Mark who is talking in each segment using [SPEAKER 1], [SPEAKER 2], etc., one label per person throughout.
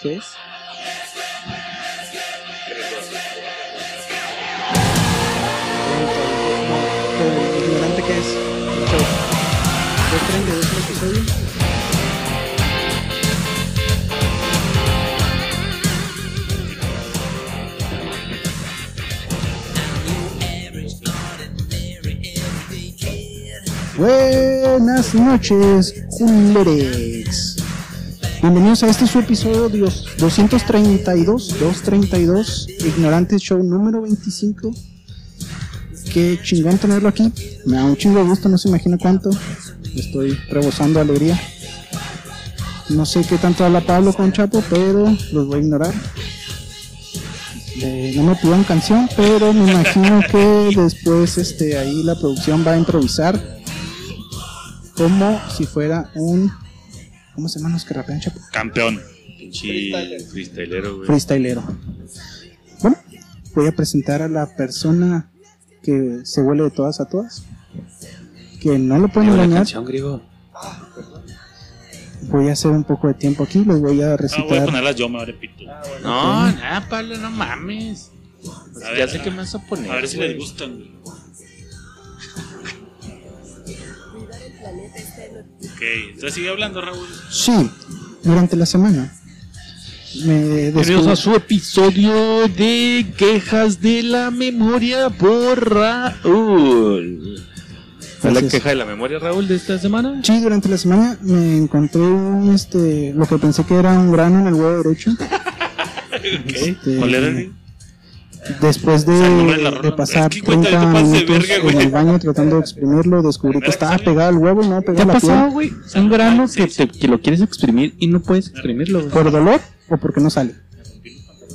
[SPEAKER 1] ¿Qué es? No, pero ignorante que es. Chau. ¿Fue 32 el episodio? Buenas noches, culeres. Bienvenidos a este su episodio Dios 232, 232, Ignorantes Show número 25. Qué chingón tenerlo aquí. Me da un chingo de gusto, no se imagina cuánto. Estoy rebosando de alegría. No sé qué tanto habla Pablo con Chapo, pero los voy a ignorar. Eh, no me pidieron canción, pero me imagino que después este, ahí la producción va a improvisar como si fuera un. ¿Cómo se llaman los que rapean, Chapo?
[SPEAKER 2] Campeón. Pinche freestylero,
[SPEAKER 1] Pues,
[SPEAKER 2] güey.
[SPEAKER 1] Freestylero. Bueno, voy a presentar a la persona que se huele de todas a todas. Que no lo pueden
[SPEAKER 3] Una
[SPEAKER 1] engañar.
[SPEAKER 3] canción, griego.
[SPEAKER 1] Voy a hacer un poco de tiempo aquí, les Ah, voy a
[SPEAKER 2] No, Ah, voy a
[SPEAKER 1] recitar.
[SPEAKER 2] ponerlas yo, me vale pito.
[SPEAKER 3] Ah, No, nada, Pablo, no mames.
[SPEAKER 2] A
[SPEAKER 3] Pues ya
[SPEAKER 2] ver,
[SPEAKER 3] sé
[SPEAKER 2] a-
[SPEAKER 3] qué me vas a poner.
[SPEAKER 2] A ver si
[SPEAKER 3] güey.
[SPEAKER 2] les gustan, güey. Ok, entonces sigue hablando, Raúl.
[SPEAKER 1] sí, durante la semana. Me
[SPEAKER 3] Bienvenidos
[SPEAKER 1] descubrí-
[SPEAKER 3] a su episodio de quejas de la memoria por Raúl. ¿Fue la
[SPEAKER 1] Gracias.
[SPEAKER 3] queja de la memoria, Raúl, de esta semana?
[SPEAKER 1] Sí, durante la semana me encontré un, este, lo que pensé que era un grano en el huevo derecho. Este,
[SPEAKER 2] ¿Cuál era? güey?
[SPEAKER 1] Después de,
[SPEAKER 2] sea, el nombre de la
[SPEAKER 1] de
[SPEAKER 2] rola.
[SPEAKER 1] pasar
[SPEAKER 2] Es que, güey,
[SPEAKER 1] 30
[SPEAKER 2] también te pasas de
[SPEAKER 1] minutos
[SPEAKER 2] verga,
[SPEAKER 1] en
[SPEAKER 2] güey.
[SPEAKER 1] el baño tratando de exprimirlo, descubrí que
[SPEAKER 2] Primera que
[SPEAKER 1] estaba
[SPEAKER 2] sale.
[SPEAKER 1] pegado al huevo y no
[SPEAKER 3] ¿Te
[SPEAKER 1] pegado
[SPEAKER 3] ha
[SPEAKER 1] a la
[SPEAKER 3] pasado,
[SPEAKER 1] piel.
[SPEAKER 3] güey? Un grano que, te- que lo quieres exprimir y no puedes exprimirlo, güey.
[SPEAKER 1] ¿Por dolor o porque no sale?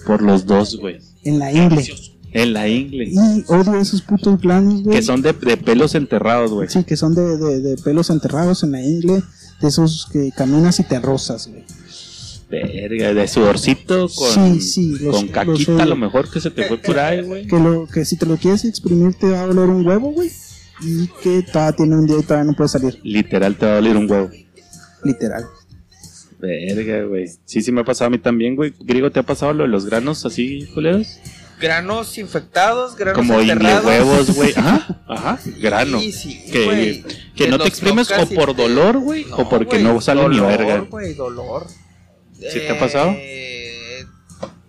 [SPEAKER 3] Por los dos, güey.
[SPEAKER 1] En la ingle.
[SPEAKER 3] En la ingle.
[SPEAKER 1] Y odio esos putos granos, güey.
[SPEAKER 3] Que son de, de pelos enterrados, güey.
[SPEAKER 1] Sí, que son de, de- de pelos enterrados en la ingle, de esos que caminas y te rozas, güey.
[SPEAKER 3] Verga, de sudorcito con,
[SPEAKER 1] Sí, sí, los-
[SPEAKER 3] con caquita
[SPEAKER 1] los-
[SPEAKER 3] a lo mejor que se te fue por ahí, güey.
[SPEAKER 1] Que, lo, que si te lo quieres exprimir te va a doler un huevo, güey. Y que todavía tiene un día y todavía no puede salir,
[SPEAKER 3] Literal te va a doler un huevo.
[SPEAKER 1] literal.
[SPEAKER 3] Verga, güey. Sí, sí me ha pasado a mí también, güey. Griego, ¿te ha pasado lo de los granos así, culeros?
[SPEAKER 4] Granos infectados, granos
[SPEAKER 3] Como ingle
[SPEAKER 4] enterrados.
[SPEAKER 3] huevos, güey. Ajá, ajá, grano.
[SPEAKER 4] Sí, sí,
[SPEAKER 3] Que,
[SPEAKER 4] güey.
[SPEAKER 3] que
[SPEAKER 4] Te
[SPEAKER 3] no te
[SPEAKER 4] los
[SPEAKER 3] exprimes
[SPEAKER 4] tocas
[SPEAKER 3] o
[SPEAKER 4] y
[SPEAKER 3] por
[SPEAKER 4] te-
[SPEAKER 3] dolor, güey, o porque
[SPEAKER 4] güey,
[SPEAKER 3] no sale ni
[SPEAKER 4] dolor,
[SPEAKER 3] verga.
[SPEAKER 4] güey, dolor.
[SPEAKER 3] ¿Sí te ha pasado?
[SPEAKER 4] Eh,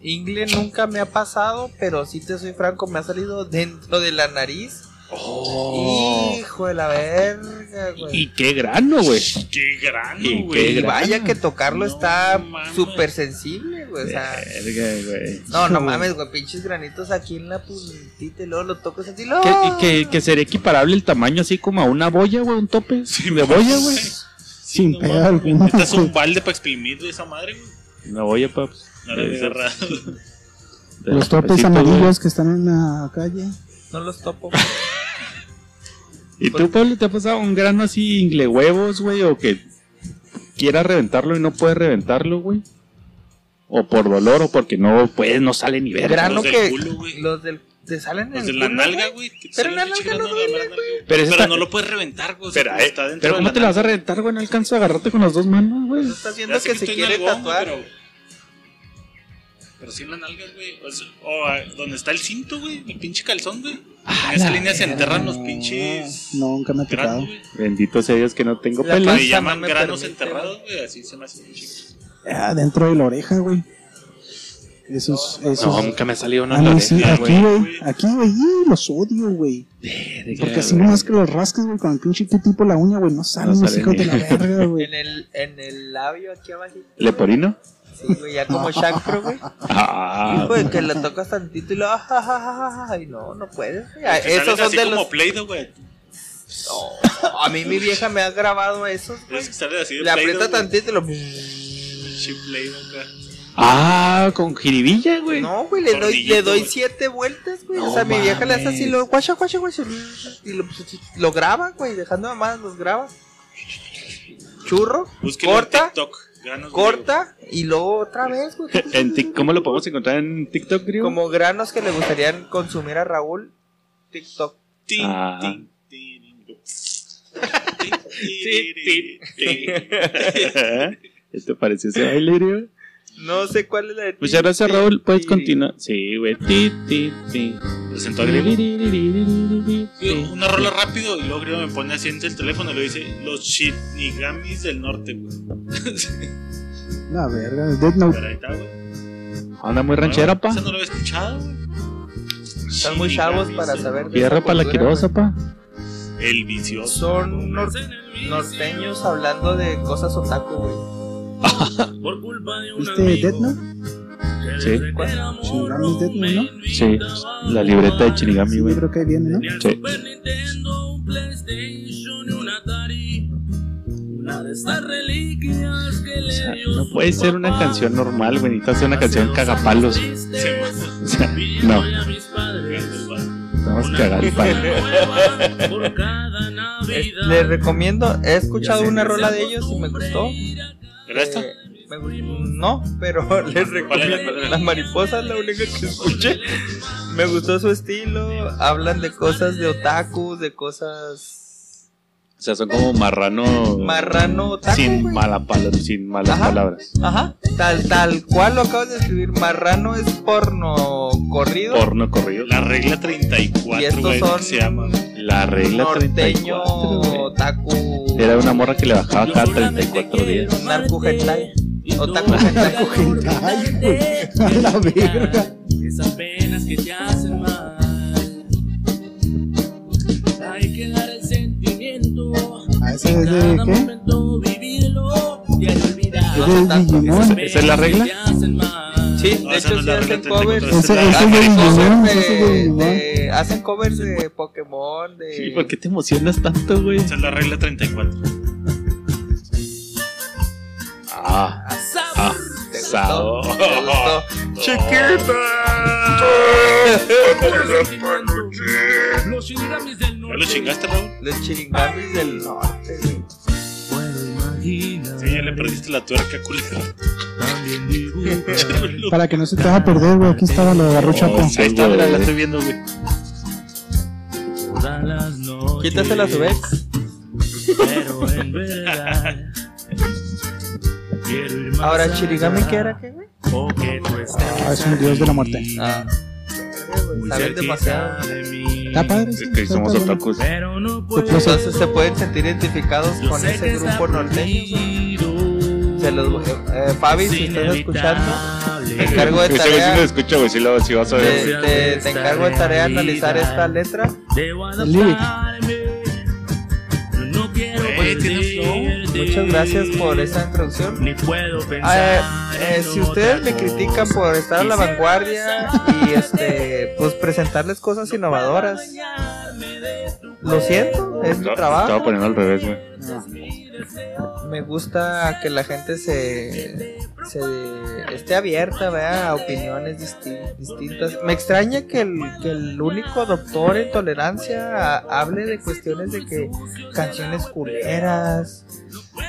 [SPEAKER 4] Ingle nunca me ha pasado, pero si te soy franco, me ha salido dentro de la nariz.
[SPEAKER 3] Oh.
[SPEAKER 4] Hijo de la verga, güey.
[SPEAKER 3] Y qué grano, güey.
[SPEAKER 2] Qué grande,
[SPEAKER 3] Y
[SPEAKER 2] güey.
[SPEAKER 3] qué
[SPEAKER 4] Y
[SPEAKER 3] gran-
[SPEAKER 4] vaya que tocarlo
[SPEAKER 2] No
[SPEAKER 4] está
[SPEAKER 2] mames.
[SPEAKER 4] súper sensible, güey. O sea,
[SPEAKER 3] Eh. Verga, güey.
[SPEAKER 4] no, no
[SPEAKER 1] güey.
[SPEAKER 4] mames, güey. Pinches granitos aquí en la puntita y luego lo tocas así. ¡no!
[SPEAKER 3] Que, y que, que sería equiparable el tamaño así como a una boya, güey, un tope de boya, güey.
[SPEAKER 1] Sin
[SPEAKER 2] no
[SPEAKER 1] pegar
[SPEAKER 2] mames,
[SPEAKER 1] alguna,
[SPEAKER 2] güey. Este es
[SPEAKER 1] güey.
[SPEAKER 2] un balde para exprimir de esa madre, güey.
[SPEAKER 3] Una boya, paps.
[SPEAKER 2] No la había
[SPEAKER 3] Esa-
[SPEAKER 2] agarrado.
[SPEAKER 3] de
[SPEAKER 1] Los topes
[SPEAKER 3] pesitos, güey.
[SPEAKER 1] amarillos que están en la calle.
[SPEAKER 4] No los topo.
[SPEAKER 3] ¿Y tú, Pablo, te ha pasado un grano así ingle huevos, güey? O que quieras reventarlo y no puedes reventarlo, güey. O por dolor, o porque no puedes, no sale ni verga.
[SPEAKER 4] grano
[SPEAKER 2] Los del
[SPEAKER 4] que
[SPEAKER 2] culo, güey.
[SPEAKER 4] los del te salen en
[SPEAKER 2] Los de
[SPEAKER 4] el
[SPEAKER 2] la
[SPEAKER 4] culo,
[SPEAKER 2] nalga, güey. que te
[SPEAKER 4] Pero
[SPEAKER 2] sale
[SPEAKER 4] la
[SPEAKER 2] un
[SPEAKER 4] nalga
[SPEAKER 2] chingado
[SPEAKER 4] no
[SPEAKER 2] de la
[SPEAKER 4] duele,
[SPEAKER 2] nalga,
[SPEAKER 4] güey.
[SPEAKER 2] güey.
[SPEAKER 3] Pero
[SPEAKER 2] Pero,
[SPEAKER 3] esa está-
[SPEAKER 2] no lo puedes reventar, güey. o sea,
[SPEAKER 3] Espera,
[SPEAKER 2] como
[SPEAKER 3] eh,
[SPEAKER 2] está dentro
[SPEAKER 3] pero
[SPEAKER 2] de
[SPEAKER 3] ¿cómo
[SPEAKER 2] la
[SPEAKER 3] te la vas a
[SPEAKER 2] nalga.
[SPEAKER 3] reventar, güey? No alcanzas a agarrarte con las dos manos, güey.
[SPEAKER 4] Pues estás viendo
[SPEAKER 2] Ya sé
[SPEAKER 4] que, se
[SPEAKER 2] estoy
[SPEAKER 4] quiere
[SPEAKER 2] nalgón,
[SPEAKER 4] tatuar.
[SPEAKER 2] Pero, pero sí en la nalga, güey. O, sea, o, ah, donde está el cinto, güey. El pinche calzón, güey.
[SPEAKER 4] Ah,
[SPEAKER 2] En esa línea se enterran los pinches
[SPEAKER 1] No, nunca me ha
[SPEAKER 2] granos,
[SPEAKER 1] tocado.
[SPEAKER 2] güey.
[SPEAKER 3] Bendito sea Dios que no tengo
[SPEAKER 4] La
[SPEAKER 3] pelos.
[SPEAKER 4] panza
[SPEAKER 2] Me llaman
[SPEAKER 4] no me
[SPEAKER 2] granos
[SPEAKER 4] permite,
[SPEAKER 2] enterrados, güey. Así se me hace un chingo.
[SPEAKER 1] Ah, dentro de la oreja, güey. Esos, esos.
[SPEAKER 3] No, nunca me ha salido una
[SPEAKER 1] Ah, no,
[SPEAKER 3] en la
[SPEAKER 1] sí,
[SPEAKER 3] oreja,
[SPEAKER 1] aquí,
[SPEAKER 3] güey.
[SPEAKER 1] güey. Aquí, güey. y Los odio, güey.
[SPEAKER 3] Verga,
[SPEAKER 1] Porque así
[SPEAKER 3] güey.
[SPEAKER 1] nomás que los rascas, güey, con el pinche que tipo la uña, güey. No salen
[SPEAKER 3] No
[SPEAKER 1] los
[SPEAKER 3] sale
[SPEAKER 1] hijos de
[SPEAKER 3] ni-
[SPEAKER 1] la verga, güey.
[SPEAKER 4] En el, en el labio aquí abajito.
[SPEAKER 3] ¿Leporino?
[SPEAKER 4] Sí, güey, ya como chancro, güey.
[SPEAKER 3] Ah,
[SPEAKER 4] Hijo de que le tocas tantito y lo. ah, ah, ah, ah, ah, Ay, no, no puedes. güey. Ah,
[SPEAKER 2] Que salen
[SPEAKER 4] Esos son
[SPEAKER 2] así
[SPEAKER 4] de
[SPEAKER 2] como
[SPEAKER 4] los.
[SPEAKER 2] Play-Doh, güey.
[SPEAKER 4] No, a mí mi vieja me ha grabado esos, güey.
[SPEAKER 2] Es que salen así de
[SPEAKER 4] Le aprieta
[SPEAKER 2] Play-Doh, güey.
[SPEAKER 4] tantito y lo.
[SPEAKER 2] Pinche Play-Doh, acá.
[SPEAKER 3] ah, con jiribilla, güey.
[SPEAKER 4] No, güey, le doy,
[SPEAKER 2] Tornillito,
[SPEAKER 4] le doy
[SPEAKER 2] güey.
[SPEAKER 4] siete vueltas, güey.
[SPEAKER 3] No
[SPEAKER 4] o sea, mi vieja le hace así,
[SPEAKER 3] mames.
[SPEAKER 4] lo guacha, guacha, guacha. Y lo, lo graba, güey, dejando más, los graba. Churro,
[SPEAKER 2] Búsquenlo en
[SPEAKER 4] corta,
[SPEAKER 2] TikTok. Granos
[SPEAKER 4] corta y luego otra vez, güey.
[SPEAKER 3] En tic- ¿Cómo lo podemos encontrar en TikTok, griego?
[SPEAKER 4] Como granos que le gustarían consumir a Raúl, TikTok.
[SPEAKER 2] Tin,
[SPEAKER 3] Ah.
[SPEAKER 2] tin, tirin, du. Tin, tirin, tin.
[SPEAKER 3] ¿Te pareció ese baile, griego?
[SPEAKER 4] Pues No sé cuál es la de ti.
[SPEAKER 3] Muchas gracias, Raúl. Puedes
[SPEAKER 4] Sí.
[SPEAKER 3] continuar. Sí, güey. Ti, ti, ti.
[SPEAKER 2] Presentó a griego. Digo, Una rola rápido y luego griego me pone así en el teléfono y le dice los shinigamis del norte, güey.
[SPEAKER 1] La verga, es Death Note.
[SPEAKER 2] Pero ahí está, güey.
[SPEAKER 3] Anda muy ranchera, pa.
[SPEAKER 2] Esa no lo había escuchado, güey.
[SPEAKER 4] Están muy chavos
[SPEAKER 2] Shinigamis
[SPEAKER 4] para
[SPEAKER 2] del
[SPEAKER 4] saber. de
[SPEAKER 3] Tierra
[SPEAKER 4] esa
[SPEAKER 3] para la
[SPEAKER 4] cultura,
[SPEAKER 3] quirosa, pa.
[SPEAKER 2] norte. El
[SPEAKER 4] güey.
[SPEAKER 2] vicioso.
[SPEAKER 4] Son nor- norteños hablando de cosas otaku, güey.
[SPEAKER 2] Por culpa de un
[SPEAKER 1] ¿Viste Death Note?
[SPEAKER 3] Sí.
[SPEAKER 1] Shinigamis Death Note, ¿no?
[SPEAKER 3] Sí. La libreta de Shinigami,
[SPEAKER 1] Sí,
[SPEAKER 3] güey.
[SPEAKER 1] yo creo que ahí viene, ¿no?
[SPEAKER 3] Sí. O sea, no puede ser una canción normal, güey. Necesita ser una canción cagapalos. O sea, no. Vamos a cagar el palo.
[SPEAKER 4] Es- les recomiendo, he escuchado
[SPEAKER 3] Ya sé.
[SPEAKER 4] una rola de ellos y me gustó.
[SPEAKER 2] ¿Era esta?
[SPEAKER 4] Eh, me gu- no, pero les recomiendo.
[SPEAKER 2] ¿Cuál era?
[SPEAKER 4] La mariposa es la única que escuché. Me gustó su estilo. Hablan de cosas de otaku, de cosas
[SPEAKER 3] O sea, son como marrano.
[SPEAKER 4] marrano otaku.
[SPEAKER 3] Sin,
[SPEAKER 4] güey.
[SPEAKER 3] mala pala- sin malas
[SPEAKER 4] Ajá.
[SPEAKER 3] palabras.
[SPEAKER 4] Ajá, tal, tal cual lo acabas de escribir. Marrano es porno corrido.
[SPEAKER 3] Porno corrido.
[SPEAKER 2] La regla
[SPEAKER 4] y
[SPEAKER 2] 34,
[SPEAKER 4] estos
[SPEAKER 2] güey,
[SPEAKER 4] son
[SPEAKER 2] se llama.
[SPEAKER 3] La regla
[SPEAKER 4] norteño
[SPEAKER 3] 34. güey.
[SPEAKER 4] otaku.
[SPEAKER 3] Era una morra que le bajaba cada 34 días.
[SPEAKER 4] narco hentai. Otaku hentai.
[SPEAKER 1] Narco hentai, güey. A la verga.
[SPEAKER 5] Esas penas que te hacen mal. Hay que dar el sentimiento.
[SPEAKER 1] Ah, ¿esa
[SPEAKER 5] En
[SPEAKER 1] es de
[SPEAKER 5] cada
[SPEAKER 1] qué?
[SPEAKER 5] momento vivirlo y al olvidar.
[SPEAKER 1] Es de
[SPEAKER 4] Otaku.
[SPEAKER 5] esas
[SPEAKER 1] Digimon.
[SPEAKER 5] penas
[SPEAKER 3] ¿Esa es la
[SPEAKER 5] que
[SPEAKER 3] regla?
[SPEAKER 5] te hacen mal.
[SPEAKER 4] Sí,
[SPEAKER 2] No,
[SPEAKER 4] de
[SPEAKER 2] esa no
[SPEAKER 4] hecho
[SPEAKER 2] es
[SPEAKER 4] sí
[SPEAKER 2] la regla
[SPEAKER 4] hacen
[SPEAKER 2] 34,
[SPEAKER 4] covers.
[SPEAKER 2] esa
[SPEAKER 1] Ese,
[SPEAKER 2] es la
[SPEAKER 1] ese es de
[SPEAKER 4] Hacen
[SPEAKER 1] Digimon,
[SPEAKER 4] covers
[SPEAKER 1] ese es de
[SPEAKER 4] de,
[SPEAKER 1] Digimon.
[SPEAKER 4] de- hacen covers de Pokémon, de
[SPEAKER 3] Sí, ¿Por qué te emocionas tanto, güey?
[SPEAKER 2] Esa es la regla 34.
[SPEAKER 3] Ah, ah,
[SPEAKER 4] ¿Te gustó?
[SPEAKER 3] sao.
[SPEAKER 4] ¿Te gustó?
[SPEAKER 5] Los shinigamis del
[SPEAKER 2] Oh, ¿Ya
[SPEAKER 5] norte.
[SPEAKER 2] lo chingaste, Raúl?
[SPEAKER 4] Los chingamis del norte, güey.
[SPEAKER 5] Puedo imaginar.
[SPEAKER 2] Sí, ya le perdiste la tuerca, culero.
[SPEAKER 5] También dibujar.
[SPEAKER 1] Para que no se te vaya a perder, güey. Aquí estaba la agarró Chapo.
[SPEAKER 3] Oh, sí.
[SPEAKER 2] Ahí está, mira,
[SPEAKER 3] güey.
[SPEAKER 2] la estoy viendo, güey.
[SPEAKER 5] Todas las noches.
[SPEAKER 4] Quítasela a su vez.
[SPEAKER 5] Pero en verdad. quiero ir más
[SPEAKER 4] Ahora,
[SPEAKER 5] allá,
[SPEAKER 4] Chirigami, ¿qué era qué, güey?
[SPEAKER 5] o que tú estés
[SPEAKER 1] Ah, es un dios de la muerte.
[SPEAKER 4] Ah,
[SPEAKER 5] muy
[SPEAKER 4] saben
[SPEAKER 5] cerquita
[SPEAKER 4] demasiado.
[SPEAKER 5] de mí.
[SPEAKER 1] Está padre. Pues,
[SPEAKER 3] Es que somos otakus.
[SPEAKER 5] Pero no puedo.
[SPEAKER 4] Entonces se pueden sentir identificados
[SPEAKER 5] Yo
[SPEAKER 4] con
[SPEAKER 5] sé que
[SPEAKER 4] ese
[SPEAKER 5] está
[SPEAKER 4] grupo norteño.
[SPEAKER 5] prohibido.
[SPEAKER 4] Se los, eh, Fabi, si
[SPEAKER 5] Es
[SPEAKER 4] estás escuchando,
[SPEAKER 5] inevitable.
[SPEAKER 4] te encargo de
[SPEAKER 3] Ese güey sí lo
[SPEAKER 4] tarea.
[SPEAKER 3] escucha, güey. Sí lo sí vas a ver.
[SPEAKER 4] Te, te- te encargo de tarea analizar esta letra.
[SPEAKER 5] Debo
[SPEAKER 1] El lyric.
[SPEAKER 5] adaptarme. No quiero
[SPEAKER 4] Pues,
[SPEAKER 2] Güey, tiene flow.
[SPEAKER 5] perderte.
[SPEAKER 4] Muchas gracias por esta introducción.
[SPEAKER 5] Ni puedo pensar.
[SPEAKER 4] Ah, eh, eh,
[SPEAKER 5] en
[SPEAKER 4] si
[SPEAKER 5] otra
[SPEAKER 4] ustedes me critican
[SPEAKER 5] cosa.
[SPEAKER 4] por estar a la vanguardia y este pues presentarles cosas innovadoras, lo siento, es mi
[SPEAKER 3] Estaba- Estaba
[SPEAKER 4] trabajo.
[SPEAKER 3] poniendo al revés, güey.
[SPEAKER 4] Me gusta que la gente se, se esté abierta ¿verdad? a opiniones disti- distintas. Me extraña que el, que el único doctor en tolerancia a- hable de cuestiones de que canciones culeras,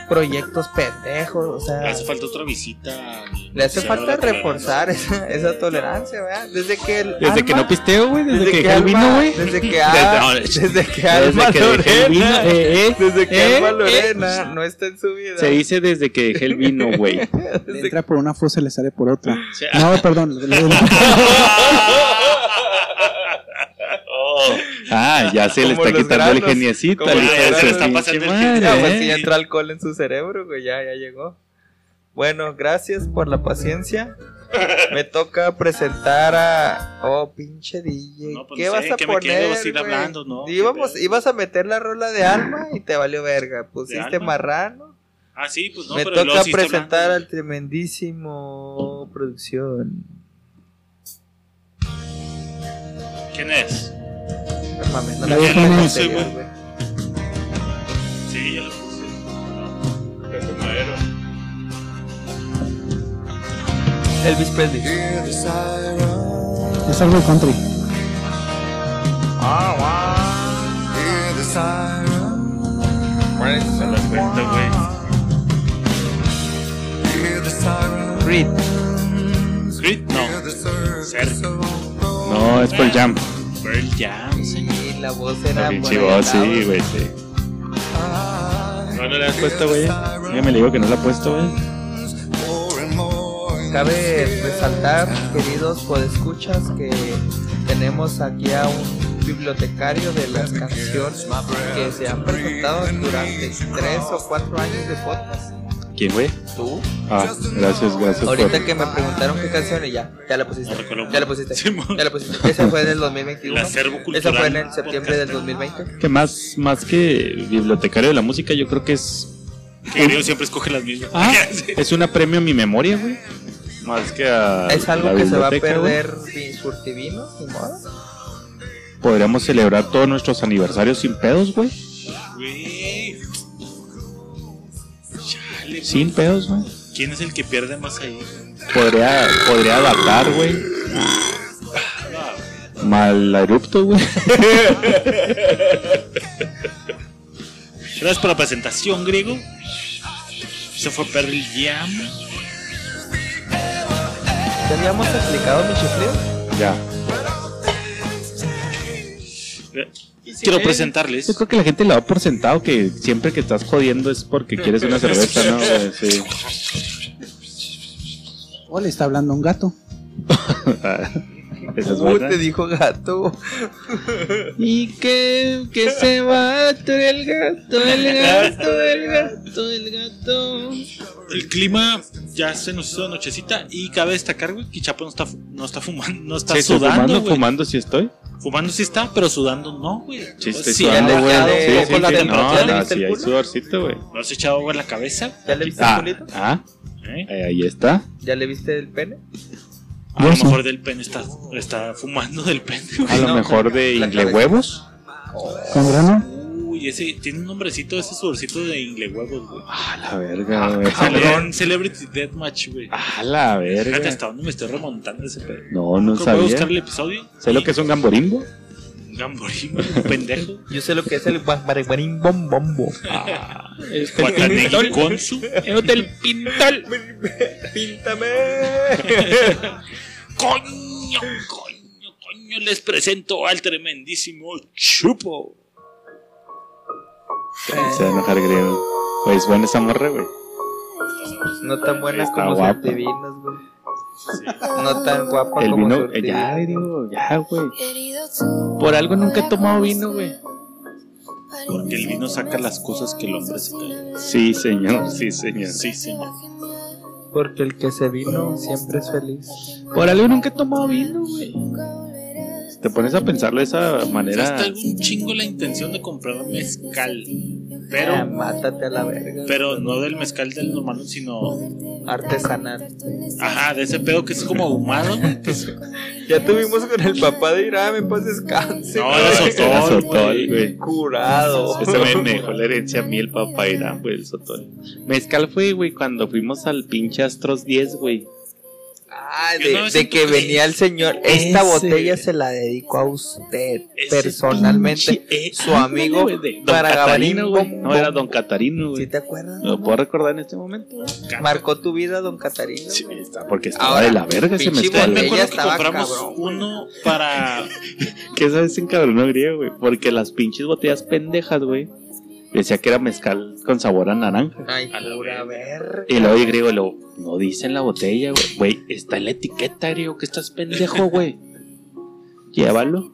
[SPEAKER 4] proyectos pendejos, o sea...
[SPEAKER 2] Hace falta otra visita. al
[SPEAKER 4] Le hace
[SPEAKER 2] Museo
[SPEAKER 4] falta
[SPEAKER 2] de la
[SPEAKER 4] reforzar esa, esa tolerancia, ¿verdad? Desde que el
[SPEAKER 3] Desde que no
[SPEAKER 4] Alma-
[SPEAKER 3] pisteo, güey. Desde, que, dejé el
[SPEAKER 4] Alma-
[SPEAKER 3] vino, güey.
[SPEAKER 4] Desde que
[SPEAKER 3] Desde-
[SPEAKER 4] a-
[SPEAKER 3] no,
[SPEAKER 4] desde que
[SPEAKER 3] desde
[SPEAKER 4] Alma
[SPEAKER 3] que dejé el vino,
[SPEAKER 4] Lorena,
[SPEAKER 3] eh, eh,
[SPEAKER 4] desde que
[SPEAKER 3] eh,
[SPEAKER 4] Alma
[SPEAKER 3] eh.
[SPEAKER 4] Lorena no está en su vida.
[SPEAKER 3] Se dice desde que dejé el vino, güey.
[SPEAKER 1] Le
[SPEAKER 4] Desde
[SPEAKER 1] entra por una fosa y le sale por otra.
[SPEAKER 2] Tierra. O sea,
[SPEAKER 1] No, perdón. le- le-
[SPEAKER 2] Oh,
[SPEAKER 3] Ah, ya se le
[SPEAKER 4] Como
[SPEAKER 3] está
[SPEAKER 4] los
[SPEAKER 3] quitando el
[SPEAKER 4] granos,
[SPEAKER 3] geniecito.
[SPEAKER 4] como
[SPEAKER 3] hijo
[SPEAKER 4] los
[SPEAKER 3] de
[SPEAKER 4] granos,
[SPEAKER 3] su
[SPEAKER 4] está
[SPEAKER 3] pinche
[SPEAKER 2] pasando el
[SPEAKER 3] madre,
[SPEAKER 2] que-
[SPEAKER 4] ya,
[SPEAKER 2] Ah,
[SPEAKER 4] pues
[SPEAKER 3] ¿eh?
[SPEAKER 4] sí, entró alcohol en su cerebro, güey, ya, ya llegó. Bueno, gracias por la paciencia. Me toca presentar a. Oh, pinche DJ.
[SPEAKER 2] No, pues
[SPEAKER 4] ¿Qué
[SPEAKER 2] no
[SPEAKER 4] vas
[SPEAKER 2] sé,
[SPEAKER 4] a
[SPEAKER 2] que me
[SPEAKER 4] poner?
[SPEAKER 2] quedo así
[SPEAKER 4] güey?
[SPEAKER 2] hablando, ¿no? ¿Qué
[SPEAKER 4] Íbamos,
[SPEAKER 2] pedo?
[SPEAKER 4] ibas a meter la rola de alma y te valió verga. Pusiste
[SPEAKER 2] Alma?
[SPEAKER 4] marrano.
[SPEAKER 2] ah, sí, pues no,
[SPEAKER 4] Me
[SPEAKER 2] pero luego
[SPEAKER 4] toca
[SPEAKER 2] sí está
[SPEAKER 4] presentar
[SPEAKER 2] hablando.
[SPEAKER 4] al tremendísimo producción.
[SPEAKER 2] ¿Quién es?
[SPEAKER 4] No mames, no
[SPEAKER 1] La
[SPEAKER 4] la vi
[SPEAKER 1] vieja
[SPEAKER 4] en el
[SPEAKER 1] no
[SPEAKER 2] sé,
[SPEAKER 4] anterior,
[SPEAKER 2] güey.
[SPEAKER 4] güey.
[SPEAKER 2] Sí, ya lo puse. No. Pero no era.
[SPEAKER 4] Elvis Presley.
[SPEAKER 1] Es algo country.
[SPEAKER 2] No las cuento, güey.
[SPEAKER 4] Reed.
[SPEAKER 2] Creed, no. Cerca.
[SPEAKER 3] No, es por Jam.
[SPEAKER 2] Pearl Jam.
[SPEAKER 4] Sí, la voz era
[SPEAKER 3] La pinche
[SPEAKER 4] por allá
[SPEAKER 3] voz, sí,
[SPEAKER 4] atrás.
[SPEAKER 3] güey. sí.
[SPEAKER 2] No, no le
[SPEAKER 3] ¿La has puesto, güey? Ya me le digo que no la ha puesto, güey.
[SPEAKER 4] Cabe resaltar, queridos podescuchas, que tenemos aquí a un bibliotecario de las canciones que se han presentado durante tres o cuatro años de podcast.
[SPEAKER 3] ¿Quién, güey?
[SPEAKER 4] Tú,
[SPEAKER 3] Ah, gracias, gracias. por-
[SPEAKER 4] ahorita que me preguntaron qué canción y ya, ya la pusiste,
[SPEAKER 2] No recuerdo.
[SPEAKER 4] ya la pusiste,
[SPEAKER 2] Simón.
[SPEAKER 4] ya la pusiste. Esa fue en el 2021,
[SPEAKER 2] El acervo
[SPEAKER 4] esa
[SPEAKER 2] cultural
[SPEAKER 4] fue en el septiembre del 2020.
[SPEAKER 3] Que más, más que bibliotecario de la música, yo creo que es,
[SPEAKER 2] Que Dios siempre escoge las mismas.
[SPEAKER 3] Ah. es un apremio a mi memoria, güey. Más que a.
[SPEAKER 4] Es
[SPEAKER 3] Ah, la
[SPEAKER 4] algo que se va a
[SPEAKER 3] biblioteca, güey.
[SPEAKER 4] perder sin surtivino, ni modo.
[SPEAKER 3] Podríamos celebrar todos nuestros aniversarios sin pedos, güey.
[SPEAKER 2] Güey. Chale,
[SPEAKER 3] Sin pedos, güey.
[SPEAKER 2] ¿Quién es el que pierde más ahí?
[SPEAKER 3] Podría, podría adaptar, güey. Mal erupto, güey.
[SPEAKER 2] Gracias por la presentación, griego. Se fue Pearl Jam.
[SPEAKER 4] ¿Ya habíamos explicado mi chiflido?
[SPEAKER 3] Ya.
[SPEAKER 2] Quiero presentarles.
[SPEAKER 3] Yo creo que la gente la da por sentado que siempre que estás jodiendo es porque quieres una cerveza, ¿no? güey? Sí.
[SPEAKER 1] O Oh, le está hablando un gato.
[SPEAKER 3] Esa es
[SPEAKER 4] Uy,
[SPEAKER 3] buena.
[SPEAKER 4] te dijo gato.
[SPEAKER 6] Y que, que se va el gato, el gato, el gato, el gato.
[SPEAKER 2] El clima ya se nos hizo nochecita y cabe destacar, güey, que Chapo no está, fu- no está fumando, no está
[SPEAKER 3] Sí, estoy
[SPEAKER 2] sudando,
[SPEAKER 3] fumando,
[SPEAKER 2] güey.
[SPEAKER 3] fumando sí estoy.
[SPEAKER 2] Fumando sí está, pero sudando no, güey. Pues
[SPEAKER 3] Sí, estoy
[SPEAKER 2] Sí,
[SPEAKER 3] sudando,
[SPEAKER 4] le
[SPEAKER 3] güey.
[SPEAKER 4] ha
[SPEAKER 3] Sí,
[SPEAKER 4] dado
[SPEAKER 3] sí,
[SPEAKER 4] con la
[SPEAKER 3] sí,
[SPEAKER 4] temperatura,
[SPEAKER 3] no,
[SPEAKER 4] ¿le
[SPEAKER 3] no,
[SPEAKER 4] viste
[SPEAKER 3] sí,
[SPEAKER 4] el
[SPEAKER 3] hay
[SPEAKER 4] culo?
[SPEAKER 3] sudorcito, güey.
[SPEAKER 2] ¿No has echado agua en la cabeza?
[SPEAKER 4] ¿Ya le viste
[SPEAKER 3] Ah,
[SPEAKER 4] el culito?
[SPEAKER 3] ah,
[SPEAKER 2] ¿Eh?
[SPEAKER 3] eh, ahí está.
[SPEAKER 4] ¿Ya le viste el pene?
[SPEAKER 2] A lo mejor del pen está, está fumando del pen, güey.
[SPEAKER 3] A lo
[SPEAKER 4] No,
[SPEAKER 3] mejor de
[SPEAKER 4] la
[SPEAKER 3] ingle
[SPEAKER 4] cabeza.
[SPEAKER 3] huevos.
[SPEAKER 1] ¿Con grano?
[SPEAKER 2] Uy, ese tiene un nombrecito, ese sudorcito de ingle huevos, güey.
[SPEAKER 3] A Ah, la verga, güey.
[SPEAKER 2] Salió en Celebrity Deathmatch, güey.
[SPEAKER 3] A la
[SPEAKER 2] Fíjate
[SPEAKER 3] Ah, verga.
[SPEAKER 2] hasta dónde me estoy remontando ese pedo.
[SPEAKER 3] No, no
[SPEAKER 2] Creo que Voy a buscar
[SPEAKER 3] sabía.
[SPEAKER 2] el episodio.
[SPEAKER 3] ¿Sé lo que es un gamborimbo?
[SPEAKER 2] Un Gamborín, güey, un pendejo.
[SPEAKER 4] Yo sé lo que es el guambareguarín bombombo.
[SPEAKER 2] Guatanegui Consu.
[SPEAKER 6] El hotel Pintal.
[SPEAKER 4] ¡Píntame!
[SPEAKER 2] Coño, coño, coño, les presento al tremendísimo Chupo.
[SPEAKER 3] Se va a enojar griego. Pues buena esa morra, güey.
[SPEAKER 4] No tan buena
[SPEAKER 3] Está
[SPEAKER 4] como
[SPEAKER 3] guapa.
[SPEAKER 4] Surtivinos, güey. No tan guapa
[SPEAKER 3] El
[SPEAKER 4] como
[SPEAKER 3] vino, eh, ya,
[SPEAKER 4] Surtivinos.
[SPEAKER 3] griego, ya, güey.
[SPEAKER 6] Por algo nunca he tomado vino, güey.
[SPEAKER 2] Porque el vino saca las cosas que el hombre saca.
[SPEAKER 3] Sí, señor, sí, señor.
[SPEAKER 2] Sí, señor.
[SPEAKER 4] Porque el que se vino siempre es feliz.
[SPEAKER 6] Por algo nunca he tomado vino, güey.
[SPEAKER 3] Te pones a pensarlo de esa manera.
[SPEAKER 2] Hasta algún chingo la intención de comprar mezcal.
[SPEAKER 4] Ah,
[SPEAKER 2] Pero,
[SPEAKER 4] mátate a la verga.
[SPEAKER 2] pero no del mezcal del normal, sino.
[SPEAKER 4] Artesanal.
[SPEAKER 2] Ajá, de ese pedo que es como ahumado. güey, que es-
[SPEAKER 4] Ya tuvimos con el papá de Irán, en paz descanse.
[SPEAKER 2] No,
[SPEAKER 4] güey.
[SPEAKER 2] era
[SPEAKER 3] Era
[SPEAKER 2] sotol,
[SPEAKER 3] Ah, sotol,
[SPEAKER 2] güey.
[SPEAKER 3] güey.
[SPEAKER 4] Curado.
[SPEAKER 3] Ese güey me dejó la herencia a mí, el papá Irán, güey, el sotol. Mezcal fue, güey, cuando fuimos al pinche Astros 10, güey.
[SPEAKER 4] Ah,
[SPEAKER 2] Yo no
[SPEAKER 4] de,
[SPEAKER 2] me
[SPEAKER 4] de
[SPEAKER 2] siento
[SPEAKER 4] que
[SPEAKER 2] que-
[SPEAKER 4] venía el señor. Esta
[SPEAKER 6] Ese-
[SPEAKER 4] botella se la dedico a usted
[SPEAKER 2] Ese
[SPEAKER 4] personalmente.
[SPEAKER 3] Pinche- eh,
[SPEAKER 4] su
[SPEAKER 3] ándale,
[SPEAKER 4] amigo
[SPEAKER 3] güey, de Don
[SPEAKER 4] para
[SPEAKER 3] Catarino, güey.
[SPEAKER 4] Gabarín
[SPEAKER 3] No, era Don Catarino,
[SPEAKER 4] ¿Sí
[SPEAKER 3] güey.
[SPEAKER 4] te acuerdas?
[SPEAKER 3] ¿Lo puedo recordar en este momento?
[SPEAKER 4] Marcó tu vida, don Catarino.
[SPEAKER 3] Sí,
[SPEAKER 4] güey.
[SPEAKER 3] está, porque estaba
[SPEAKER 4] Ahora,
[SPEAKER 3] de la verga ese
[SPEAKER 4] pinche
[SPEAKER 3] mezcal,
[SPEAKER 2] Me
[SPEAKER 4] Ella
[SPEAKER 3] güey.
[SPEAKER 2] acuerdo que
[SPEAKER 4] estaba
[SPEAKER 2] compramos
[SPEAKER 4] cabrón.
[SPEAKER 2] uno para.
[SPEAKER 3] ¿Qué sabes en cabrón griego, güey? Porque las pinches botellas pendejas, güey, decía que era mezcal con sabor a naranja.
[SPEAKER 4] Ay,
[SPEAKER 2] A la
[SPEAKER 4] pura verga.
[SPEAKER 3] Y luego el griego lo no dice en la botella, güey. Güey, está en la etiqueta, griego, que estás pendejo, güey. Llévalo.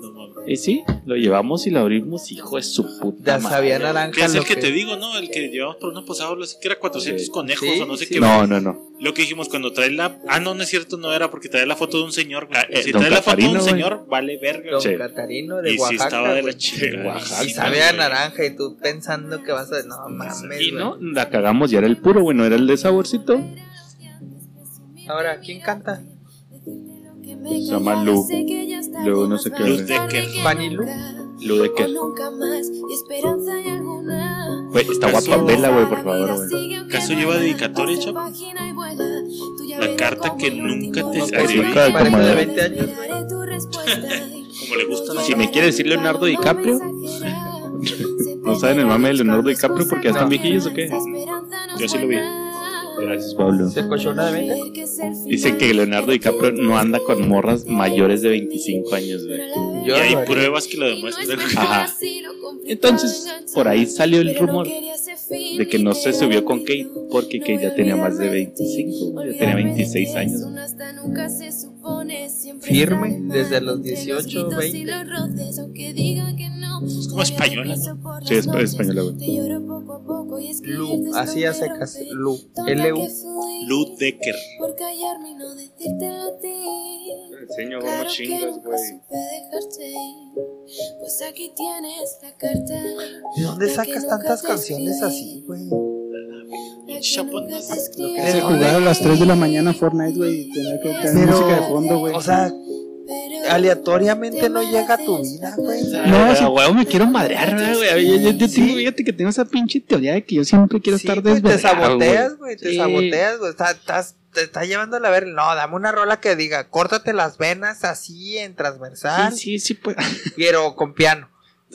[SPEAKER 2] No, mames.
[SPEAKER 3] Y sí, lo llevamos y lo abrimos, hijo de su puta
[SPEAKER 4] Ya
[SPEAKER 3] madre.
[SPEAKER 4] sabía naranja.
[SPEAKER 2] Que es el
[SPEAKER 4] lo
[SPEAKER 2] que te digo, ¿no? El que llevamos por una posada, lo sé que era 400
[SPEAKER 3] Sí.
[SPEAKER 2] conejos
[SPEAKER 4] Sí,
[SPEAKER 2] o no sé
[SPEAKER 4] sí.
[SPEAKER 2] qué.
[SPEAKER 3] No, no, no.
[SPEAKER 2] Lo que dijimos cuando trae la. Ah, no, no es cierto, no era porque trae la foto de un señor. güey.
[SPEAKER 3] Ah, eh,
[SPEAKER 2] si
[SPEAKER 3] don
[SPEAKER 2] trae la foto de un
[SPEAKER 3] Catarino, güey.
[SPEAKER 2] señor, vale verga.
[SPEAKER 4] Don
[SPEAKER 3] Sí.
[SPEAKER 4] Catarino
[SPEAKER 2] Y
[SPEAKER 4] de
[SPEAKER 2] si
[SPEAKER 4] Oaxaca.
[SPEAKER 2] estaba de la
[SPEAKER 4] güey.
[SPEAKER 2] chingada.
[SPEAKER 3] De Oaxaca,
[SPEAKER 4] y
[SPEAKER 2] sí,
[SPEAKER 4] sabía a
[SPEAKER 2] güey.
[SPEAKER 4] naranja y tú pensando que vas a... No mames,
[SPEAKER 3] Y
[SPEAKER 4] güey.
[SPEAKER 3] no, la cagamos y era el puro, güey, no era el de saborcito.
[SPEAKER 4] Ahora, ¿quién canta?
[SPEAKER 7] Se llama Lu. Lu, no sé qué.
[SPEAKER 2] Luz Decker.
[SPEAKER 4] Fanny Lu.
[SPEAKER 3] Lo de que.
[SPEAKER 7] Nunca más, y esperanza hay alguna.
[SPEAKER 3] Güey, está
[SPEAKER 2] Eso-
[SPEAKER 3] guapa vela, güey, por favor, güey.
[SPEAKER 2] ¿Caso lleva dedicatoria, Chapo? La carta que nunca te escribí.
[SPEAKER 3] nunca de
[SPEAKER 4] Pareja de
[SPEAKER 3] comadre.
[SPEAKER 4] 20 años.
[SPEAKER 2] Como le gusta la
[SPEAKER 3] Si me quiere decir Leonardo DiCaprio.
[SPEAKER 7] ¿No saben el mame de Leonardo DiCaprio porque ya están
[SPEAKER 4] No.
[SPEAKER 7] viejillos o qué?
[SPEAKER 3] Yo sí lo vi. Gracias, Pablo.
[SPEAKER 4] ¿Se cochona de 20?
[SPEAKER 3] Dicen que Leonardo DiCaprio no anda con morras mayores de 25 años, güey.
[SPEAKER 2] Y
[SPEAKER 4] Yo
[SPEAKER 2] hay
[SPEAKER 4] lo haría.
[SPEAKER 2] pruebas que lo demuestran.
[SPEAKER 3] Ajá. Entonces, por ahí salió el rumor
[SPEAKER 7] de que no se subió con Kate porque Kate ya tenía más de 25, ya tenía 26 años.
[SPEAKER 4] Firme, desde los 18, 20.
[SPEAKER 7] Es
[SPEAKER 2] como española,
[SPEAKER 7] ¿no?
[SPEAKER 3] Sí, es- es española, güey.
[SPEAKER 4] Lu, así a secas. Lu, L-U.
[SPEAKER 2] Lou Decker.
[SPEAKER 7] Por callarme y no decírtelo a ti.
[SPEAKER 3] enseño
[SPEAKER 7] Claro que nunca supe dejarte ir. Pues aquí tienes la carta.
[SPEAKER 4] ¿De dónde sacas tantas canciones así, güey?
[SPEAKER 7] La que
[SPEAKER 2] Chapo,
[SPEAKER 7] nunca se
[SPEAKER 2] no.
[SPEAKER 7] escribe.
[SPEAKER 1] Se jugaba a las 3 de la mañana Fortnite, güey, y tenía que tener
[SPEAKER 4] Pero,
[SPEAKER 1] música de fondo, güey.
[SPEAKER 4] o sea,
[SPEAKER 7] Pero
[SPEAKER 4] aleatoriamente no llega a tu vida, güey.
[SPEAKER 7] pues.
[SPEAKER 3] No,
[SPEAKER 1] No,
[SPEAKER 3] sí.
[SPEAKER 1] sí.
[SPEAKER 3] huevo, me quiero madrear, ¿verdad, güey. A ver, Yo, yo- yo tengo- fíjate que tengo esa pinche teoría de que yo siempre quiero
[SPEAKER 4] Sí,
[SPEAKER 3] estar
[SPEAKER 4] güey,
[SPEAKER 3] desvelado.
[SPEAKER 4] Te saboteas,
[SPEAKER 3] güey.
[SPEAKER 4] güey, te
[SPEAKER 3] Sí.
[SPEAKER 4] saboteas, güey. Está- estás- te está llevando a la ver. No, dame una rola que diga, córtate las venas así en transversal,
[SPEAKER 3] Sí, sí, sí, pues.
[SPEAKER 4] pero con piano,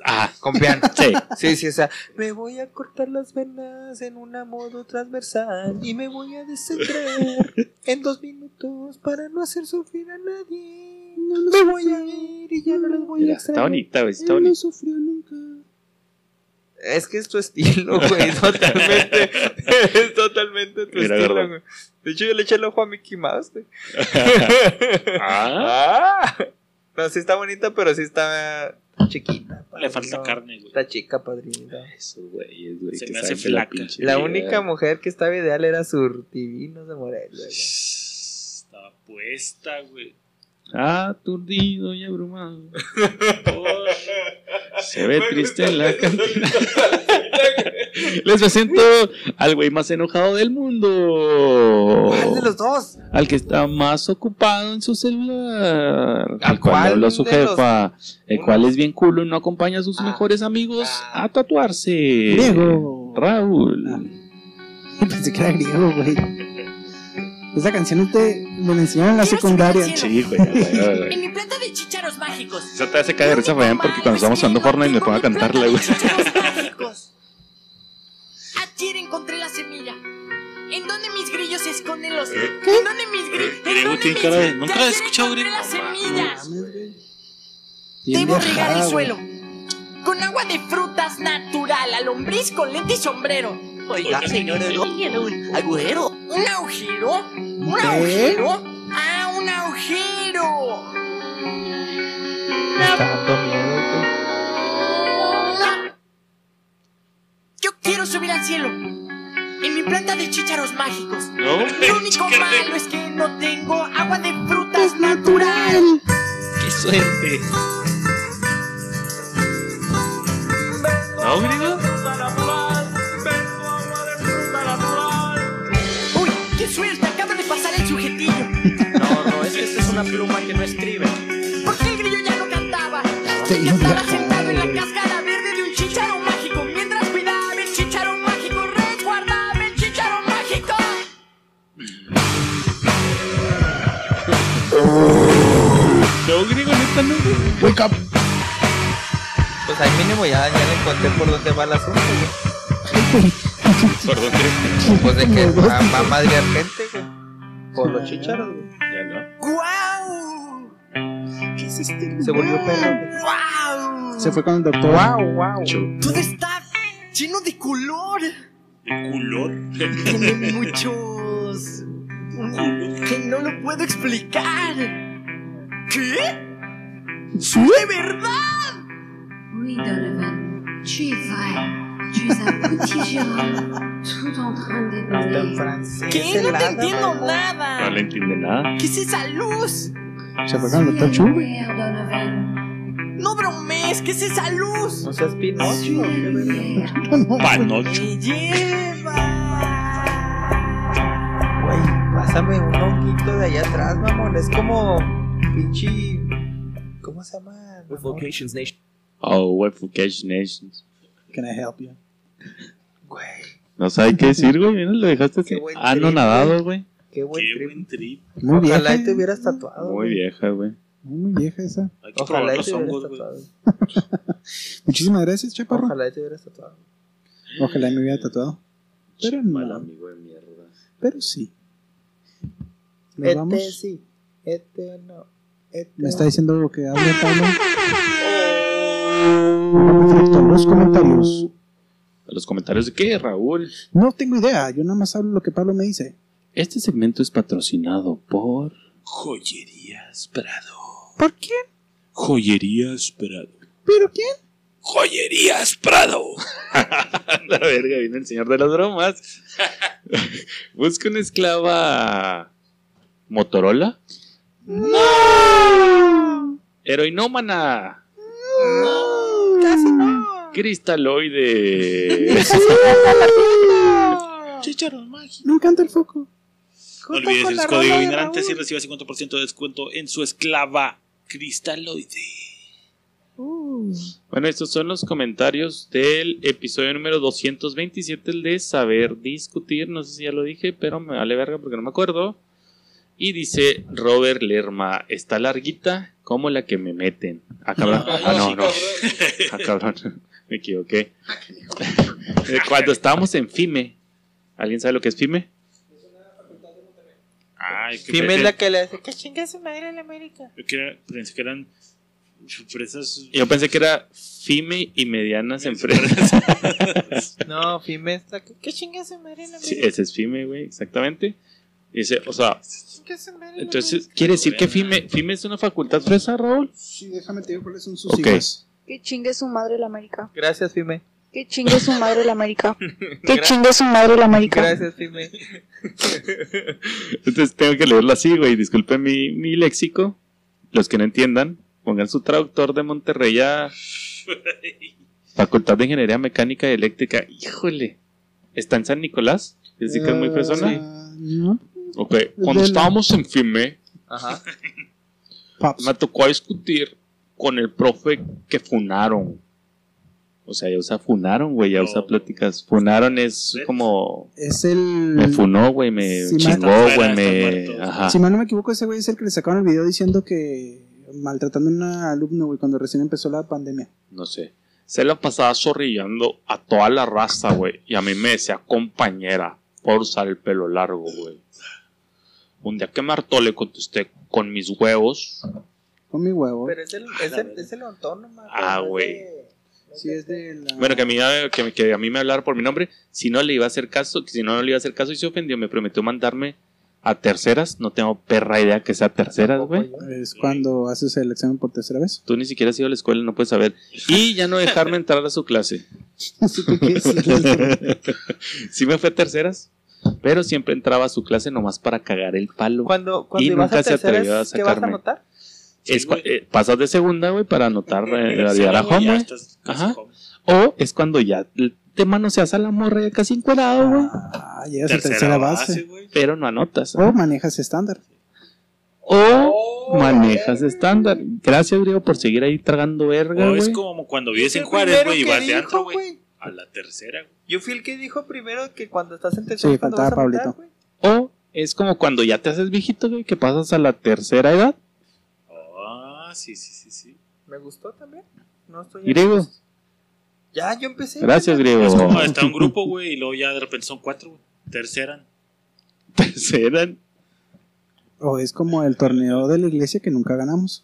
[SPEAKER 3] Ah,
[SPEAKER 4] con piano.
[SPEAKER 3] sí.
[SPEAKER 4] Sí, sí, o sea, me voy a cortar las venas en una modo transversal y me voy a descentrar en dos minutos para no hacer sufrir a nadie. No los voy a ir y ya no los voy
[SPEAKER 3] Mira,
[SPEAKER 4] a
[SPEAKER 3] está
[SPEAKER 4] extrañar.
[SPEAKER 3] bonita, güey, está
[SPEAKER 1] Él no
[SPEAKER 3] bonita.
[SPEAKER 1] sufrió nunca.
[SPEAKER 4] Es que es tu estilo, güey, totalmente. es totalmente tu
[SPEAKER 3] Mira,
[SPEAKER 4] estilo,
[SPEAKER 3] gordo.
[SPEAKER 4] güey. De hecho, yo le eché el ojo a Mickey Mouse, güey.
[SPEAKER 3] Ah,
[SPEAKER 4] Ah. No, sí está bonita, pero sí está chiquita.
[SPEAKER 2] Le
[SPEAKER 4] padrino.
[SPEAKER 2] falta carne, güey.
[SPEAKER 4] Está chica, padrino.
[SPEAKER 3] eso, güey, es, güey.
[SPEAKER 2] Se
[SPEAKER 3] que
[SPEAKER 2] me hace
[SPEAKER 3] saben de la
[SPEAKER 2] flaca.
[SPEAKER 3] pinche
[SPEAKER 4] La
[SPEAKER 3] vida.
[SPEAKER 4] única mujer que estaba ideal era Surtivino de Morelos. güey.
[SPEAKER 2] Estaba puesta, güey.
[SPEAKER 3] Ah, aturdido y abrumado. Se ve triste en la cantina. Les presento al güey más enojado del mundo.
[SPEAKER 4] ¿Cuál de los dos?
[SPEAKER 3] Al que está más ocupado en su celular.
[SPEAKER 4] ¿A
[SPEAKER 3] Al cual
[SPEAKER 4] cuál
[SPEAKER 3] le habló su
[SPEAKER 4] de los-
[SPEAKER 3] jefa. El
[SPEAKER 4] Uno.
[SPEAKER 3] cual es bien culo y no acompaña a sus
[SPEAKER 4] Ah.
[SPEAKER 3] mejores amigos
[SPEAKER 4] Ah.
[SPEAKER 3] a tatuarse.
[SPEAKER 1] Griego.
[SPEAKER 3] Raúl.
[SPEAKER 1] Pensé que era griego, güey. Esa canción te, me la enseñaron en la secundaria.
[SPEAKER 3] Sí, güey.
[SPEAKER 8] En mi plata de chicharos mágicos.
[SPEAKER 3] Esa te hace caer de risa, Fabián, porque cuando estamos jugando Fortnite me pongo a cantarla, güey.
[SPEAKER 8] Chícharos mágicos. Ayer encontré la semilla. ¿En dónde mis grillos se esconden los?
[SPEAKER 2] Eh,
[SPEAKER 8] ¿En dónde mis grillos?
[SPEAKER 2] Griego tiene cara de- nunca he escuchado
[SPEAKER 8] griego. la semilla.
[SPEAKER 1] Bien
[SPEAKER 8] Debo regar
[SPEAKER 1] viajada,
[SPEAKER 8] el
[SPEAKER 1] güey.
[SPEAKER 8] suelo. Con agua de frutas natural, a lombriz con lente y sombrero.
[SPEAKER 2] Oiga, señora, ¿no
[SPEAKER 8] tiene un agujero? ¿Un agujero? ¿Un
[SPEAKER 1] ¿Qué?
[SPEAKER 8] agujero? ¡Ah, un agujero!
[SPEAKER 4] Está dando miedo, güey.
[SPEAKER 8] Yo quiero subir al cielo en mi planta de chícharos mágicos.
[SPEAKER 2] No,
[SPEAKER 8] Lo único malo es que no tengo agua de frutas natural.
[SPEAKER 6] ¡Qué suerte!
[SPEAKER 2] ¿No, griego?
[SPEAKER 8] Uy, qué suerte, acaba de pasar el sujetillo.
[SPEAKER 4] No, no, es que esta es una pluma que no escribe.
[SPEAKER 8] ¿Por qué el grillo ya no cantaba?
[SPEAKER 1] Te
[SPEAKER 8] Yo estaba
[SPEAKER 1] iba.
[SPEAKER 8] sentado en la cáscara verde de un chícharo mágico mientras cuidaba el chícharo mágico, resguardaba el chícharo mágico.
[SPEAKER 2] No, griego, neta, no. güey.
[SPEAKER 1] Wake up.
[SPEAKER 4] Pues ahí mínimo ya, ya le encontré por dónde va el asunto, güey.
[SPEAKER 3] ¿Por dónde?
[SPEAKER 4] Pues de que va, va a madrear gente, güey. Por los chicharos, güey.
[SPEAKER 3] Ya no.
[SPEAKER 8] ¡Guau! ¿Qué es este
[SPEAKER 4] Se volvió perro. güey.
[SPEAKER 8] ¡Guau!
[SPEAKER 1] Se fue con el doctor.
[SPEAKER 4] Guau, guau.
[SPEAKER 8] Todo está lleno de color.
[SPEAKER 2] De culor.
[SPEAKER 8] Tiene muchos. que no lo puedo explicar. ¿Qué? ¡Sí, de verdad!
[SPEAKER 7] Oui, Donovan, tu es vrai. Tu es un petit Jérôme, tout en train
[SPEAKER 4] Está en
[SPEAKER 7] d'évoluer.
[SPEAKER 4] francés.
[SPEAKER 8] ¿Qué? No te
[SPEAKER 4] helada,
[SPEAKER 8] entiendo
[SPEAKER 4] güey.
[SPEAKER 3] No
[SPEAKER 8] nada.
[SPEAKER 3] le entiende nada.
[SPEAKER 8] ¿Qué es esa luz?
[SPEAKER 1] Se fue con el doctor Chu, güey.
[SPEAKER 7] Donovan,
[SPEAKER 8] No bromees, ¿qué es esa luz?
[SPEAKER 4] No seas Pinocho.
[SPEAKER 8] Ah,
[SPEAKER 7] tu es
[SPEAKER 4] qué
[SPEAKER 7] la
[SPEAKER 4] verga.
[SPEAKER 7] lumière.
[SPEAKER 4] Ah,
[SPEAKER 2] Panocho.
[SPEAKER 8] Me lleva.
[SPEAKER 4] Güey, pásame un honguito de allá atrás, mamón. Es como pinche. ¿Cómo se llama? mamón?
[SPEAKER 3] Oh, güey, Fukesh Nations.
[SPEAKER 1] Can I help you?
[SPEAKER 4] Güey,
[SPEAKER 3] No sabe qué decir, güey. Mira, lo dejaste así.
[SPEAKER 4] Qué buen
[SPEAKER 3] Ah, no
[SPEAKER 4] trip,
[SPEAKER 3] nadado, güey.
[SPEAKER 4] qué buen
[SPEAKER 2] Qué
[SPEAKER 4] trip.
[SPEAKER 2] buen trip.
[SPEAKER 1] Muy vieja.
[SPEAKER 4] Ojalá y te hubieras tatuado.
[SPEAKER 3] Muy
[SPEAKER 4] güey.
[SPEAKER 3] vieja, güey.
[SPEAKER 1] Muy vieja esa.
[SPEAKER 2] Hay que
[SPEAKER 4] Ojalá
[SPEAKER 2] probar
[SPEAKER 4] y
[SPEAKER 2] los
[SPEAKER 4] te hubieras
[SPEAKER 2] hongos, güey.
[SPEAKER 4] tatuado.
[SPEAKER 1] Muchísimas gracias, Chaparro. Ojalá,
[SPEAKER 4] Ojalá y te hubieras tatuado.
[SPEAKER 1] me hubiera tatuado. Pero
[SPEAKER 3] Mal
[SPEAKER 1] no.
[SPEAKER 3] amigo de mierda.
[SPEAKER 1] Pero sí. Nos
[SPEAKER 4] Este
[SPEAKER 1] vamos.
[SPEAKER 4] sí, este no. Este
[SPEAKER 1] Me
[SPEAKER 4] no.
[SPEAKER 1] está diciendo que hable Pablo. Reflectó en los comentarios.
[SPEAKER 3] A los comentarios de qué, Raúl.
[SPEAKER 1] No tengo idea, yo nada más hablo lo que Pablo me dice.
[SPEAKER 3] Este segmento es patrocinado por
[SPEAKER 2] Joyerías Prado.
[SPEAKER 1] ¿Por quién?
[SPEAKER 2] Joyerías Prado.
[SPEAKER 1] ¿Pero quién?
[SPEAKER 2] Joyerías Prado.
[SPEAKER 3] la verga, viene el señor de las bromas. Busca una esclava Motorola. No. Heroinómana.
[SPEAKER 4] Casi no.
[SPEAKER 3] Cristaloide.
[SPEAKER 2] Chicharos mágicos.
[SPEAKER 1] No encanta el foco.
[SPEAKER 2] No
[SPEAKER 4] Junto
[SPEAKER 2] olvides
[SPEAKER 4] con la
[SPEAKER 2] el código
[SPEAKER 4] rola de
[SPEAKER 2] ignorante
[SPEAKER 4] Raúl.
[SPEAKER 2] si recibe 50% de descuento en su esclava cristaloide.
[SPEAKER 3] Bueno, estos son los comentarios del episodio número 227 el de Saber Discutir. No sé si ya lo dije, pero me vale verga porque no me acuerdo. Y dice Robert Lerma, está larguita como la que me meten. Ah, cabrón. Ah, no, no. Ah, cabrón. Me equivoqué. Eh, Cuando estábamos en FIME. ¿Alguien sabe lo que es FIME?
[SPEAKER 2] Ay, que
[SPEAKER 4] Fime es
[SPEAKER 2] pensé-
[SPEAKER 4] la que le hace que chingas su madre en América.
[SPEAKER 2] yo que era- pensé que eran empresas.
[SPEAKER 3] Yo pensé que era FIME y medianas empresas.
[SPEAKER 4] No, Fime es la que que chingas su madre en América.
[SPEAKER 3] Sí, ese es FIME, güey, exactamente. Dice, o sea,
[SPEAKER 4] Chinga su madre en
[SPEAKER 3] Entonces,
[SPEAKER 4] América.
[SPEAKER 3] ¿quiere decir que FIME, FIME es una facultad fresa, Raúl?
[SPEAKER 1] Sí, déjame te digo cuáles son sus
[SPEAKER 3] Ok.
[SPEAKER 1] siglas.
[SPEAKER 9] Que chingue su madre la América.
[SPEAKER 4] Gracias, Fime.
[SPEAKER 9] Que chingue su madre la América. Que chingue su madre la América.
[SPEAKER 4] Gracias, Fime.
[SPEAKER 3] Entonces tengo que leerlo así, güey. Disculpen mi, mi léxico. Los que no entiendan, pongan su traductor de Monterrey a Facultad de Ingeniería Mecánica y Eléctrica. Híjole. ¿Está en San Nicolás? Es decir, que es muy fresona.
[SPEAKER 1] Ah, no.
[SPEAKER 3] Ok. Cuando
[SPEAKER 1] Del-
[SPEAKER 3] estábamos en FIME,
[SPEAKER 4] Ajá.
[SPEAKER 1] Pops.
[SPEAKER 3] me tocó discutir con el profe que funaron. O sea, ya usa funaron, güey. Ya usa
[SPEAKER 2] No.
[SPEAKER 3] pláticas. Funaron es como...
[SPEAKER 1] Es el.
[SPEAKER 3] Me Ah. funó, güey, me
[SPEAKER 1] Mm. Sí,
[SPEAKER 3] chingó,
[SPEAKER 2] mata-
[SPEAKER 3] güey,
[SPEAKER 2] Está
[SPEAKER 3] me...
[SPEAKER 2] muerto.
[SPEAKER 3] Ajá.
[SPEAKER 1] Si mal no me equivoco, ese güey es el que le sacaron el video diciendo que maltratando a una alumno, güey, cuando recién empezó la pandemia.
[SPEAKER 3] no sé. Se la pasaba zorrillando a toda la raza, güey. Y a mí me decía compañera por usar el pelo largo, güey. Un día que me hartó le contesté con mis huevos.
[SPEAKER 1] Con mi huevo.
[SPEAKER 4] Pero es el, es el, es el autónoma.
[SPEAKER 3] Ah,
[SPEAKER 4] no
[SPEAKER 3] güey.
[SPEAKER 4] es de- este
[SPEAKER 1] Sí, es de la-
[SPEAKER 3] Bueno, que a, mí, que, me- que a mí me hablara por mi nombre. Si no le iba a hacer caso, que si no, no le iba a hacer caso y se ofendió, me prometió mandarme a terceras. No tengo perra idea que sea terceras,
[SPEAKER 4] Tampoco
[SPEAKER 3] güey.
[SPEAKER 4] yo.
[SPEAKER 1] Es cuando haces el examen por tercera vez.
[SPEAKER 3] Tú ni siquiera has ido a la escuela, no puedes saber. Y ya no dejarme entrar a su clase.
[SPEAKER 1] Así que, ¿qué es?
[SPEAKER 3] sí me fue a terceras, pero siempre entraba a su clase nomás para cagar el palo.
[SPEAKER 4] Cuando,
[SPEAKER 3] Y
[SPEAKER 4] cuando ibas
[SPEAKER 3] nunca
[SPEAKER 4] a
[SPEAKER 3] se
[SPEAKER 4] terceras,
[SPEAKER 3] atrevió a
[SPEAKER 4] ¿qué vas a
[SPEAKER 3] sacarme.
[SPEAKER 4] anotar?
[SPEAKER 3] Es
[SPEAKER 2] Sí,
[SPEAKER 3] cua-
[SPEAKER 2] güey.
[SPEAKER 3] eh, pasas de segunda, güey, para anotar eh, la
[SPEAKER 2] Regresaba,
[SPEAKER 3] diara
[SPEAKER 2] güey,
[SPEAKER 3] home,
[SPEAKER 2] ya
[SPEAKER 3] güey.
[SPEAKER 2] estás casi
[SPEAKER 3] Ajá.
[SPEAKER 2] home.
[SPEAKER 3] O es cuando ya te manoseas a la morra ya casi encuerado, güey,
[SPEAKER 1] Ah, llegas a tercera base.
[SPEAKER 2] güey.
[SPEAKER 3] pero no anotas.
[SPEAKER 2] Oh.
[SPEAKER 1] O manejas estándar.
[SPEAKER 3] O manejas estándar. Gracias, griego, por seguir ahí tragando verga,
[SPEAKER 2] O Oh, es
[SPEAKER 3] güey.
[SPEAKER 2] como cuando vives
[SPEAKER 4] Yo
[SPEAKER 2] en
[SPEAKER 4] fui el
[SPEAKER 2] Juárez,
[SPEAKER 4] primero
[SPEAKER 2] güey, y
[SPEAKER 4] que
[SPEAKER 2] vas de
[SPEAKER 4] dijo,
[SPEAKER 2] antro, güey. A la tercera, güey.
[SPEAKER 4] Yo fui el que dijo primero que cuando estás en
[SPEAKER 1] Sí,
[SPEAKER 4] terceras cuando vas a
[SPEAKER 1] faltaba
[SPEAKER 4] anotar,
[SPEAKER 1] Pablito.
[SPEAKER 4] güey.
[SPEAKER 3] O es como cuando ya te haces viejito, güey, que pasas a la tercera edad.
[SPEAKER 2] Ah, sí, sí, sí, sí.
[SPEAKER 4] Me gustó también. No estoy
[SPEAKER 3] Griego,
[SPEAKER 4] Ya, yo empecé.
[SPEAKER 3] gracias, griego.
[SPEAKER 2] Es como está un grupo, güey, y luego ya de repente son cuatro, güey. Tercera.
[SPEAKER 3] Tercera.
[SPEAKER 1] O es como el torneo de la iglesia que nunca ganamos.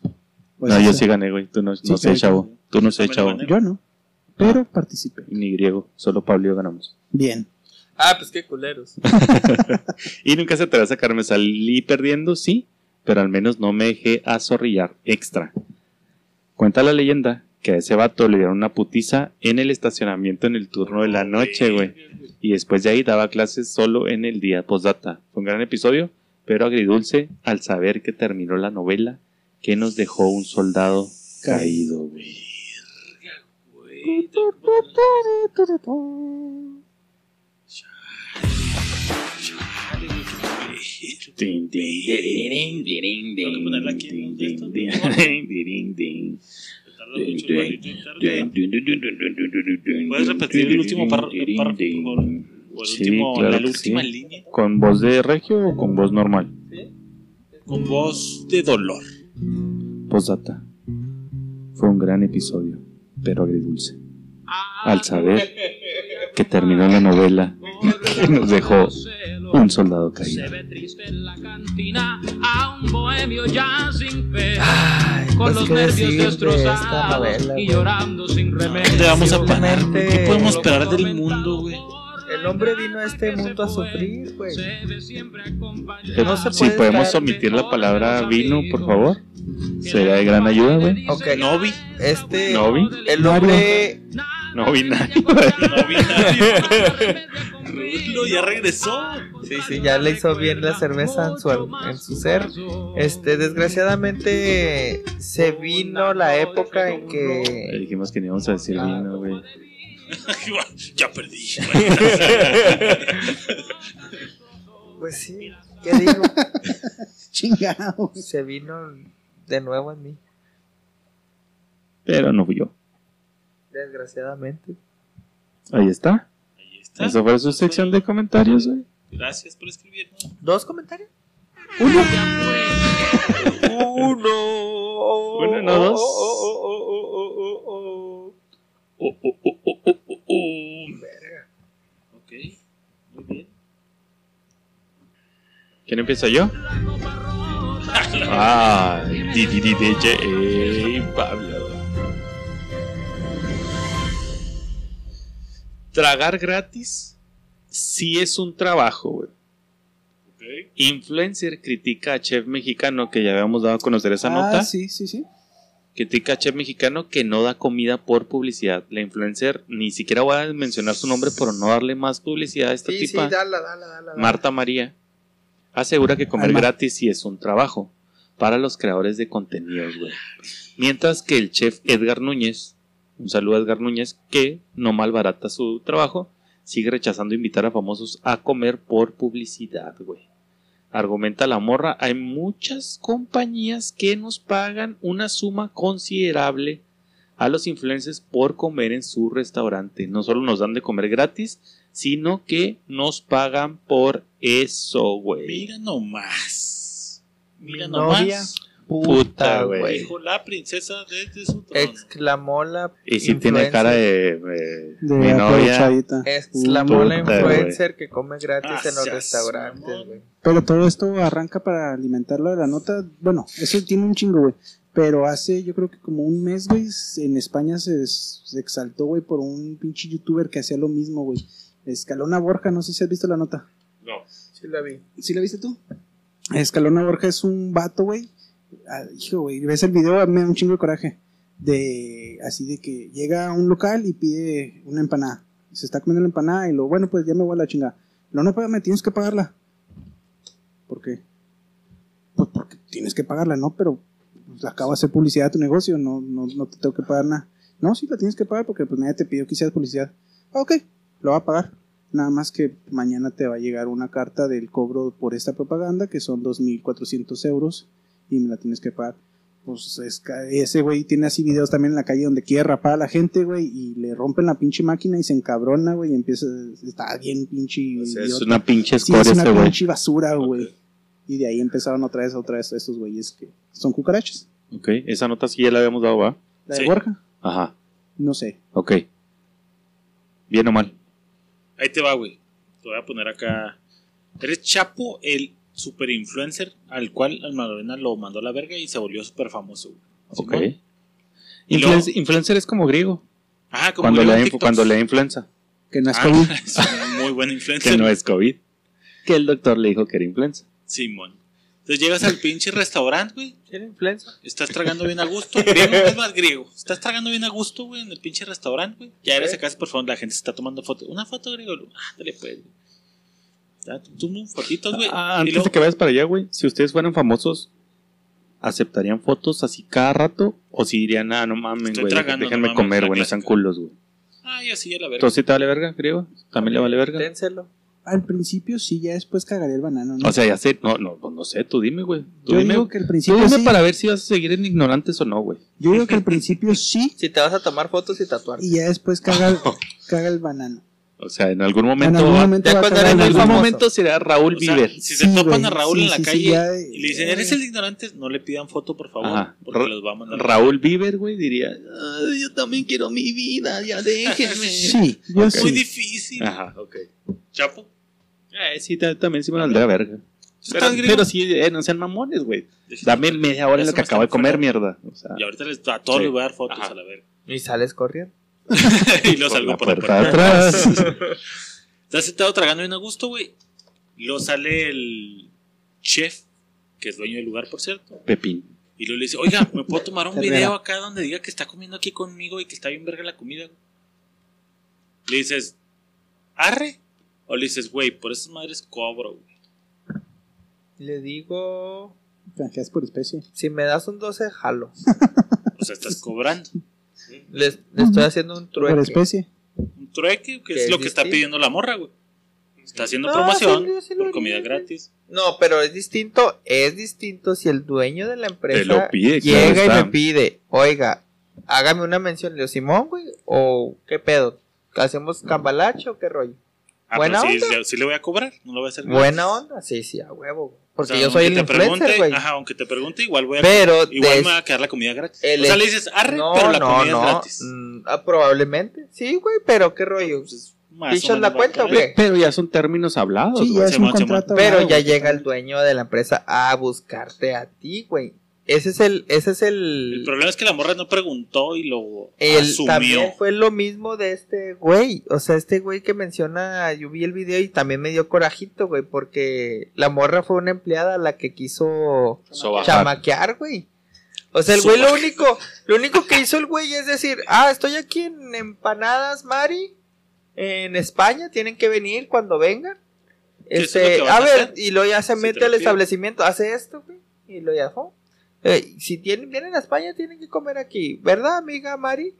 [SPEAKER 1] Pues
[SPEAKER 3] no, yo
[SPEAKER 1] ese-
[SPEAKER 3] sí gané, güey. Tú no, no
[SPEAKER 1] Sí,
[SPEAKER 3] sé,
[SPEAKER 1] sí,
[SPEAKER 3] chavo. Tú no sé,
[SPEAKER 2] También
[SPEAKER 3] chavo.
[SPEAKER 2] gané.
[SPEAKER 1] Yo no. Ah. Pero participé.
[SPEAKER 3] Ni griego. Solo Pablo y yo ganamos.
[SPEAKER 1] Bien.
[SPEAKER 4] Ah, pues qué culeros.
[SPEAKER 3] Y nunca se te va a sacar. Me salí perdiendo, sí. Pero al menos no me dejé azorrillar extra. Cuenta la leyenda que a ese vato le dieron una putiza en el estacionamiento en el turno de la noche, güey. Y después de ahí daba clases solo en el día postdata. Fue un gran episodio, pero agridulce al saber que terminó la novela que nos dejó un soldado caído, güey.
[SPEAKER 2] Güey,
[SPEAKER 3] Din, din, din, din, din,
[SPEAKER 2] Tengo que ponerla aquí,
[SPEAKER 3] din,
[SPEAKER 2] ¿no?
[SPEAKER 3] din,
[SPEAKER 2] ¿Esto?
[SPEAKER 3] din, din, din, din.
[SPEAKER 2] tarda mucho, güey, tarda.
[SPEAKER 3] ¿Puedes
[SPEAKER 2] ¿Puedes repetir el último párrafo, por favor? O el
[SPEAKER 3] Sí,
[SPEAKER 2] último,
[SPEAKER 3] claro
[SPEAKER 2] la
[SPEAKER 3] que
[SPEAKER 2] última
[SPEAKER 3] sí.
[SPEAKER 2] línea.
[SPEAKER 3] ¿Con voz de regio o con voz normal?
[SPEAKER 2] Con voz de dolor.
[SPEAKER 3] Postdata. Fue un gran episodio, pero agridulce. Al saber que terminó la novela
[SPEAKER 2] Ah,
[SPEAKER 3] que nos dejó un soldado caído.
[SPEAKER 6] ve triste en la cantina a un bohemio ya sin
[SPEAKER 4] Ay,
[SPEAKER 6] con
[SPEAKER 4] Pues,
[SPEAKER 6] los
[SPEAKER 4] ¿qué decir
[SPEAKER 6] nervios
[SPEAKER 4] de esta
[SPEAKER 6] destrozados
[SPEAKER 4] novela,
[SPEAKER 6] y
[SPEAKER 4] güey?
[SPEAKER 6] llorando sin remedio.
[SPEAKER 2] ¿Dónde vamos a parar?
[SPEAKER 4] Simplemente-
[SPEAKER 2] güey? ¿Qué podemos esperar del mundo, güey?
[SPEAKER 4] El hombre vino a este mundo a sufrir, güey.
[SPEAKER 3] Eh,
[SPEAKER 4] No se
[SPEAKER 3] si
[SPEAKER 4] puede
[SPEAKER 3] podemos
[SPEAKER 4] estar-
[SPEAKER 3] omitir la palabra vino, por favor. Sería de gran ayuda, güey.
[SPEAKER 4] Ok,
[SPEAKER 2] No vi.
[SPEAKER 4] este.
[SPEAKER 3] No vi.
[SPEAKER 4] El hombre.
[SPEAKER 3] No vi nada.
[SPEAKER 2] No vi nadie. Rulo ya regresó.
[SPEAKER 4] Sí, sí, ya le hizo bien la cerveza en su, al- en su ser. Este, desgraciadamente se vino la época en
[SPEAKER 3] Le
[SPEAKER 4] que
[SPEAKER 3] dijimos que no íbamos a decir vino, güey.
[SPEAKER 2] ya perdí.
[SPEAKER 4] pues sí, ¿qué digo?
[SPEAKER 1] Chingado.
[SPEAKER 4] Se vino de nuevo en mí,
[SPEAKER 3] Pero no fui yo.
[SPEAKER 4] desgraciadamente.
[SPEAKER 3] Ahí está.
[SPEAKER 2] Ahí está.
[SPEAKER 3] Esa fue su sección de comentarios, güey.
[SPEAKER 2] Gracias por escribirnos.
[SPEAKER 4] ¿Dos comentarios? Uno. Uno.
[SPEAKER 3] Uno, no, dos. oh,
[SPEAKER 2] Oh, oh, oh, oh, oh, oh, oh. Ok, muy bien.
[SPEAKER 3] ¿Quién empieza yo? Ah, di, di, di, DJ Pablo. Tragar gratis sí es un trabajo, güey.
[SPEAKER 2] Ok.
[SPEAKER 3] Influencer critica a chef mexicano, que ya habíamos dado a conocer esa nota.
[SPEAKER 1] Ah, sí, sí, sí.
[SPEAKER 3] Critica a chef mexicano que no da comida por publicidad. La influencer, ni siquiera voy a mencionar su nombre por no darle más publicidad a esta
[SPEAKER 4] Sí, sí,
[SPEAKER 3] tipa.
[SPEAKER 4] dala, dala, dala.
[SPEAKER 3] Marta María asegura que comer
[SPEAKER 1] Alma.
[SPEAKER 3] gratis sí es un trabajo para los creadores de contenidos, güey. Mientras que el chef Edgar Núñez, un saludo a Edgar Núñez, que no malbarata su trabajo, sigue rechazando invitar a famosos a comer por publicidad, güey. Argumenta la morra, hay muchas compañías que nos pagan una suma considerable a los influencers por comer en su restaurante. No solo nos dan de comer gratis, sino que nos pagan por eso, güey.
[SPEAKER 2] Mira nomás. Mira
[SPEAKER 4] Mi
[SPEAKER 2] nomás.
[SPEAKER 3] Puta, güey.
[SPEAKER 2] Dijo la princesa desde su trono.
[SPEAKER 4] Exclamó la.
[SPEAKER 3] Y si tiene
[SPEAKER 4] influencer.
[SPEAKER 3] cara de, eh,
[SPEAKER 1] De
[SPEAKER 3] mi novia.
[SPEAKER 1] aprovechadita.
[SPEAKER 4] Exclamó la
[SPEAKER 3] Puta,
[SPEAKER 4] influencer que come gratis
[SPEAKER 2] Ah,
[SPEAKER 4] en los
[SPEAKER 2] seas
[SPEAKER 4] restaurantes,
[SPEAKER 2] mamón.
[SPEAKER 4] güey.
[SPEAKER 1] Pero todo esto arranca para alimentarlo de la nota. Bueno, eso tiene un chingo, güey. Pero hace, yo creo que como un mes, güey, en España se, des- se exaltó, güey, por un pinche youtuber que hacía lo mismo, güey. Escalona Borja, no sé si has visto la nota.
[SPEAKER 4] Sí la vi.
[SPEAKER 1] ¿Sí la viste tú? Escalona Borja es un vato, güey. Ah, Hijo, güey, ves el video, a mí me da un chingo de coraje. De así de que llega a un local y pide una empanada. Se está comiendo la empanada y lo, bueno, pues ya me voy a la chingada. No, no, págame, tienes que pagarla. ¿Por qué? Pues porque tienes que pagarla, ¿no? Pero pues, acabo de hacer publicidad a tu negocio, no, no, no te tengo que pagar nada. No, sí, la tienes que pagar porque pues nadie te pidió que hicieras publicidad. Ah, ok, lo va a pagar. Nada más que mañana te va a llegar una carta del cobro por esta propaganda, que son 2.400 euros, y me la tienes que pagar. Pues es ca- ese güey tiene así videos también en la calle donde quiere rapar a la gente, güey, y le rompen la pinche máquina y se encabrona, güey, y empieza. Está bien, pinche.
[SPEAKER 3] O sea, es
[SPEAKER 1] idiota.
[SPEAKER 3] una pinche
[SPEAKER 1] Sí, es
[SPEAKER 3] escoria
[SPEAKER 1] una
[SPEAKER 3] este güey.
[SPEAKER 1] pinche basura, güey. Y de ahí empezaron otra vez, otra vez, estos güeyes que son cucarachas.
[SPEAKER 3] Ok, esa nota sí ya la habíamos dado, ¿va?
[SPEAKER 1] La de
[SPEAKER 2] Sí.
[SPEAKER 1] Borja,
[SPEAKER 3] Ajá,
[SPEAKER 1] no sé.
[SPEAKER 3] ok. Bien o mal.
[SPEAKER 2] Ahí te va, güey. Te voy a poner acá. Eres Chapo, el super influencer al cual Almadorena lo mandó a la verga y se volvió súper famoso, güey.
[SPEAKER 3] Ok.
[SPEAKER 2] Simón. Y luego-
[SPEAKER 3] Influencer, influencer es como griego.
[SPEAKER 2] Ajá, como
[SPEAKER 3] Cuando
[SPEAKER 2] le
[SPEAKER 3] le, da
[SPEAKER 2] digo en
[SPEAKER 3] inf-
[SPEAKER 2] TikToks.
[SPEAKER 3] cuando le da influenza.
[SPEAKER 1] Que no es
[SPEAKER 2] Ah,
[SPEAKER 1] común.
[SPEAKER 2] es un muy buen
[SPEAKER 3] Que
[SPEAKER 2] influencer.
[SPEAKER 3] no es COVID. Que el doctor le dijo que era influenza.
[SPEAKER 2] Simón. Entonces llegas al pinche restaurante, güey.
[SPEAKER 4] ¿Tiene influenza?
[SPEAKER 2] Estás tragando bien a gusto. Griego, es más griego. Estás tragando bien a gusto, güey, en el pinche restaurante, güey. Ya eres acá, por favor, la gente se está tomando foto. Una foto, griego. Ah, dale, pues. güey. Ya, tú- tú fotitos, güey.
[SPEAKER 3] Ah,
[SPEAKER 2] Y
[SPEAKER 3] antes
[SPEAKER 2] luego-
[SPEAKER 3] de que vayas para allá, güey, si ustedes fueran famosos, ¿aceptarían fotos así cada rato? ¿O si dirían, ah, no mames,
[SPEAKER 2] Estoy
[SPEAKER 3] güey,
[SPEAKER 2] tragando,
[SPEAKER 3] déjenme
[SPEAKER 2] no mames,
[SPEAKER 3] comer,
[SPEAKER 2] la
[SPEAKER 3] güey, no sean
[SPEAKER 2] clásica.
[SPEAKER 3] culos, güey?
[SPEAKER 2] Ah, yo sí, ya la verga.
[SPEAKER 3] ¿Entonces sí te vale verga, griego? ¿También le vale
[SPEAKER 2] Eh,
[SPEAKER 3] verga?
[SPEAKER 4] Ténselo.
[SPEAKER 1] Al principio sí, ya después cagaría el banano, ¿no?
[SPEAKER 3] O sea, ya sé, no, no, pues no, no sé, tú dime, güey. Tú
[SPEAKER 1] yo
[SPEAKER 3] dime,
[SPEAKER 1] digo que al
[SPEAKER 3] tú
[SPEAKER 1] principio
[SPEAKER 3] dime
[SPEAKER 1] sí.
[SPEAKER 3] para ver si vas a seguir en ignorantes o no, güey.
[SPEAKER 1] Yo digo que al principio sí
[SPEAKER 4] Si te vas a tomar fotos y tatuar.
[SPEAKER 1] y ya después caga el, caga el banano.
[SPEAKER 3] O sea, en algún
[SPEAKER 1] En
[SPEAKER 3] momento.
[SPEAKER 1] algún
[SPEAKER 3] va-
[SPEAKER 1] momento
[SPEAKER 4] Ya
[SPEAKER 1] va a
[SPEAKER 4] cuando
[SPEAKER 1] cagar
[SPEAKER 4] eres
[SPEAKER 1] el
[SPEAKER 3] en algún
[SPEAKER 1] banano.
[SPEAKER 4] famoso.
[SPEAKER 3] momento será Raúl
[SPEAKER 2] O sea,
[SPEAKER 3] Bieber.
[SPEAKER 2] si se
[SPEAKER 1] Sí,
[SPEAKER 2] topan
[SPEAKER 1] güey,
[SPEAKER 2] a Raúl
[SPEAKER 1] sí,
[SPEAKER 2] en la
[SPEAKER 1] sí, sí,
[SPEAKER 2] calle
[SPEAKER 1] ya-
[SPEAKER 2] y le dicen, eres el ignorante, no le pidan foto, por favor,
[SPEAKER 3] eh. Ajá.
[SPEAKER 2] porque
[SPEAKER 3] Ra-
[SPEAKER 2] los vamos a mandar.
[SPEAKER 3] Raúl Bieber, güey, diría, "Ay, yo también quiero mi vida, ya déjenme.
[SPEAKER 1] Sí, yo
[SPEAKER 2] Muy
[SPEAKER 1] sí.
[SPEAKER 2] difícil.
[SPEAKER 3] Ajá, ok.
[SPEAKER 2] Chapo.
[SPEAKER 3] Eh, sí, ta- también sí me valdría verga. Pero,
[SPEAKER 2] estás gringo.
[SPEAKER 3] pero sí, eh, no sean mamones, güey.
[SPEAKER 2] Dije,
[SPEAKER 3] Dame media hora en
[SPEAKER 2] Eso
[SPEAKER 3] lo que
[SPEAKER 2] me está
[SPEAKER 3] acabo de comer,
[SPEAKER 2] enfermo.
[SPEAKER 3] mierda. O sea,
[SPEAKER 2] Y ahorita les, a todos
[SPEAKER 3] Sí.
[SPEAKER 2] les voy a dar fotos
[SPEAKER 10] Ajá.
[SPEAKER 2] a la verga.
[SPEAKER 4] Y sales corriendo.
[SPEAKER 2] y lo salgo
[SPEAKER 3] la
[SPEAKER 2] por la
[SPEAKER 3] puerta
[SPEAKER 2] puerta.
[SPEAKER 3] de atrás.
[SPEAKER 2] Estás sentado tragando bien a gusto, güey. Lo sale el chef, que es dueño del lugar, por cierto.
[SPEAKER 3] Pepín.
[SPEAKER 2] Y luego le dice, oiga, ¿me puedo tomar un
[SPEAKER 1] Herrera.
[SPEAKER 2] video acá donde diga que está comiendo aquí conmigo y que está bien verga la comida? güey?" Le dices, ¿arre? O le dices, güey, por esas madres cobro, güey.
[SPEAKER 4] Le digo,
[SPEAKER 1] Canjeas Ah, por especie.
[SPEAKER 4] si me das un 12, jalo.
[SPEAKER 2] O sea, pues, estás cobrando.
[SPEAKER 4] Le, le estoy haciendo un
[SPEAKER 1] Por
[SPEAKER 4] trueque.
[SPEAKER 1] especie.
[SPEAKER 2] Un trueque, que
[SPEAKER 4] Que
[SPEAKER 2] es
[SPEAKER 4] es
[SPEAKER 2] lo que está
[SPEAKER 4] distinto.
[SPEAKER 2] pidiendo la morra, güey. Está haciendo
[SPEAKER 4] No,
[SPEAKER 2] promoción
[SPEAKER 4] Ah, sí, yo sí lo
[SPEAKER 2] por comida
[SPEAKER 4] haría,
[SPEAKER 2] gratis.
[SPEAKER 4] No, pero es distinto, es distinto si el dueño de la empresa
[SPEAKER 3] Te lo pide, claro
[SPEAKER 4] llega y
[SPEAKER 3] está.
[SPEAKER 4] me pide, oiga, hágame una mención, Leo Simón, güey, o qué pedo, ¿hacemos cambalache o qué rollo?
[SPEAKER 2] Ah,
[SPEAKER 4] Buena
[SPEAKER 2] pero sí,
[SPEAKER 4] onda.
[SPEAKER 2] le- sí le voy a cobrar, no lo voy a hacer.
[SPEAKER 4] Buena onda, sí, sí, a huevo, güey. porque
[SPEAKER 2] Pues, O sea,
[SPEAKER 4] yo soy el
[SPEAKER 2] aunque te
[SPEAKER 4] influencer,
[SPEAKER 2] pregunte,
[SPEAKER 4] güey.
[SPEAKER 2] Ajá, aunque te pregunte, igual voy a
[SPEAKER 4] Pero
[SPEAKER 2] Igual
[SPEAKER 4] des-
[SPEAKER 2] me va a quedar la comida gratis.
[SPEAKER 4] el
[SPEAKER 2] o sea,
[SPEAKER 4] es-
[SPEAKER 2] le dices, arre, pero la comida es gratis.
[SPEAKER 4] mm, ah, probablemente, sí, güey, pero qué rollo.
[SPEAKER 2] Más
[SPEAKER 4] ¿Pichas
[SPEAKER 2] o menos
[SPEAKER 4] la
[SPEAKER 2] va a
[SPEAKER 4] cuenta o
[SPEAKER 2] quedar.
[SPEAKER 4] qué?
[SPEAKER 3] Pero ya son términos hablados.
[SPEAKER 1] Sí,
[SPEAKER 3] güey.
[SPEAKER 1] ya es un
[SPEAKER 2] Simón, Simón.
[SPEAKER 1] contrato.
[SPEAKER 4] Pero
[SPEAKER 1] hablado,
[SPEAKER 4] ya
[SPEAKER 1] güey.
[SPEAKER 4] llega el dueño de la empresa a buscarte a ti, güey. Ese es el, ese es
[SPEAKER 2] El
[SPEAKER 4] el,
[SPEAKER 2] problema es que la morra no preguntó y lo
[SPEAKER 4] el-
[SPEAKER 2] asumió.
[SPEAKER 4] también fue lo mismo de este güey. O sea, este güey que menciona, yo vi el video y también me dio corajito, güey, porque la morra fue una empleada la que quiso
[SPEAKER 3] Sobajar.
[SPEAKER 4] chamaquear, güey. O sea, el güey lo único, lo único que hizo el güey es decir, ah, estoy aquí en Empanadas Mari, en España, tienen que venir cuando vengan.
[SPEAKER 2] eso es lo
[SPEAKER 4] Este,
[SPEAKER 2] que van
[SPEAKER 4] a
[SPEAKER 2] a
[SPEAKER 4] ver,
[SPEAKER 2] hacer.
[SPEAKER 4] y luego ya se
[SPEAKER 2] Si te
[SPEAKER 4] mete
[SPEAKER 2] lo
[SPEAKER 4] al
[SPEAKER 2] piden.
[SPEAKER 4] establecimiento, hace esto, güey, y lo ya, oh, eh, si tienen, vienen a España, tienen que comer aquí, ¿verdad, amiga Mari?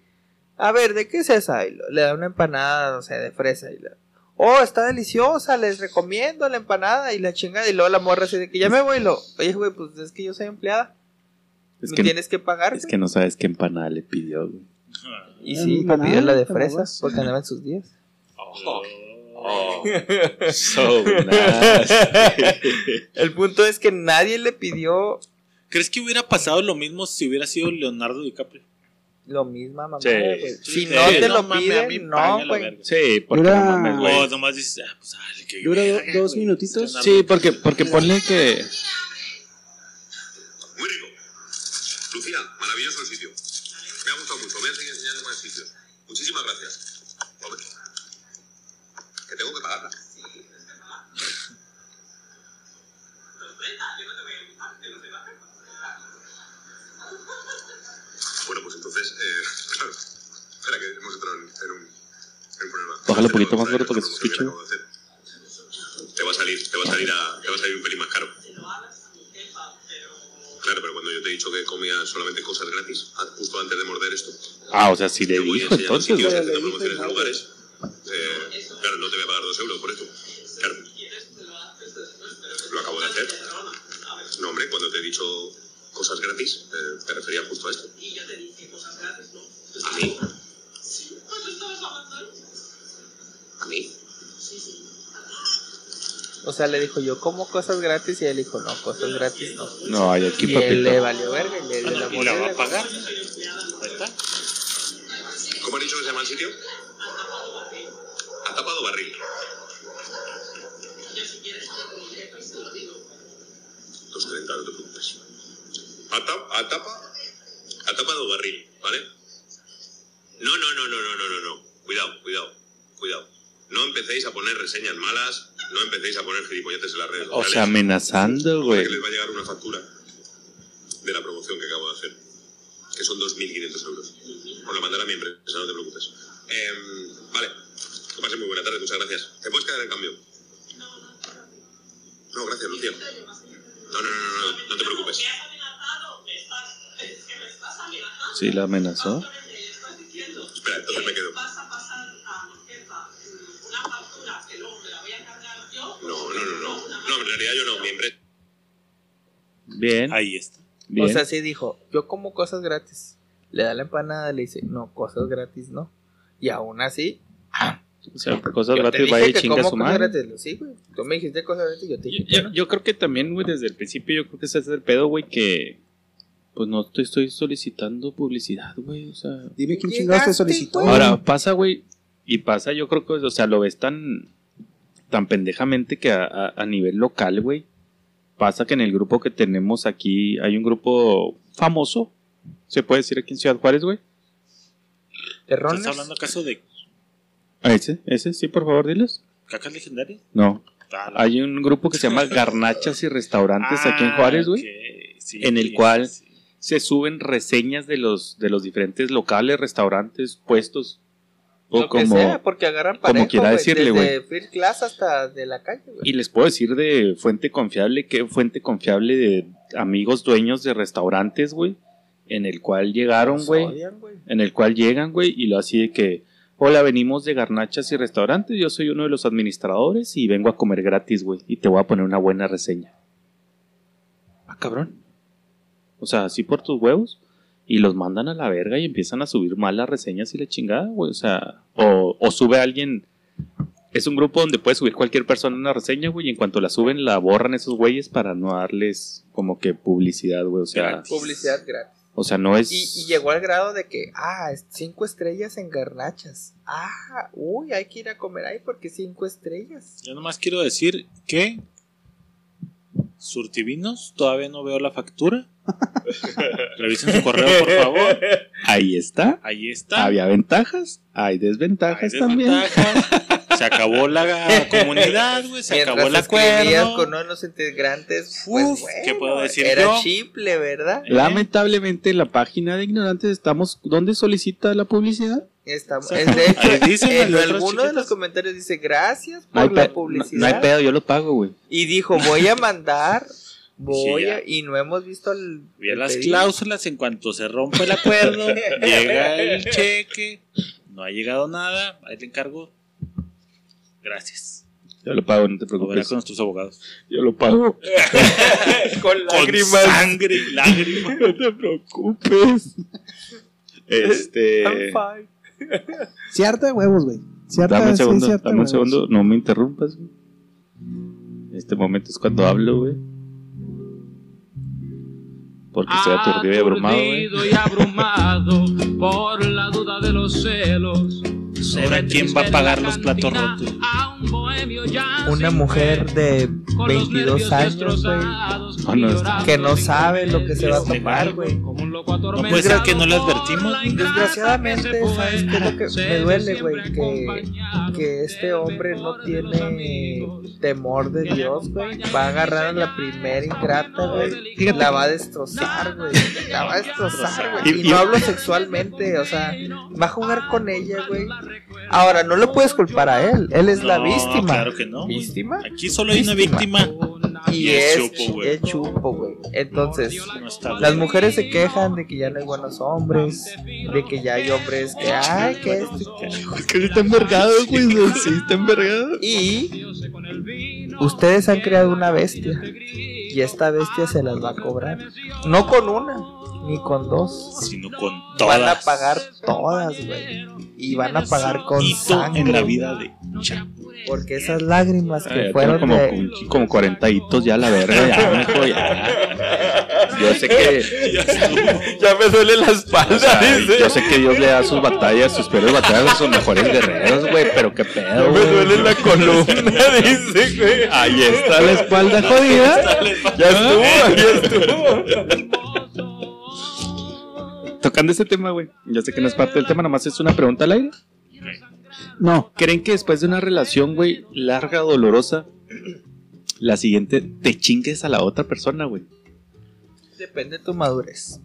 [SPEAKER 4] A ver, ¿de qué es esa? Y lo- le da una empanada, no sé, de fresa. Y la- oh, está deliciosa, les recomiendo la empanada y la chingada. Y luego la morra así de que ya me voy. y Lo, Oye, güey, pues es que yo soy empleada.
[SPEAKER 3] Es
[SPEAKER 4] no
[SPEAKER 3] que,
[SPEAKER 4] tienes que pagar.
[SPEAKER 3] es
[SPEAKER 4] güey".
[SPEAKER 3] que no sabes qué empanada le pidió, güey.
[SPEAKER 4] Y sí, me
[SPEAKER 1] Empanada,
[SPEAKER 4] pidió la de
[SPEAKER 1] pero
[SPEAKER 4] fresa
[SPEAKER 1] vas.
[SPEAKER 4] porque andaba en sus días.
[SPEAKER 2] Oh.
[SPEAKER 3] So nasty.
[SPEAKER 4] El punto es que nadie le pidió
[SPEAKER 2] ¿Crees que hubiera pasado lo mismo si hubiera sido Leonardo DiCaprio?
[SPEAKER 4] lo misma mamá.
[SPEAKER 3] Sí.
[SPEAKER 4] Si
[SPEAKER 2] Sí,
[SPEAKER 4] no
[SPEAKER 2] sí.
[SPEAKER 4] te lo
[SPEAKER 2] mames, a mí
[SPEAKER 4] piden, no,
[SPEAKER 2] págame la
[SPEAKER 4] güey.
[SPEAKER 2] verga.
[SPEAKER 3] Sí, porque
[SPEAKER 1] Dura-
[SPEAKER 3] no mames, güey.
[SPEAKER 2] O nomás dices, ah, pues dale, que
[SPEAKER 1] Dura do-
[SPEAKER 2] verga,
[SPEAKER 1] dos
[SPEAKER 2] güey.
[SPEAKER 1] minutitos.
[SPEAKER 2] Leonardo
[SPEAKER 3] Sí, pues, porque, porque ponle que.
[SPEAKER 10] Muy rico. Lucía, maravilloso el sitio. Me ha gustado mucho. Voy a seguir enseñando más sitios. Muchísimas gracias. Hombre, que tengo que pagarla. Bueno, pues entonces, eh, claro. Espera, que hemos entrado en, en un, en un problema.
[SPEAKER 3] Bájale un poquito más fuerte
[SPEAKER 10] fuerte
[SPEAKER 3] para que se escuche.
[SPEAKER 10] Te va a salir, te va a salir, a, te va a salir un pelín más caro. Claro, pero cuando yo te he dicho que comía solamente cosas gratis, a- justo antes de morder esto,
[SPEAKER 3] Ah, o sea, si le
[SPEAKER 10] te voy
[SPEAKER 3] dijo
[SPEAKER 10] enseñando
[SPEAKER 3] entonces,
[SPEAKER 10] sitios
[SPEAKER 3] güey.
[SPEAKER 10] haciendo promociones a lugares. Eh, claro, no te voy a pagar dos euros por esto. Claro. Lo acabo de hacer. No, hombre, cuando te he dicho cosas gratis, eh, te refería justo a esto. Y yo te dije cosas gratis, ¿no? A mí. ¿A mí?
[SPEAKER 4] O sea, le dijo yo como cosas gratis y él dijo no, cosas gratis no.
[SPEAKER 3] No, hay aquí,
[SPEAKER 4] Y él le
[SPEAKER 3] papito.
[SPEAKER 4] valió verga y le dio la
[SPEAKER 2] DiCaprio. Y la va a
[SPEAKER 4] moneda.
[SPEAKER 2] pagar. Ahí está.
[SPEAKER 10] ¿Cómo has dicho que se llama el sitio? Ha tapado barril. Yo si quieres te lo digo. 2.30, no te preocupes. Ha, tap- ha tapa- ha tapado barril, ¿vale? No, no, no, no, no, no, no, no. Cuidado, cuidado, cuidado. No empecéis a poner reseñas malas, no empecéis a poner gilipolletes en las redes
[SPEAKER 3] O
[SPEAKER 10] sociales.
[SPEAKER 3] sea, amenazando,
[SPEAKER 10] Ahora
[SPEAKER 3] güey.
[SPEAKER 10] que les va a llegar una factura de la promoción que acabo de hacer, que son 2.500 euros. Os la mandaré a mi empresa, no te preocupes. Em, vale, que pasen muy buena tarde, muchas gracias. ¿Te puedes quedar el cambio? No, gracias, Lucía. No, no, no, no, no, no te preocupes.
[SPEAKER 3] Sí, la amenazó.
[SPEAKER 10] Espera, entonces me quedo. No, no, no, no. No, en realidad yo no, mi empresa.
[SPEAKER 3] Bien,
[SPEAKER 2] Ahí está.
[SPEAKER 3] bien.
[SPEAKER 4] O sea, sí dijo, yo como cosas gratis. Le da la empanada, le dice, no, cosas gratis no. Y aún así,
[SPEAKER 3] cosas
[SPEAKER 4] yo te
[SPEAKER 3] gratis,
[SPEAKER 4] dije
[SPEAKER 3] vaya y
[SPEAKER 4] que
[SPEAKER 3] chinga a
[SPEAKER 4] como
[SPEAKER 3] su
[SPEAKER 4] cosas
[SPEAKER 3] madre.
[SPEAKER 4] gratis. Sí, güey, tú me dijiste cosas gratis, yo te
[SPEAKER 3] Yo,
[SPEAKER 4] dije, que
[SPEAKER 3] yo-
[SPEAKER 4] no.
[SPEAKER 3] yo creo que también, güey, desde el principio, yo creo que ese es el pedo, güey, que. Pues no te estoy solicitando publicidad, güey, o sea.
[SPEAKER 1] Dime quién chingados te
[SPEAKER 4] Llegaste,
[SPEAKER 1] solicitó.
[SPEAKER 4] güey.
[SPEAKER 3] Ahora, pasa, güey, y pasa, yo creo que, o sea, lo ves tan, tan pendejamente que a, a- a nivel local, güey, pasa que en el grupo que tenemos aquí hay un grupo famoso, se puede decir aquí en Ciudad Juárez, güey.
[SPEAKER 2] ¿Estás hablando acaso de
[SPEAKER 3] Ah, Ese, ese, sí, por favor, diles.
[SPEAKER 2] cacas legendarias?
[SPEAKER 3] No.
[SPEAKER 2] Ah, la-
[SPEAKER 3] Hay un grupo que se llama Garnachas y Restaurantes aquí en Juárez, güey.
[SPEAKER 2] Ah, ok, sí,
[SPEAKER 3] en el
[SPEAKER 2] sí,
[SPEAKER 3] cual
[SPEAKER 2] sí.
[SPEAKER 3] se suben reseñas de los, de los diferentes locales, restaurantes, puestos. O
[SPEAKER 4] Lo
[SPEAKER 3] como,
[SPEAKER 4] que sea, porque agarran
[SPEAKER 3] como
[SPEAKER 4] parejo,
[SPEAKER 3] quiera
[SPEAKER 4] güey,
[SPEAKER 3] decirle,
[SPEAKER 4] desde first class hasta de la calle, güey.
[SPEAKER 3] Y les puedo decir de fuente confiable, que fuente confiable de amigos dueños de restaurantes, güey, en el cual llegaron,
[SPEAKER 4] Nos
[SPEAKER 3] güey,
[SPEAKER 4] odian, güey.
[SPEAKER 3] en el cual llegan, güey, y lo así de que, hola, venimos de garnachas y restaurantes, yo soy uno de los administradores y vengo a comer gratis, güey, y te voy a poner una buena reseña. Ah, cabrón. O sea, así por tus huevos. Y los mandan a la verga y empiezan a subir malas reseñas y la chingada, güey. O sea, o, o sube alguien es un grupo donde puede subir cualquier persona una reseña, güey, y en cuanto la suben, la borran esos güeyes para no darles como que publicidad, güey. O sea,
[SPEAKER 4] Publicidad gratis.
[SPEAKER 3] o sea, no es.
[SPEAKER 4] Y, y llegó al grado de que, ah, es- cinco estrellas en garnachas. Ah, uy, hay que ir a comer ahí porque cinco estrellas.
[SPEAKER 2] Yo nomás quiero decir que Surtivinos, todavía no veo la factura. Revisen su correo, por favor.
[SPEAKER 3] Ahí está.
[SPEAKER 2] Ahí está.
[SPEAKER 3] Había ventajas, hay
[SPEAKER 2] Hay
[SPEAKER 3] desventajas también.
[SPEAKER 2] desventajas. Se acabó la comunidad, güey. Se
[SPEAKER 4] Mientras
[SPEAKER 2] acabó el
[SPEAKER 4] escribías
[SPEAKER 2] acuerdo.
[SPEAKER 4] con uno de los integrantes, pues,
[SPEAKER 2] Uf,
[SPEAKER 4] bueno,
[SPEAKER 2] ¿qué puedo decir
[SPEAKER 4] era
[SPEAKER 2] yo?
[SPEAKER 4] chiple, ¿verdad?
[SPEAKER 3] Lamentablemente, la página de ignorantes estamos. ¿Dónde solicita la publicidad?
[SPEAKER 4] Estamos,
[SPEAKER 2] Ahí
[SPEAKER 4] es de hecho,
[SPEAKER 2] dicen
[SPEAKER 4] en
[SPEAKER 2] las
[SPEAKER 4] alguno
[SPEAKER 2] letras
[SPEAKER 4] de los comentarios dice, gracias
[SPEAKER 3] No hay,
[SPEAKER 4] por la
[SPEAKER 3] pe-
[SPEAKER 4] publicidad.
[SPEAKER 3] no hay pedo, yo lo pago, güey.
[SPEAKER 4] Y dijo, voy a mandar, voy
[SPEAKER 2] Sí, ya.
[SPEAKER 4] a... Y no hemos visto el...
[SPEAKER 2] Vía
[SPEAKER 4] el
[SPEAKER 2] las
[SPEAKER 4] pedido.
[SPEAKER 2] cláusulas, en cuanto se rompe el acuerdo, llega el cheque, no ha llegado nada, ahí te encargo. Gracias.
[SPEAKER 3] Yo lo pago, no te
[SPEAKER 2] Lo verás
[SPEAKER 3] preocupes.
[SPEAKER 2] con nuestros abogados.
[SPEAKER 3] Yo lo pago.
[SPEAKER 4] Con
[SPEAKER 2] Con
[SPEAKER 4] lágrimas.
[SPEAKER 2] sangre y lágrimas.
[SPEAKER 3] No te preocupes.
[SPEAKER 4] I'm
[SPEAKER 3] Este.
[SPEAKER 4] fine.
[SPEAKER 1] Se harta de huevos, güey. Se harta,
[SPEAKER 3] Dame un
[SPEAKER 1] sí,
[SPEAKER 3] segundo,
[SPEAKER 1] se harta de
[SPEAKER 3] dame un
[SPEAKER 1] huevos.
[SPEAKER 3] segundo, no me interrumpas. güey. En este momento es cuando hablo, güey. Porque estoy aturdido y abrumado, güey.
[SPEAKER 6] Ah, Aturdido y abrumado por la duda de los celos. Se
[SPEAKER 2] Ahora,
[SPEAKER 6] ve
[SPEAKER 2] ¿quién
[SPEAKER 6] triste
[SPEAKER 2] va a pagar
[SPEAKER 6] en la
[SPEAKER 2] los platos
[SPEAKER 6] cantina
[SPEAKER 2] rotos?
[SPEAKER 6] a un bohemio ya
[SPEAKER 4] Una
[SPEAKER 6] sin
[SPEAKER 4] mujer
[SPEAKER 6] fe,
[SPEAKER 4] de
[SPEAKER 6] con los
[SPEAKER 4] 22 años,
[SPEAKER 6] nervios
[SPEAKER 4] güey.
[SPEAKER 6] destrozados,
[SPEAKER 3] Ah, no, está-
[SPEAKER 6] llorando
[SPEAKER 4] Que no
[SPEAKER 6] sin
[SPEAKER 4] sabe lo
[SPEAKER 6] comer,
[SPEAKER 4] que se va a
[SPEAKER 6] este
[SPEAKER 4] tomar, güey.
[SPEAKER 6] como un loco
[SPEAKER 2] No puede ser que no le
[SPEAKER 6] atormentado por
[SPEAKER 2] advertimos.
[SPEAKER 6] la ingrata
[SPEAKER 4] Desgraciadamente,
[SPEAKER 6] que
[SPEAKER 4] ¿sabes
[SPEAKER 6] se fue.
[SPEAKER 4] qué es lo que me
[SPEAKER 6] Se ve
[SPEAKER 4] duele, güey?
[SPEAKER 6] siempre
[SPEAKER 4] Que-
[SPEAKER 6] acompañado
[SPEAKER 4] que este
[SPEAKER 6] del
[SPEAKER 4] hombre no
[SPEAKER 6] mejor de los
[SPEAKER 4] tiene
[SPEAKER 6] amigos.
[SPEAKER 4] temor de Dios, güey. Va a agarrar a la primera ingrata, güey. La va a destrozar, güey. La va a destrozar, güey. Y no hablo sexualmente, o sea, va a
[SPEAKER 6] Ah,
[SPEAKER 4] jugar con
[SPEAKER 6] pues,
[SPEAKER 4] ella, güey. Ahora, no le puedes culpar a él. Él es la
[SPEAKER 2] No,
[SPEAKER 4] víctima.
[SPEAKER 2] Claro que no. güey.
[SPEAKER 4] ¿Víctima?
[SPEAKER 2] Aquí solo hay una
[SPEAKER 4] Víctima.
[SPEAKER 2] víctima.
[SPEAKER 4] Y
[SPEAKER 2] Y es
[SPEAKER 4] es,
[SPEAKER 2] chupo, güey.
[SPEAKER 4] es chupo, güey. Entonces,
[SPEAKER 2] No está bien.
[SPEAKER 4] las mujeres se quejan de que ya no hay buenos hombres, de que ya hay hombres que, ay, que esto y que
[SPEAKER 3] Que está envergado, güey. Sí, está envergado.
[SPEAKER 4] Y ustedes han creado una bestia. Y esta bestia se las va a cobrar. No con una, ni con dos.
[SPEAKER 2] Sino con
[SPEAKER 4] Van a
[SPEAKER 2] todas.
[SPEAKER 4] pagar todas, güey. Y van a pagar con
[SPEAKER 2] Hito
[SPEAKER 4] sangre.
[SPEAKER 2] en la vida Eh, de Cha.
[SPEAKER 4] Porque esas lágrimas
[SPEAKER 3] Ah, ya
[SPEAKER 4] que
[SPEAKER 3] tengo
[SPEAKER 4] fueron
[SPEAKER 3] como,
[SPEAKER 4] de-
[SPEAKER 3] como- como 40 hitos ya, la verga. Ya, mijo, ya. Yo sé que.
[SPEAKER 4] Ya me duele la espalda,
[SPEAKER 3] o sea, yo sé que Dios le da sus batallas, sus peores batallas a sus mejores guerreros, güey. Pero qué pedo, güey.
[SPEAKER 4] la columna, dice, güey.
[SPEAKER 3] Ahí está la espalda jodida.
[SPEAKER 4] Ya
[SPEAKER 3] ¿Eh?
[SPEAKER 4] estuvo, ya estuvo.
[SPEAKER 3] Tocando este tema, güey. Ya sé que no es parte del tema, nada más es una pregunta al aire.
[SPEAKER 1] No,
[SPEAKER 3] ¿Creen que después de una relación, güey, larga, dolorosa, la siguiente te chingues a la otra persona, güey?
[SPEAKER 4] Depende de tu madurez.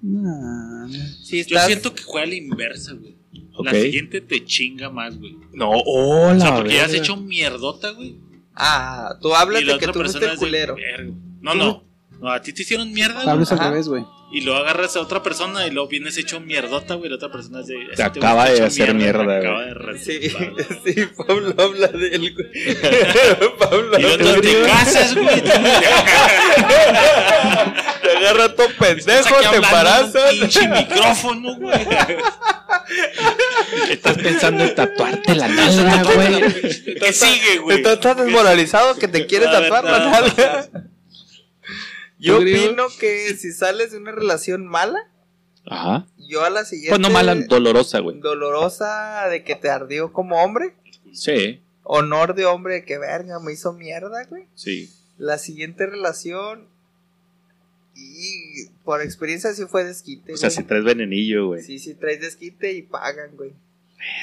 [SPEAKER 1] nah,
[SPEAKER 4] Si
[SPEAKER 2] Yo
[SPEAKER 4] estás,
[SPEAKER 2] siento que juega a la inversa, güey. La
[SPEAKER 3] Ok.
[SPEAKER 2] siguiente te chinga más, güey.
[SPEAKER 3] No, hola.
[SPEAKER 2] O
[SPEAKER 4] oh,
[SPEAKER 2] sea, porque ya has hecho mierdota, güey.
[SPEAKER 4] Ah, tú
[SPEAKER 2] y
[SPEAKER 4] hablas
[SPEAKER 2] la
[SPEAKER 4] de que
[SPEAKER 2] otra
[SPEAKER 4] tú fuiste
[SPEAKER 2] persona
[SPEAKER 4] el
[SPEAKER 2] es de,
[SPEAKER 4] culero.
[SPEAKER 2] "Verga". No, no. No, a ti te hicieron mierda, güey.
[SPEAKER 1] hablas al
[SPEAKER 4] Ajá.
[SPEAKER 1] revés, güey.
[SPEAKER 2] Y luego agarras a otra persona y luego vienes hecho mierdota, güey. La otra persona es de. "Este güey
[SPEAKER 3] acaba
[SPEAKER 2] está
[SPEAKER 3] de
[SPEAKER 2] hecho
[SPEAKER 3] hacer mierda,
[SPEAKER 2] te Acaba
[SPEAKER 3] güey".
[SPEAKER 2] de
[SPEAKER 4] Sí,
[SPEAKER 2] reventar, güey.
[SPEAKER 4] sí, Pablo habla de él, güey. Pablo
[SPEAKER 2] Y luego te casas, güey. Te
[SPEAKER 4] te agarra todo pendejo,
[SPEAKER 2] aquí hablando en un pinche micrófono, güey.
[SPEAKER 3] Estás pensando en tatuarte la nalga, güey.
[SPEAKER 2] ¿Qué sigue, güey?
[SPEAKER 4] Ah, Estás tan desmoralizado que te quieres
[SPEAKER 2] La
[SPEAKER 4] tatuar la
[SPEAKER 2] verdad.
[SPEAKER 4] nalga. Yo
[SPEAKER 3] ¿Tú crees?
[SPEAKER 4] opino que si sales de una relación mala,
[SPEAKER 3] Ajá.
[SPEAKER 4] yo a la siguiente.
[SPEAKER 3] Pues no mala, dolorosa, güey.
[SPEAKER 4] Dolorosa de que te ardió como hombre.
[SPEAKER 3] Sí,
[SPEAKER 4] Honor de hombre de que verga, me hizo mierda, güey.
[SPEAKER 3] sí.
[SPEAKER 4] La siguiente relación. Y por experiencia sí fue desquite.
[SPEAKER 3] O sea,
[SPEAKER 4] güey.
[SPEAKER 3] si traes venenillo, güey.
[SPEAKER 4] Sí, sí, traes desquite y pagan, güey.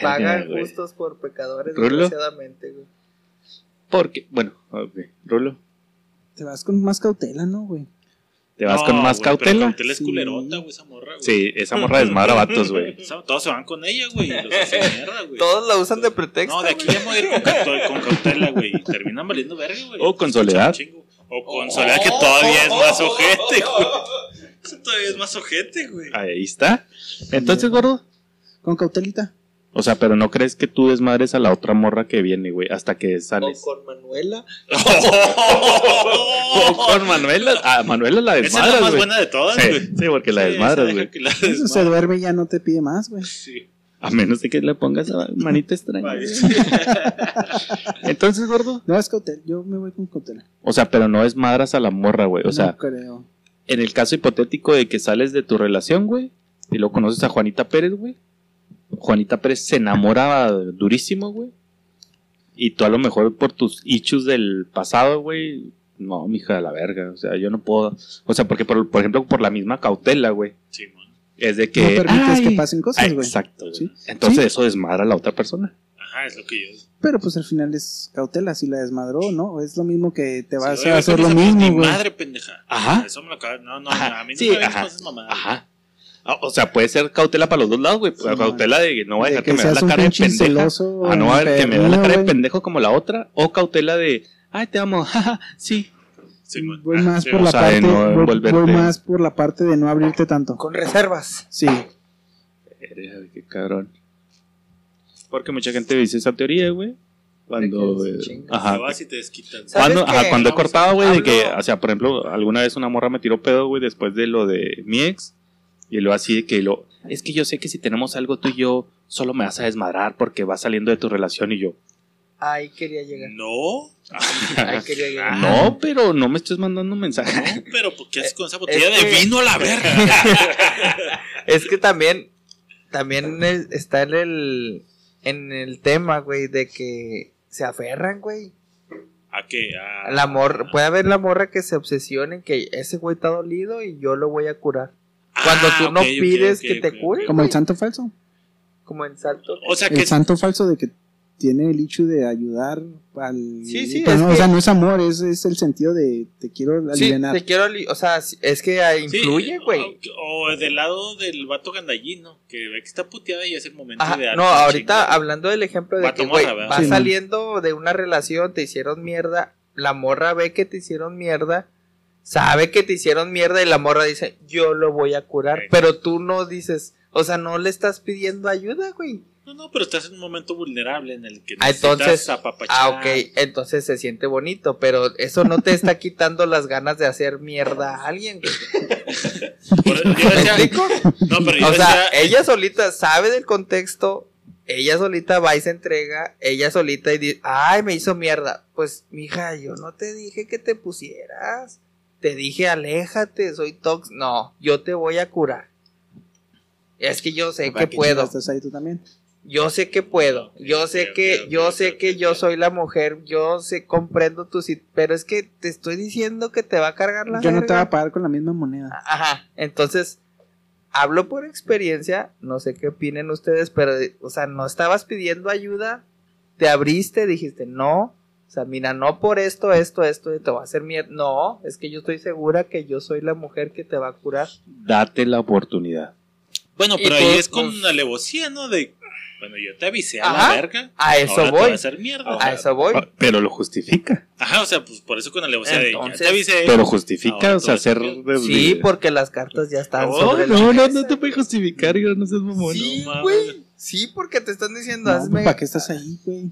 [SPEAKER 4] Pagan
[SPEAKER 3] güey.
[SPEAKER 4] justos por pecadores,
[SPEAKER 3] ¿Rulo?
[SPEAKER 4] desgraciadamente, güey.
[SPEAKER 3] Porque, bueno, ok, Rulo,
[SPEAKER 1] Te vas con más cautela, ¿no, güey?
[SPEAKER 3] te vas
[SPEAKER 2] No,
[SPEAKER 3] con más
[SPEAKER 2] güey, pero
[SPEAKER 3] cautela.
[SPEAKER 2] Cautela es culerota, güey, esa morra, güey.
[SPEAKER 3] Sí, esa morra desmadra vatos, güey.
[SPEAKER 2] Esa- Todos se van con ella, güey, y los hacen mierda, güey.
[SPEAKER 4] Todos la usan de pretexto.
[SPEAKER 2] No, de aquí ya me voy a ir con, cauto- con cautela, güey. y Terminan valiendo verga, güey.
[SPEAKER 3] O con soledad.
[SPEAKER 2] Chingo. O con soledad, que todavía es más ojete, güey. Eso todavía es más ojete, güey.
[SPEAKER 3] Ahí está. Entonces, gordo.
[SPEAKER 1] Con cautelita.
[SPEAKER 3] O sea, pero no crees que tú desmadres a la otra morra que viene, güey, hasta que
[SPEAKER 4] O
[SPEAKER 3] sales.
[SPEAKER 4] con Manuela.
[SPEAKER 3] O con Manuela. Ah, Manuela la
[SPEAKER 2] Esa es la
[SPEAKER 3] desmadras,
[SPEAKER 2] más
[SPEAKER 3] güey.
[SPEAKER 2] buena de todas, güey.
[SPEAKER 3] Sí, sí, porque la
[SPEAKER 2] Sí, esa
[SPEAKER 3] desmadras,
[SPEAKER 2] deja
[SPEAKER 3] güey.
[SPEAKER 2] que la
[SPEAKER 1] Eso se
[SPEAKER 2] desmadre,
[SPEAKER 1] duerme y ya no te pide más, güey.
[SPEAKER 2] sí.
[SPEAKER 3] A menos de que le pongas a manita extraña. Entonces, gordo.
[SPEAKER 1] No, es cautela. Yo me voy con cautela.
[SPEAKER 3] O sea, pero no desmadras a la morra, güey. O sea,
[SPEAKER 1] no creo.
[SPEAKER 3] en el caso hipotético de que sales de tu relación, güey, y lo conoces a Juanita Pérez, güey. Juanita Pérez se enamora durísimo, güey. Y tú a lo mejor por tus issues del pasado, güey, no, mija de la verga, o sea, yo no puedo, o sea, porque por, por ejemplo, por la misma cautela, güey,
[SPEAKER 2] Sí, man.
[SPEAKER 3] es de que
[SPEAKER 1] No permites
[SPEAKER 3] ay,
[SPEAKER 1] que pasen
[SPEAKER 3] ah,
[SPEAKER 1] cosas, güey.
[SPEAKER 3] Exacto, güey.
[SPEAKER 1] Sí.
[SPEAKER 3] Entonces
[SPEAKER 1] Sí.
[SPEAKER 3] eso desmadra a la otra persona.
[SPEAKER 2] Ajá, es lo que yo.
[SPEAKER 1] Pero pues al final es cautela. Si la desmadró, ¿no? Es lo mismo que te vas
[SPEAKER 2] Sí,
[SPEAKER 1] a
[SPEAKER 2] oye,
[SPEAKER 1] hacer
[SPEAKER 2] con
[SPEAKER 1] lo
[SPEAKER 2] esa-
[SPEAKER 1] mismo,
[SPEAKER 2] Mi
[SPEAKER 1] güey.
[SPEAKER 2] "Pues, madre, pendeja. Ah,
[SPEAKER 3] Ajá.
[SPEAKER 2] Eso me lo acaba. No, no,
[SPEAKER 3] Ajá,
[SPEAKER 2] a mí no
[SPEAKER 3] sí,
[SPEAKER 2] me vengas
[SPEAKER 3] ajá,
[SPEAKER 2] con esas mamadas.
[SPEAKER 3] Ajá. Ah, O sea, puede ser cautela para los dos lados, güey.
[SPEAKER 1] Sí, man.
[SPEAKER 3] cautela de que no va a
[SPEAKER 1] De
[SPEAKER 3] dejar que,
[SPEAKER 1] que
[SPEAKER 3] me vea
[SPEAKER 1] seas
[SPEAKER 3] la
[SPEAKER 1] un
[SPEAKER 3] cara de
[SPEAKER 1] pinche
[SPEAKER 3] pendeja.
[SPEAKER 1] celoso,
[SPEAKER 3] ah, no, a ver, que me vea la
[SPEAKER 1] enfermo,
[SPEAKER 3] cara de
[SPEAKER 1] güey.
[SPEAKER 3] pendejo como la otra. O cautela de, ay, te amo, jaja, sí.
[SPEAKER 2] Sí, man.
[SPEAKER 1] Voy
[SPEAKER 2] Ah,
[SPEAKER 1] más
[SPEAKER 2] sí,
[SPEAKER 1] por
[SPEAKER 2] o
[SPEAKER 1] la
[SPEAKER 3] sea,
[SPEAKER 1] parte
[SPEAKER 3] de no
[SPEAKER 1] voy- voy,
[SPEAKER 3] envolverte.
[SPEAKER 1] más por la parte de no abrirte tanto.
[SPEAKER 4] Con reservas.
[SPEAKER 1] Sí,
[SPEAKER 3] Verga, Qué cabrón. Porque mucha gente dice esa teoría, güey. Cuando.
[SPEAKER 4] De que
[SPEAKER 3] eh,
[SPEAKER 4] se chinga.
[SPEAKER 2] Te
[SPEAKER 3] ajá.
[SPEAKER 2] vas y te desquitas.
[SPEAKER 4] ¿Sabes
[SPEAKER 3] Cuando, ajá,
[SPEAKER 4] qué?
[SPEAKER 3] cuando he
[SPEAKER 4] Vamos,
[SPEAKER 3] cortado, güey, de que,
[SPEAKER 4] hablo-
[SPEAKER 3] o sea, por ejemplo, alguna vez una morra me tiró pedo, güey, después de lo de mi ex. Y luego así de que lo. Es que yo sé que si tenemos algo tú y yo, solo me vas a desmadrar porque vas saliendo de tu relación y yo.
[SPEAKER 4] Ahí quería llegar.
[SPEAKER 2] No,
[SPEAKER 4] Ahí quería llegar.
[SPEAKER 3] No, pero no me estés mandando mensajes.
[SPEAKER 2] no, pero ¿por qué haces con esa
[SPEAKER 4] es
[SPEAKER 2] botella de
[SPEAKER 4] que-
[SPEAKER 2] vino a la verga?
[SPEAKER 4] Es que también, también es- está en el, en el tema, güey, de que se aferran, güey.
[SPEAKER 2] ¿A qué? Ah. A
[SPEAKER 4] La morra, puede haber la morra que se obsesione en que ese güey está dolido y yo lo voy a curar. Cuando
[SPEAKER 2] Ah,
[SPEAKER 4] tú no pides que te cure.
[SPEAKER 1] como el santo falso.
[SPEAKER 4] Como en salto.
[SPEAKER 2] O sea que
[SPEAKER 1] El santo falso de que tiene el hecho de ayudar al.
[SPEAKER 4] Sí, sí,
[SPEAKER 1] pero
[SPEAKER 4] es
[SPEAKER 1] no,
[SPEAKER 4] que-
[SPEAKER 1] o sea, no es amor, es, es el sentido de te quiero
[SPEAKER 4] Sí,
[SPEAKER 1] alienar.
[SPEAKER 4] te quiero, li- o sea, sí, es que ah,
[SPEAKER 2] sí,
[SPEAKER 4] influye, güey.
[SPEAKER 2] O, o del lado del vato gandallino, que ve que está puteada y es el momento
[SPEAKER 4] Ajá,
[SPEAKER 2] ideal.
[SPEAKER 4] no,
[SPEAKER 2] para
[SPEAKER 4] ahorita
[SPEAKER 2] chingar.
[SPEAKER 4] hablando del ejemplo de
[SPEAKER 2] Vato
[SPEAKER 4] que, güey,
[SPEAKER 2] morra, ¿verdad?
[SPEAKER 4] vas
[SPEAKER 1] Sí, man.
[SPEAKER 4] saliendo de una relación, te hicieron mierda, la morra ve que te hicieron mierda, sabe que te hicieron mierda y la morra dice, yo lo voy a curar,
[SPEAKER 2] Ok.
[SPEAKER 4] pero tú no dices, o sea, no le estás pidiendo ayuda, güey.
[SPEAKER 2] No, no, pero estás en un momento vulnerable en el que
[SPEAKER 4] Ah, entonces,
[SPEAKER 2] necesitas apapachar.
[SPEAKER 4] ah, ok, entonces se siente bonito, pero eso no te está quitando las ganas de hacer mierda a alguien, güey.
[SPEAKER 2] Por- yo
[SPEAKER 4] ¿Me
[SPEAKER 2] decía-
[SPEAKER 4] explico?
[SPEAKER 2] no, pero yo
[SPEAKER 4] O sea,
[SPEAKER 2] decía-
[SPEAKER 4] ella solita sabe del contexto, ella solita va y se entrega, ella solita y dice, ay, me hizo mierda. Pues, mija, yo no te dije que te pusieras. Te dije, aléjate, soy tox. No, yo te voy a curar. Es que yo sé
[SPEAKER 1] Para
[SPEAKER 4] que puedo.
[SPEAKER 1] Estás ahí tú también.
[SPEAKER 4] Yo sé que puedo. Yo
[SPEAKER 2] Ok,
[SPEAKER 4] sé
[SPEAKER 2] ok,
[SPEAKER 4] que,
[SPEAKER 2] ok,
[SPEAKER 4] yo
[SPEAKER 2] ok,
[SPEAKER 4] sé
[SPEAKER 2] ok,
[SPEAKER 4] que
[SPEAKER 2] ok.
[SPEAKER 4] yo soy la mujer. Yo sé, comprendo tu sit- Pero es que te estoy diciendo que te va a cargar la
[SPEAKER 1] Yo no te voy
[SPEAKER 4] verga. Ah,
[SPEAKER 1] a pagar con la misma moneda.
[SPEAKER 4] Ajá, entonces hablo por experiencia, no sé qué opinen ustedes, pero, o sea, no estabas pidiendo ayuda, te abriste, dijiste, no, o sea, mira, no por esto, esto, esto, y te va a hacer mierda. No, es que yo estoy segura que yo soy la mujer que te va a curar.
[SPEAKER 3] Date la oportunidad.
[SPEAKER 2] Bueno,
[SPEAKER 4] Y
[SPEAKER 2] pero
[SPEAKER 4] tú,
[SPEAKER 2] ahí es con
[SPEAKER 4] pues-
[SPEAKER 2] alevosía, ¿no? De, bueno, yo te avisé a
[SPEAKER 4] Ajá,
[SPEAKER 2] la verga.
[SPEAKER 4] A eso
[SPEAKER 2] ahora te
[SPEAKER 4] voy,
[SPEAKER 2] voy a hacer mierda.
[SPEAKER 4] a eso voy.
[SPEAKER 3] Ah, Pero lo justifica.
[SPEAKER 2] Ajá, o sea, pues por eso con alevosía de, ya
[SPEAKER 4] Entonces-
[SPEAKER 2] te avisé.
[SPEAKER 3] Pero justifica,
[SPEAKER 2] ahora
[SPEAKER 3] o sea,
[SPEAKER 2] tú
[SPEAKER 3] hacer.
[SPEAKER 2] eres-
[SPEAKER 4] Sí, porque las cartas ya están
[SPEAKER 2] No,
[SPEAKER 4] sobre la
[SPEAKER 3] no, no,
[SPEAKER 4] mesa.
[SPEAKER 3] no te puedes justificar, yo no seas mamón.
[SPEAKER 4] Sí,
[SPEAKER 2] No mames.
[SPEAKER 4] güey, sí, porque te están diciendo,
[SPEAKER 1] No, pues,
[SPEAKER 4] hazme...
[SPEAKER 1] ¿Para qué estás ahí, güey?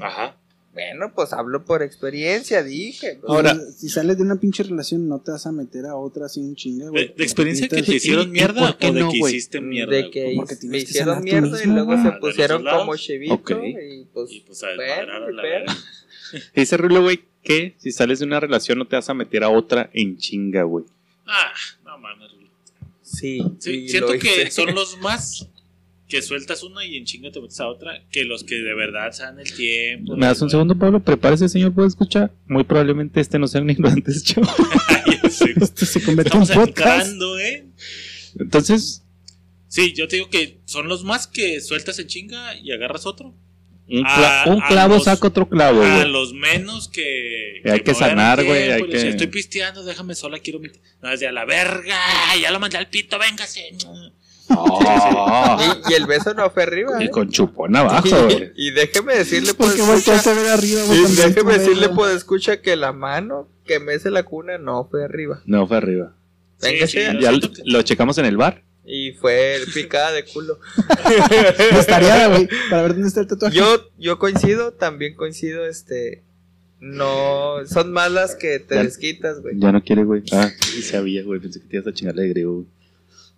[SPEAKER 3] Ajá.
[SPEAKER 4] Bueno, pues hablo por experiencia, dije. güey.
[SPEAKER 3] Ahora-
[SPEAKER 1] Pues, si sales de una pinche relación, no te vas a meter a otra así en chinga,
[SPEAKER 2] De,
[SPEAKER 3] Eh,
[SPEAKER 1] güey.
[SPEAKER 2] de experiencia que
[SPEAKER 1] Necesitas-
[SPEAKER 2] te hicieron
[SPEAKER 1] ¿Y- y
[SPEAKER 2] mierda
[SPEAKER 1] por qué
[SPEAKER 2] o de
[SPEAKER 1] no,
[SPEAKER 2] que
[SPEAKER 1] güey?
[SPEAKER 2] hiciste mierda.
[SPEAKER 4] Mm,
[SPEAKER 2] pues,
[SPEAKER 4] de que
[SPEAKER 1] porque
[SPEAKER 4] hic-
[SPEAKER 1] tienes
[SPEAKER 4] me
[SPEAKER 1] que
[SPEAKER 4] hicieron
[SPEAKER 1] sanar tú
[SPEAKER 4] mierda y
[SPEAKER 1] mismo,
[SPEAKER 4] luego
[SPEAKER 1] güey.
[SPEAKER 4] se
[SPEAKER 2] Ah, de los
[SPEAKER 4] pusieron
[SPEAKER 2] dos lados.
[SPEAKER 4] como chivito
[SPEAKER 3] Ok.
[SPEAKER 4] y pues,
[SPEAKER 2] Y pues a desmadrar a la
[SPEAKER 4] bueno,
[SPEAKER 2] verga.
[SPEAKER 3] Dice Rulo, güey, que si sales de una relación no te vas a meter a otra en chinga, güey.
[SPEAKER 2] Ah, no mames. Rulo.
[SPEAKER 4] sí,
[SPEAKER 2] Sí,
[SPEAKER 4] y
[SPEAKER 2] siento
[SPEAKER 4] lo
[SPEAKER 2] que
[SPEAKER 4] hice.
[SPEAKER 2] son los más que sueltas una y en chinga te metes a otra, que los que de verdad se dan el tiempo.
[SPEAKER 3] Me das un segundo, Pablo. Prepárese, señor. Puede escuchar. Muy probablemente este no sea un ignorantes show. Esto Este se convierte en
[SPEAKER 2] Estamos
[SPEAKER 3] un podcast.
[SPEAKER 2] entrando, ¿eh?
[SPEAKER 3] Entonces,
[SPEAKER 2] Sí, yo te digo que son los más que sueltas en chinga y agarras otro.
[SPEAKER 3] un,
[SPEAKER 2] A-
[SPEAKER 3] cla- un
[SPEAKER 2] a
[SPEAKER 3] clavo
[SPEAKER 2] los-
[SPEAKER 3] saca otro clavo,
[SPEAKER 2] a
[SPEAKER 3] güey.
[SPEAKER 2] los menos que.
[SPEAKER 3] Hay que
[SPEAKER 2] me dan
[SPEAKER 3] sanar, güey,
[SPEAKER 2] tiempo,
[SPEAKER 3] hay
[SPEAKER 2] y le decía,
[SPEAKER 3] que-
[SPEAKER 2] Estoy pisteando, déjame sola, quiero mi. No, desde a la verga, ya lo mandé al pito, véngase.
[SPEAKER 3] Ah,
[SPEAKER 4] Y, y el beso no fue arriba.
[SPEAKER 3] y
[SPEAKER 4] ¿eh?
[SPEAKER 3] con chupón abajo, güey.
[SPEAKER 4] Y, y déjeme decirle, pues.
[SPEAKER 1] Porque volteaste a ver arriba, güey. cuando
[SPEAKER 4] déjeme
[SPEAKER 1] estuve,
[SPEAKER 4] decirle,
[SPEAKER 1] güey.
[SPEAKER 4] pues, escucha que la mano que mece la cuna no fue arriba.
[SPEAKER 3] No, fue arriba.
[SPEAKER 2] Sí,
[SPEAKER 4] Véngase.
[SPEAKER 2] sí, lo
[SPEAKER 3] Ya lo,
[SPEAKER 2] siento que-
[SPEAKER 3] lo checamos en el bar.
[SPEAKER 4] Y fue picada de culo.
[SPEAKER 3] pues,
[SPEAKER 1] Testareada, güey. Para ver dónde está el tatuaje.
[SPEAKER 4] Yo, yo coincido, también coincido, este. No, son más las que te
[SPEAKER 3] Ya-
[SPEAKER 4] desquitas, güey.
[SPEAKER 3] Ya no quiere, güey. Ah, sí sabía, güey. Pensé que te ibas a chingarle de griego, güey.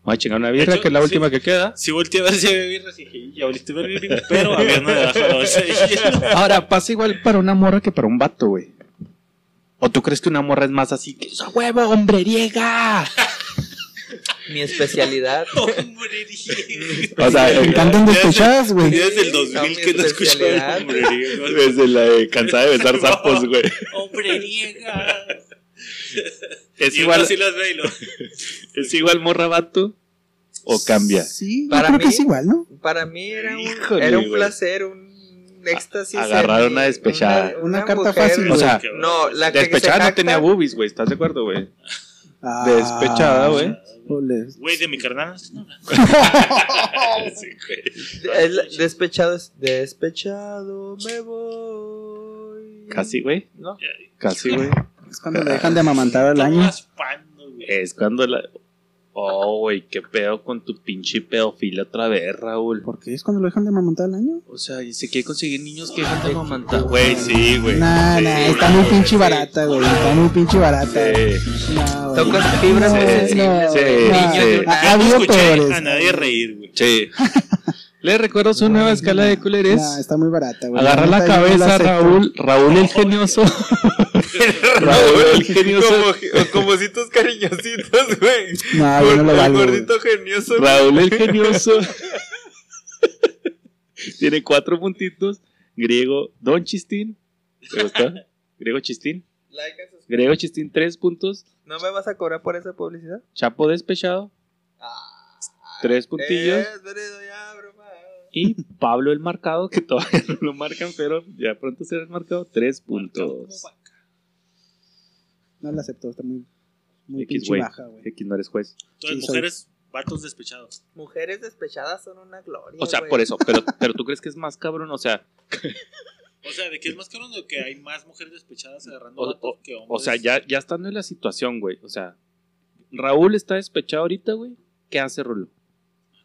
[SPEAKER 3] Vamos a chingar una birra,
[SPEAKER 2] hecho,
[SPEAKER 3] que es la
[SPEAKER 2] sí.
[SPEAKER 3] última que queda.
[SPEAKER 2] Si volteé a ver si había birras y dije, ya volviste a ver birras, pero había una debajo de la bolsa de hielo.
[SPEAKER 3] Ahora, pasa igual para una morra que para un vato, güey. ¿O tú crees que una morra es más así que esa huevo, hombreriega?
[SPEAKER 4] Mi especialidad.
[SPEAKER 2] Hombre, dije.
[SPEAKER 3] O sea, eh,
[SPEAKER 1] Me encantan
[SPEAKER 2] Ya sé.
[SPEAKER 1] despechadas,
[SPEAKER 2] Yo
[SPEAKER 1] güey.
[SPEAKER 2] desde el
[SPEAKER 4] No,
[SPEAKER 2] 2000
[SPEAKER 4] mi
[SPEAKER 2] que no escuchaba
[SPEAKER 4] especialidad.
[SPEAKER 2] hombre, digo,
[SPEAKER 3] desde la de cansada de besar sapos, güey.
[SPEAKER 2] hombre, niega.
[SPEAKER 3] Es
[SPEAKER 2] y igual
[SPEAKER 3] igual,
[SPEAKER 2] así las ve y lo.
[SPEAKER 3] es igual morra vato o cambia.
[SPEAKER 1] Sí, yo
[SPEAKER 4] Para
[SPEAKER 1] creo que
[SPEAKER 4] mí-
[SPEAKER 1] es igual, ¿no?
[SPEAKER 4] Para mí era un,
[SPEAKER 3] Híjole,
[SPEAKER 4] era un
[SPEAKER 3] güey.
[SPEAKER 4] placer, un éxtasis.
[SPEAKER 3] agarrar
[SPEAKER 4] en-
[SPEAKER 3] una despechada.
[SPEAKER 4] Una,
[SPEAKER 1] Una carta
[SPEAKER 4] mujer-
[SPEAKER 1] fácil,
[SPEAKER 3] O sea,
[SPEAKER 4] No, la que se
[SPEAKER 3] despechada no
[SPEAKER 4] jacta-
[SPEAKER 3] tenía boobies, güey. ¿Estás de acuerdo, güey?
[SPEAKER 1] Ah,
[SPEAKER 3] Despechada, güey.
[SPEAKER 1] ole.
[SPEAKER 2] Güey, de mi carnal. no, no. Sí, güey.
[SPEAKER 4] el despechado es despechado, me voy.
[SPEAKER 3] Casi, güey.
[SPEAKER 4] No.
[SPEAKER 3] Casi, güey.
[SPEAKER 1] Es cuando le dejan de amamantar al año.
[SPEAKER 2] Estás raspando, güey.
[SPEAKER 3] Es cuando la. Oh, güey, qué pedo con tu pinche pedofilia otra vez, Raúl.
[SPEAKER 1] ¿Por qué es cuando lo dejan de amamantar al año?
[SPEAKER 3] O sea, y se quiere conseguir niños que dejan de amamantar. Güey, sí, güey.
[SPEAKER 1] Nah, nah, está muy pinche barata, güey. Está muy pinche barata.
[SPEAKER 3] Sí.
[SPEAKER 1] No, güey.
[SPEAKER 4] Tocas fibras
[SPEAKER 1] No,
[SPEAKER 3] sí,
[SPEAKER 4] sensibles,
[SPEAKER 1] no,
[SPEAKER 4] güey.
[SPEAKER 3] sí,
[SPEAKER 1] no.
[SPEAKER 3] niño de una-
[SPEAKER 1] Ha
[SPEAKER 2] Ya
[SPEAKER 1] ha
[SPEAKER 2] no
[SPEAKER 1] habido
[SPEAKER 2] escuché
[SPEAKER 1] peores.
[SPEAKER 2] a nadie reír, güey.
[SPEAKER 3] Sí. Le recuerdo su nueva escala de
[SPEAKER 1] No,
[SPEAKER 3] culeres.
[SPEAKER 1] está muy barata, güey.
[SPEAKER 3] Agarra la
[SPEAKER 1] neta, yo no
[SPEAKER 3] cabeza,
[SPEAKER 1] acepto.
[SPEAKER 3] Raúl. Raúl el genioso. Raúl el genioso.
[SPEAKER 4] Como, como si tus cariñositos, güey.
[SPEAKER 1] No, yo no lo
[SPEAKER 4] El
[SPEAKER 1] valgo. güey.
[SPEAKER 4] gordito genioso. güey.
[SPEAKER 3] Raúl el genioso. Tiene cuatro puntitos. Griego Don Chistín. ¿Te gusta? Griego Chistín.
[SPEAKER 4] Like and subscribe.
[SPEAKER 3] Griego Chistín, tres puntos.
[SPEAKER 4] ¿No me vas a cobrar por esa publicidad?
[SPEAKER 3] Chapo despechado.
[SPEAKER 1] Ah,
[SPEAKER 3] Tres puntillos.
[SPEAKER 4] Eh, Alfredo, ya, broma.
[SPEAKER 3] Y Pablo el marcado, que todavía no lo marcan, pero ya pronto será el marcado. Tres puntos.
[SPEAKER 1] No la acepto, está muy, muy
[SPEAKER 3] X,
[SPEAKER 1] pinche
[SPEAKER 3] güey.
[SPEAKER 1] baja, güey.
[SPEAKER 3] X no eres juez.
[SPEAKER 2] Todas
[SPEAKER 1] Sí, soy.
[SPEAKER 2] mujeres, vatos despechados.
[SPEAKER 4] Mujeres despechadas son una gloria.
[SPEAKER 3] O sea,
[SPEAKER 4] güey.
[SPEAKER 3] por eso, pero, pero tú crees que es más cabrón, o sea,
[SPEAKER 2] O sea, ¿de qué es más cabrón? De que hay más mujeres despechadas agarrando
[SPEAKER 3] O-
[SPEAKER 2] vatos que hombres.
[SPEAKER 3] o sea, ya, ya estando en la situación, güey. O sea, Raúl está despechado ahorita, güey. ¿Qué hace Rulo?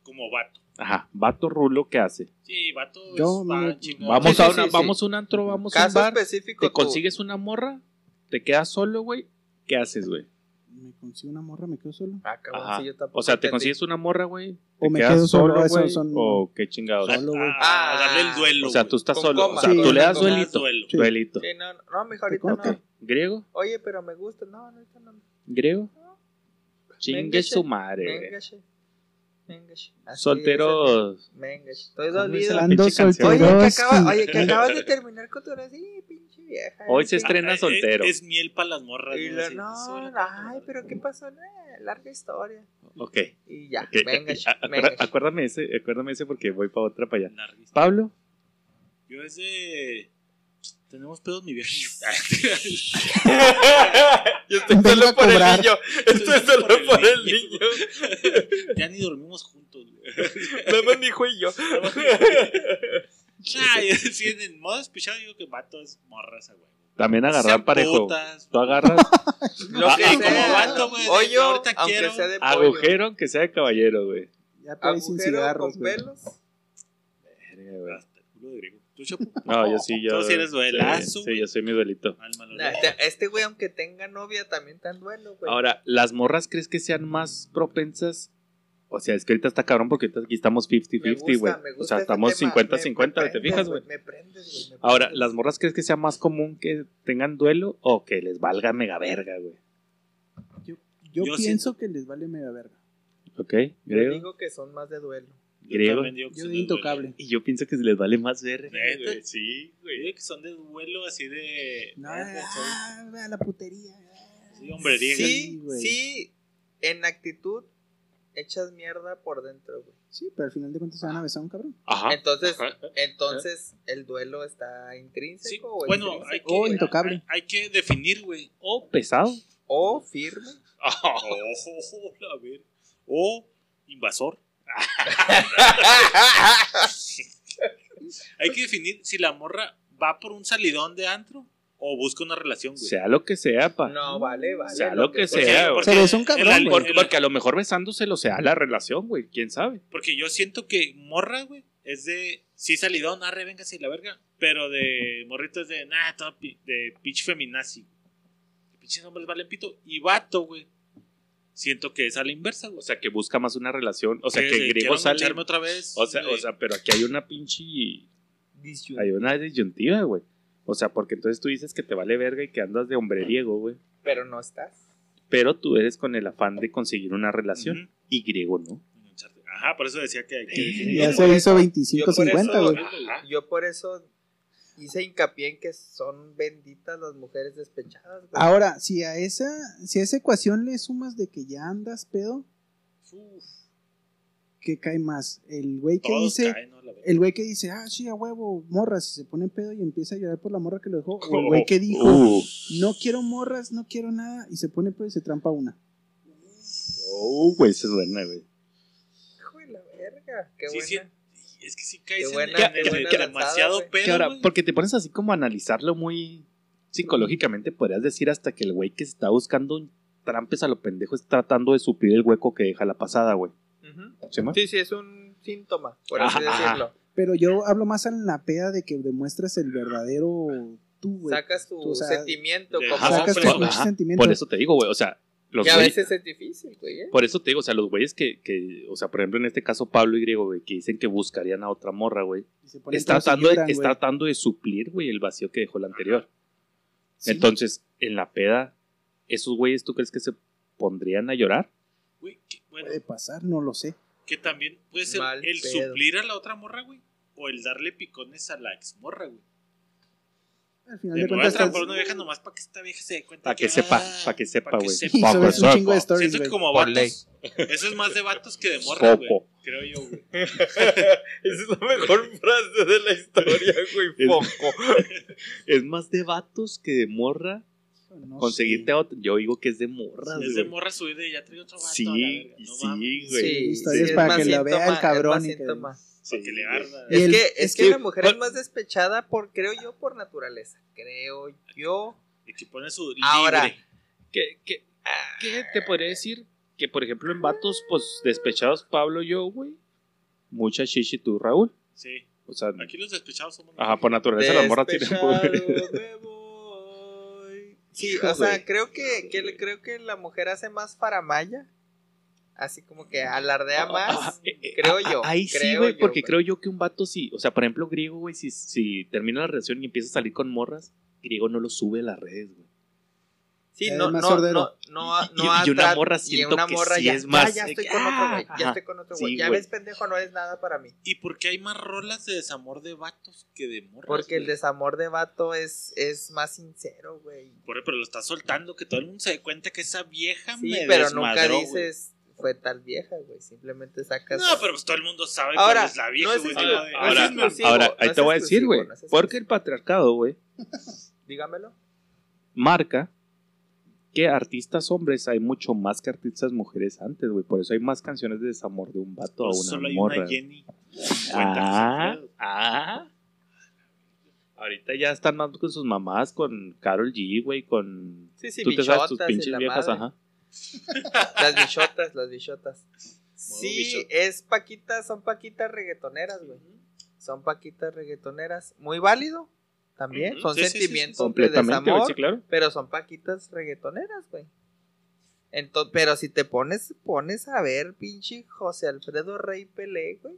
[SPEAKER 2] Como vato.
[SPEAKER 3] Ajá, vato Rulo, ¿qué hace?
[SPEAKER 2] Sí, vato.
[SPEAKER 1] Yo
[SPEAKER 2] es, va,
[SPEAKER 1] no-
[SPEAKER 2] chingado.
[SPEAKER 3] Vamos
[SPEAKER 4] sí,
[SPEAKER 3] a
[SPEAKER 4] sí,
[SPEAKER 3] una,
[SPEAKER 4] sí.
[SPEAKER 3] vamos a un antro, vamos a un
[SPEAKER 4] Caso
[SPEAKER 3] bar,
[SPEAKER 4] específico.
[SPEAKER 3] te
[SPEAKER 4] tú.
[SPEAKER 3] consigues una morra, te quedas solo, güey. ¿Qué haces, güey?
[SPEAKER 1] Me consigo una morra, me quedo solo.
[SPEAKER 4] Ah, cabrón,
[SPEAKER 3] Ajá.
[SPEAKER 4] sí, yo tampoco
[SPEAKER 3] O sea, te
[SPEAKER 4] entendí.
[SPEAKER 3] consigues una morra, güey.
[SPEAKER 1] O
[SPEAKER 3] Te
[SPEAKER 1] me quedo
[SPEAKER 3] quedas
[SPEAKER 1] solo,
[SPEAKER 3] solo,
[SPEAKER 1] eso
[SPEAKER 3] güey.
[SPEAKER 1] son-
[SPEAKER 3] O qué chingados.
[SPEAKER 1] solo, güey.
[SPEAKER 2] Ah,
[SPEAKER 4] Ah.
[SPEAKER 2] darle el duelo.
[SPEAKER 3] O sea,
[SPEAKER 2] güey.
[SPEAKER 3] tú estás
[SPEAKER 4] Con
[SPEAKER 3] solo. O
[SPEAKER 4] coma.
[SPEAKER 3] sea,
[SPEAKER 1] Sí,
[SPEAKER 3] tú le das
[SPEAKER 4] con
[SPEAKER 2] coma.
[SPEAKER 3] duelito.
[SPEAKER 2] Duelo.
[SPEAKER 1] Sí.
[SPEAKER 3] Duelito.
[SPEAKER 4] Sí, no, no, no, mijo,
[SPEAKER 1] ¿Te
[SPEAKER 4] ahorita
[SPEAKER 1] corto?
[SPEAKER 4] no.
[SPEAKER 3] Griego,
[SPEAKER 4] Oye, pero me gusta. No, ahorita no.
[SPEAKER 3] griego.
[SPEAKER 4] Venga,
[SPEAKER 3] Chingue su madre, güey.
[SPEAKER 4] Venga, che. Venga, che. Así
[SPEAKER 3] Solteros.
[SPEAKER 4] es el- Venga, che. Estoy
[SPEAKER 3] ¿Cómo dice
[SPEAKER 4] dolido.
[SPEAKER 3] la
[SPEAKER 1] Ando
[SPEAKER 3] pinche canción.
[SPEAKER 4] Oye, que,
[SPEAKER 1] solteroski.
[SPEAKER 4] acaba, oye, que acabas de terminar con tu así, pinche vieja.
[SPEAKER 3] Hoy
[SPEAKER 4] eh,
[SPEAKER 3] se
[SPEAKER 4] que-
[SPEAKER 3] estrena
[SPEAKER 2] Ah,
[SPEAKER 3] soltero.
[SPEAKER 2] Es, es miel para las morras.
[SPEAKER 4] Y
[SPEAKER 2] ¿no?
[SPEAKER 4] la-
[SPEAKER 2] Así,
[SPEAKER 4] no,
[SPEAKER 2] sola.
[SPEAKER 4] ay, pero ¿qué pasó? Nah, larga historia.
[SPEAKER 3] Ok.
[SPEAKER 4] Y ya,
[SPEAKER 3] ok,
[SPEAKER 4] venga,
[SPEAKER 3] ok.
[SPEAKER 4] che,
[SPEAKER 3] A-
[SPEAKER 4] venga,
[SPEAKER 3] acuérdame- Acuérdame ese, acuérdame ese porque voy para otra para allá.
[SPEAKER 2] Larguísimo.
[SPEAKER 3] Pablo,
[SPEAKER 2] Yo es de. Tenemos pedos, mi vieja.
[SPEAKER 4] Yo estoy
[SPEAKER 1] Vengo solo a por el cobrar.
[SPEAKER 4] niño.
[SPEAKER 2] Estoy solo por el por el niño. niño.
[SPEAKER 4] niño.
[SPEAKER 2] ya ni dormimos juntos. güey.
[SPEAKER 4] Nada más mi hijo y yo.
[SPEAKER 2] Ah, yo sí, en el modo despechado digo que vato es morras, güey.
[SPEAKER 3] también agarrar
[SPEAKER 2] Sean
[SPEAKER 3] parejo.
[SPEAKER 2] putas.
[SPEAKER 3] Tú agarras
[SPEAKER 4] Lo
[SPEAKER 3] Ah,
[SPEAKER 4] que
[SPEAKER 3] ah,
[SPEAKER 4] sea.
[SPEAKER 3] como
[SPEAKER 2] vato, güey, de
[SPEAKER 4] Hoyo,
[SPEAKER 2] que ahorita
[SPEAKER 4] aunque
[SPEAKER 2] quiero.
[SPEAKER 4] sea de pollo.
[SPEAKER 3] agujero aunque sea de caballero, güey.
[SPEAKER 1] Ya te voy sin
[SPEAKER 4] Agujero
[SPEAKER 1] cigarros,
[SPEAKER 4] con
[SPEAKER 1] güey.
[SPEAKER 4] pelos.
[SPEAKER 3] Verga, güey.
[SPEAKER 2] Hasta el culo de griego. ¿Tú, Chapo?
[SPEAKER 3] No, yo sí, yo.
[SPEAKER 2] Tú sí eres duelazo,
[SPEAKER 3] Sí, sí,
[SPEAKER 2] güey.
[SPEAKER 3] yo soy mi duelito.
[SPEAKER 2] Mal, mal,
[SPEAKER 4] Nah,
[SPEAKER 2] mal.
[SPEAKER 4] te- Este güey, aunque tenga novia, también está en duelo, güey.
[SPEAKER 3] Ahora, ¿las morras crees que sean más propensas? O sea, es que ahorita está cabrón porque ahorita aquí estamos
[SPEAKER 4] Me
[SPEAKER 3] 50-50,
[SPEAKER 4] gusta,
[SPEAKER 3] güey.
[SPEAKER 4] me gusta
[SPEAKER 3] O sea,
[SPEAKER 4] este
[SPEAKER 3] estamos
[SPEAKER 4] tema. Me-
[SPEAKER 3] 50-50,
[SPEAKER 4] me
[SPEAKER 3] ¿te fijas,
[SPEAKER 4] prendes,
[SPEAKER 3] güey?
[SPEAKER 4] Me prendes, güey. me
[SPEAKER 3] Ahora,
[SPEAKER 4] prendes.
[SPEAKER 3] ¿las morras crees que sea más común que tengan duelo o que les valga mega verga, güey?
[SPEAKER 1] Yo
[SPEAKER 2] Yo
[SPEAKER 1] pienso que les vale media verga.
[SPEAKER 3] ¿Ok?
[SPEAKER 4] Yo
[SPEAKER 3] Griego,
[SPEAKER 4] digo que son más de duelo.
[SPEAKER 3] griego.
[SPEAKER 2] también digo que
[SPEAKER 1] Yo
[SPEAKER 2] son
[SPEAKER 1] de intocable.
[SPEAKER 3] Y yo pienso que se les vale más ver.
[SPEAKER 2] Sí, güey, sí, güey. Yo digo que son de vuelo así de.
[SPEAKER 1] No,
[SPEAKER 2] de-
[SPEAKER 1] ah, a la putería.
[SPEAKER 2] sí, hombrería.
[SPEAKER 4] Sí,
[SPEAKER 1] güey.
[SPEAKER 4] sí, en actitud echas mierda por dentro, güey.
[SPEAKER 1] Sí, pero al final de cuentas se van a besar a un cabrón.
[SPEAKER 3] Ah,
[SPEAKER 2] Ajá.
[SPEAKER 4] Entonces,
[SPEAKER 2] Ajá.
[SPEAKER 4] entonces el duelo está intrínseco
[SPEAKER 2] Sí,
[SPEAKER 4] o
[SPEAKER 2] bueno,
[SPEAKER 4] intrínseco,
[SPEAKER 2] hay que,
[SPEAKER 1] O intocable.
[SPEAKER 2] hay que definir, güey. O.
[SPEAKER 3] Pesado.
[SPEAKER 4] o firme.
[SPEAKER 2] Ojo, la Oh, ver. O invasor. hay que definir si la morra va por un salidón de antro o busca una relación, güey.
[SPEAKER 3] Sea lo que sea, pa.
[SPEAKER 4] No, vale, vale.
[SPEAKER 3] sea lo que
[SPEAKER 2] Porque-
[SPEAKER 3] sea, güey.
[SPEAKER 2] porque
[SPEAKER 1] Se besó un
[SPEAKER 2] el
[SPEAKER 1] cabrón,
[SPEAKER 2] alcohol-
[SPEAKER 1] güey.
[SPEAKER 3] Porque, porque a lo mejor besándoselo se da la relación, güey. ¿Quién sabe?
[SPEAKER 2] Porque yo siento que morra, güey, es de. Sí, salidón, arre, venga, sí, la verga. Pero de morrito es de. Nah, todo pi- de pinche feminazi. güey. Pinches hombres valen pito. Y vato, güey. Siento que es a la inversa, güey.
[SPEAKER 3] O sea, que busca más una relación. O sea, que,
[SPEAKER 2] de,
[SPEAKER 3] griego
[SPEAKER 2] "Quiero
[SPEAKER 3] sale.
[SPEAKER 2] mancharme otra vez.
[SPEAKER 3] O sea,
[SPEAKER 2] de-
[SPEAKER 3] o sea, pero aquí hay una pinche.
[SPEAKER 4] Disyun-
[SPEAKER 3] Hay una disyuntiva, güey. O sea, porque entonces tú dices que te vale verga y que andas de hombreriego, güey.
[SPEAKER 4] Pero no estás.
[SPEAKER 3] Pero tú eres con el afán de conseguir una relación.
[SPEAKER 2] Ujú.
[SPEAKER 3] Y griego no.
[SPEAKER 2] Ajá, por eso decía que hay que definir.
[SPEAKER 1] Ya se hizo 25-50,
[SPEAKER 4] eso-
[SPEAKER 1] güey.
[SPEAKER 2] Ajá.
[SPEAKER 4] Yo por eso hice hincapié en que son benditas las mujeres despechadas, güey.
[SPEAKER 1] Ahora, si a esa, si a esa ecuación le sumas de que ya andas pedo, ¿qué cae más? El güey que
[SPEAKER 2] Todos
[SPEAKER 1] dice,
[SPEAKER 2] caen, ¿no? La verga.
[SPEAKER 1] el güey que dice, ah, sí, a huevo, morras, y se pone pedo y empieza a llorar por la morra que lo dejó, o el güey que dijo,
[SPEAKER 3] Uh.
[SPEAKER 1] no quiero morras, no quiero nada, y se pone pedo y se trampa una.
[SPEAKER 3] Oh, güey, eso es buena, güey.
[SPEAKER 4] Hijo de la verga. Qué
[SPEAKER 2] Sí,
[SPEAKER 4] buena.
[SPEAKER 2] sí. Es que sí caes
[SPEAKER 4] Qué
[SPEAKER 2] en-
[SPEAKER 4] buena-
[SPEAKER 2] en,
[SPEAKER 3] qué
[SPEAKER 2] el
[SPEAKER 3] buena
[SPEAKER 2] demasiado
[SPEAKER 4] lanzada, güey.
[SPEAKER 3] Que
[SPEAKER 2] pedo.
[SPEAKER 3] ahora,
[SPEAKER 2] güey.
[SPEAKER 3] porque te pones así como a analizarlo muy psicológicamente, podrías decir hasta que el güey que se está buscando un trampes a lo pendejo está tratando de suplir el hueco que deja la pasada, güey.
[SPEAKER 4] Ujú.
[SPEAKER 3] ¿Sí, ma?
[SPEAKER 4] Sí, sí, es un síntoma, por así
[SPEAKER 3] Ajá,
[SPEAKER 4] decirlo.
[SPEAKER 1] Pero yo hablo más en la peda de que demuestras el verdadero tú, güey.
[SPEAKER 4] Sacas tu
[SPEAKER 1] O sea,
[SPEAKER 4] sentimiento
[SPEAKER 2] de-
[SPEAKER 4] como
[SPEAKER 3] Ajá,
[SPEAKER 1] Sacas
[SPEAKER 2] pero-
[SPEAKER 1] tus
[SPEAKER 3] por,
[SPEAKER 1] pinches
[SPEAKER 3] ajá,
[SPEAKER 1] sentimientos.
[SPEAKER 3] por eso te digo, güey, o sea, los
[SPEAKER 4] que a
[SPEAKER 3] güey-
[SPEAKER 4] veces es difícil, güey. ¿eh?
[SPEAKER 3] por eso te digo, o sea, los güeyes que, que, o sea, por ejemplo, en este caso Pablo y Griego, güey, que dicen que buscarían a otra morra, güey,
[SPEAKER 1] Y se ponen
[SPEAKER 3] está
[SPEAKER 1] pedos y
[SPEAKER 3] tratando, de,
[SPEAKER 1] lloran,
[SPEAKER 3] está
[SPEAKER 1] güey.
[SPEAKER 3] tratando de suplir, güey, el vacío que dejó la anterior.
[SPEAKER 1] Sí.
[SPEAKER 3] Entonces, en la peda, esos güeyes, ¿tú crees que se pondrían a llorar?
[SPEAKER 2] Güey, que- bueno,
[SPEAKER 1] Puede pasar, no lo sé.
[SPEAKER 2] Que también puede ser
[SPEAKER 4] Mal
[SPEAKER 2] el
[SPEAKER 4] pedo.
[SPEAKER 2] suplir a la otra morra, güey. O el darle picones a la ex morra, güey.
[SPEAKER 1] Al final
[SPEAKER 2] Me
[SPEAKER 1] de
[SPEAKER 2] voy a
[SPEAKER 1] cuentas, pues,
[SPEAKER 2] transformar una vieja nomás para que esta vieja se dé cuenta. ah,
[SPEAKER 3] Para que sepa, para que sepa,
[SPEAKER 2] pa' que
[SPEAKER 3] güey.
[SPEAKER 2] sepa.
[SPEAKER 1] y
[SPEAKER 3] Pa'
[SPEAKER 1] sobre
[SPEAKER 3] que
[SPEAKER 1] es un chingo de
[SPEAKER 3] sepa.
[SPEAKER 1] stories,
[SPEAKER 2] Siento
[SPEAKER 1] güey.
[SPEAKER 2] que como
[SPEAKER 4] Por
[SPEAKER 2] vatos. Eso es más de vatos que de morras, güey.
[SPEAKER 3] Foco.
[SPEAKER 2] Creo yo, güey.
[SPEAKER 6] Esa es la mejor frase de la historia, güey. Foco.
[SPEAKER 3] Es más de vatos que de morra
[SPEAKER 1] No
[SPEAKER 3] conseguirte a otro. Yo digo que es de morras,
[SPEAKER 2] Es de
[SPEAKER 3] güey.
[SPEAKER 2] morra subida y ya trae otro vato.
[SPEAKER 3] Sí,
[SPEAKER 2] a la verga. No mames,
[SPEAKER 3] sí, güey.
[SPEAKER 1] historias
[SPEAKER 3] sí,
[SPEAKER 1] para
[SPEAKER 4] más
[SPEAKER 1] que la vea el
[SPEAKER 4] síntoma,
[SPEAKER 1] cabrón
[SPEAKER 4] Es, más
[SPEAKER 1] y que-
[SPEAKER 4] síntoma.
[SPEAKER 2] pa' que le arda.
[SPEAKER 1] Y
[SPEAKER 4] Es
[SPEAKER 1] el-
[SPEAKER 4] que, es
[SPEAKER 1] es
[SPEAKER 4] que
[SPEAKER 1] que-
[SPEAKER 4] la mujer es más despechada, por creo yo, por naturaleza. Creo yo.
[SPEAKER 2] Y que pone su libre.
[SPEAKER 4] Ahora,
[SPEAKER 3] ¿Qué, qué, qué te podría decir? Que, por ejemplo, en vatos, pues, despechados, Pablo, yo, güey. Mucha chichi tú, Raúl.
[SPEAKER 2] Sí.
[SPEAKER 3] O sea,
[SPEAKER 2] Aquí los despechados somos.
[SPEAKER 3] ajá, por naturaleza las morras tienen poder.
[SPEAKER 4] Despechado me voy. Sí, o sea, creo que, que le- creo que la mujer hace más faramaya. Así como que alardea más.
[SPEAKER 3] Eh, eh,
[SPEAKER 4] creo
[SPEAKER 3] ah, ah,
[SPEAKER 4] yo,
[SPEAKER 3] Ahí sí,
[SPEAKER 4] creo
[SPEAKER 3] güey,
[SPEAKER 4] yo,
[SPEAKER 3] porque
[SPEAKER 4] güey.
[SPEAKER 3] creo yo que un vato sí. O sea, por ejemplo, griego, güey, si, si termina la relación y empieza a salir con morras, griego no lo sube a las redes, güey.
[SPEAKER 4] Sí,
[SPEAKER 1] Es
[SPEAKER 4] no, no,
[SPEAKER 1] Eh, más
[SPEAKER 4] no,
[SPEAKER 1] sordero.
[SPEAKER 4] no, no,
[SPEAKER 3] Y- y- y una
[SPEAKER 4] atra-
[SPEAKER 3] morra
[SPEAKER 4] y
[SPEAKER 3] siento que sí
[SPEAKER 4] ya, Ah,
[SPEAKER 3] es más
[SPEAKER 4] Ya, ya
[SPEAKER 3] de
[SPEAKER 4] estoy
[SPEAKER 3] que,
[SPEAKER 4] con otro güey,
[SPEAKER 3] ah,
[SPEAKER 4] ya
[SPEAKER 3] ajá.
[SPEAKER 4] estoy con otro güey.
[SPEAKER 3] Sí,
[SPEAKER 4] ya
[SPEAKER 3] güey. Pues
[SPEAKER 4] ves, pendejo, no eres nada para mí.
[SPEAKER 2] ¿Y por qué hay más rolas de desamor de vatos que de morras?
[SPEAKER 4] Porque el
[SPEAKER 2] güey?
[SPEAKER 4] desamor de vato es, es más sincero, güey.
[SPEAKER 2] Por- Pero lo está soltando, que todo el mundo se dé cuenta que esa vieja
[SPEAKER 4] Sí,
[SPEAKER 2] me
[SPEAKER 4] pero nunca
[SPEAKER 2] desmadró, güey.
[SPEAKER 4] dices fue tal vieja, güey. Simplemente sacas.
[SPEAKER 2] No, pero pues todo el mundo sabe
[SPEAKER 4] Ahora,
[SPEAKER 2] cuál es la vieja,
[SPEAKER 4] no es
[SPEAKER 2] güey.
[SPEAKER 4] exclu-
[SPEAKER 2] Digo,
[SPEAKER 4] no
[SPEAKER 2] ahora,
[SPEAKER 4] es exclusivo,
[SPEAKER 3] Ahora, ahí
[SPEAKER 4] no es
[SPEAKER 3] te voy a decir,
[SPEAKER 4] exclusivo,
[SPEAKER 3] güey.
[SPEAKER 4] no es
[SPEAKER 3] Porque el
[SPEAKER 4] exclusivo.
[SPEAKER 3] patriarcado, güey,
[SPEAKER 4] Dígamelo.
[SPEAKER 3] marca que artistas hombres hay mucho más que artistas mujeres antes, güey. Por eso hay más canciones de desamor de un vato a
[SPEAKER 2] pues,
[SPEAKER 3] una
[SPEAKER 2] solo hay
[SPEAKER 3] morra.
[SPEAKER 2] una Jenny.
[SPEAKER 3] ah, ah. Ahorita ya están más con sus mamás, con Carol G, güey, con...
[SPEAKER 4] Sí, sí,
[SPEAKER 3] Tú te sabes tus
[SPEAKER 4] bichotas y
[SPEAKER 3] pinches
[SPEAKER 4] la
[SPEAKER 3] viejas,
[SPEAKER 4] madre.
[SPEAKER 3] ajá.
[SPEAKER 4] Las bichotas, las bichotas. Sí,
[SPEAKER 2] bichota.
[SPEAKER 4] es paquitas, son paquitas reggaetoneras, güey. Son paquitas reggaetoneras. Muy válido también.
[SPEAKER 2] Ujú,
[SPEAKER 4] Son
[SPEAKER 2] sí, sí, sí, sí,
[SPEAKER 4] sentimientos de
[SPEAKER 3] Completamente, güey,
[SPEAKER 4] desamor.
[SPEAKER 3] sí, claro.
[SPEAKER 4] Pero son paquitas reggaetoneras, güey. Entonces, pero si te pones, pones a ver, pinche José Alfredo Rey Pelé, güey.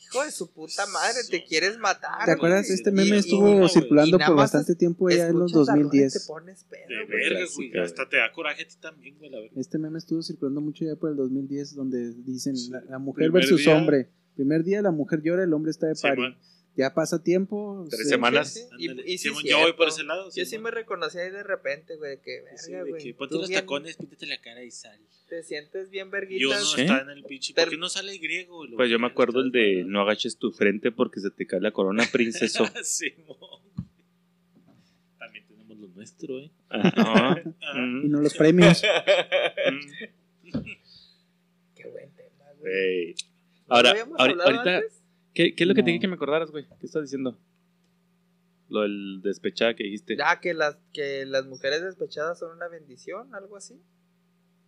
[SPEAKER 4] Hijo de su puta madre, te quieres matar.
[SPEAKER 1] ¿Te acuerdas?
[SPEAKER 4] güey.
[SPEAKER 1] Este
[SPEAKER 4] Y-
[SPEAKER 1] meme
[SPEAKER 4] y- y-
[SPEAKER 1] estuvo
[SPEAKER 4] güey,
[SPEAKER 1] circulando
[SPEAKER 4] y nada
[SPEAKER 1] por
[SPEAKER 4] más
[SPEAKER 1] bastante tiempo allá en los
[SPEAKER 4] escuchas la rola y Te
[SPEAKER 1] 2010.
[SPEAKER 4] pones pedo.
[SPEAKER 2] De verga, güey.
[SPEAKER 3] Clásica,
[SPEAKER 2] Hasta te da coraje a ti también, güey, la verga.
[SPEAKER 1] Este meme estuvo circulando mucho ya por el 2010, donde dicen la, la mujer
[SPEAKER 2] Primer
[SPEAKER 1] versus
[SPEAKER 2] día.
[SPEAKER 1] hombre. Primer día la mujer llora, el hombre está de
[SPEAKER 2] Sí,
[SPEAKER 1] pari.
[SPEAKER 2] man.
[SPEAKER 1] Ya pasa tiempo.
[SPEAKER 3] Tres
[SPEAKER 1] se-
[SPEAKER 3] semanas.
[SPEAKER 4] Sí, sí,
[SPEAKER 2] Ándale.
[SPEAKER 4] Y, y sí,
[SPEAKER 2] Simón,
[SPEAKER 4] es
[SPEAKER 2] yo voy por
[SPEAKER 4] cierto.
[SPEAKER 2] ese lado.
[SPEAKER 4] Yo sí
[SPEAKER 2] Simón.
[SPEAKER 4] me reconocí ahí de repente, güey, de que
[SPEAKER 2] Sí,
[SPEAKER 4] verga,
[SPEAKER 2] de
[SPEAKER 4] güey.
[SPEAKER 2] que ponte
[SPEAKER 4] tú
[SPEAKER 2] los
[SPEAKER 4] bien-
[SPEAKER 2] tacones, píntate la cara y sal.
[SPEAKER 4] Te sientes bien
[SPEAKER 2] Yo no
[SPEAKER 4] verguitas.
[SPEAKER 3] ¿Sí?
[SPEAKER 2] está en el pinche.
[SPEAKER 4] Pero-
[SPEAKER 2] ¿Por qué no sale griego? güey?
[SPEAKER 3] Pues yo me acuerdo el de no agaches tu frente porque se te cae la corona, princeso.
[SPEAKER 2] Simón. También tenemos lo nuestro, ¿eh?
[SPEAKER 4] Ah,
[SPEAKER 3] Ajá.
[SPEAKER 1] Y
[SPEAKER 3] Mm,
[SPEAKER 1] no los premios.
[SPEAKER 3] mm,
[SPEAKER 4] Qué buen tema, güey.
[SPEAKER 3] güey.
[SPEAKER 4] ¿No
[SPEAKER 3] Ahora,
[SPEAKER 4] habíamos
[SPEAKER 3] ahori-
[SPEAKER 4] hablado
[SPEAKER 3] ahorita,
[SPEAKER 4] antes?
[SPEAKER 3] ¿qué, qué es lo que
[SPEAKER 1] No.
[SPEAKER 3] te dije que me acordaras, güey? ¿Qué estás diciendo? Lo del despechada que dijiste.
[SPEAKER 4] Ya, que las, que las mujeres despechadas son una bendición, algo así.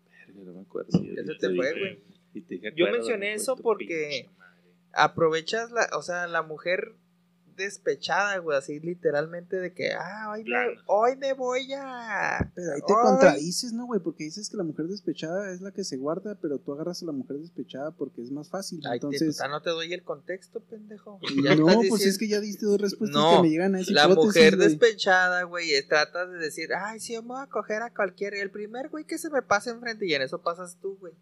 [SPEAKER 3] Verga, no me acuerdo. güey.
[SPEAKER 4] Ya se
[SPEAKER 3] Y
[SPEAKER 4] te fue,
[SPEAKER 3] dije-
[SPEAKER 4] güey.
[SPEAKER 3] y te dije,
[SPEAKER 4] Yo
[SPEAKER 3] acuérdame,
[SPEAKER 4] mencioné
[SPEAKER 3] güey,
[SPEAKER 4] eso
[SPEAKER 3] tu
[SPEAKER 4] porque-
[SPEAKER 3] pinche madre.
[SPEAKER 4] Aprovechas la, o sea, la mujer despechada, güey, así literalmente de que, ah, hoy me,
[SPEAKER 2] Plana.
[SPEAKER 4] hoy me voy a...
[SPEAKER 1] Pero ahí te
[SPEAKER 4] Ay.
[SPEAKER 1] contradices, ¿no, güey? Porque dices que la mujer despechada es la que se guarda, pero tú agarras a la mujer despechada porque es más fácil.
[SPEAKER 4] Ay, te-
[SPEAKER 1] Entonces,
[SPEAKER 4] puta, no te doy el contexto, pendejo.
[SPEAKER 1] no, pues es que ya diste dos respuestas
[SPEAKER 4] No,
[SPEAKER 1] que me llegan a esa
[SPEAKER 4] La
[SPEAKER 1] hipótesis,
[SPEAKER 4] mujer
[SPEAKER 1] güey.
[SPEAKER 4] despechada, güey, eh, trata de decir, ay, sí, yo me voy a coger a cualquiera. El primer güey que se me pase enfrente, y en eso pasas tú, güey.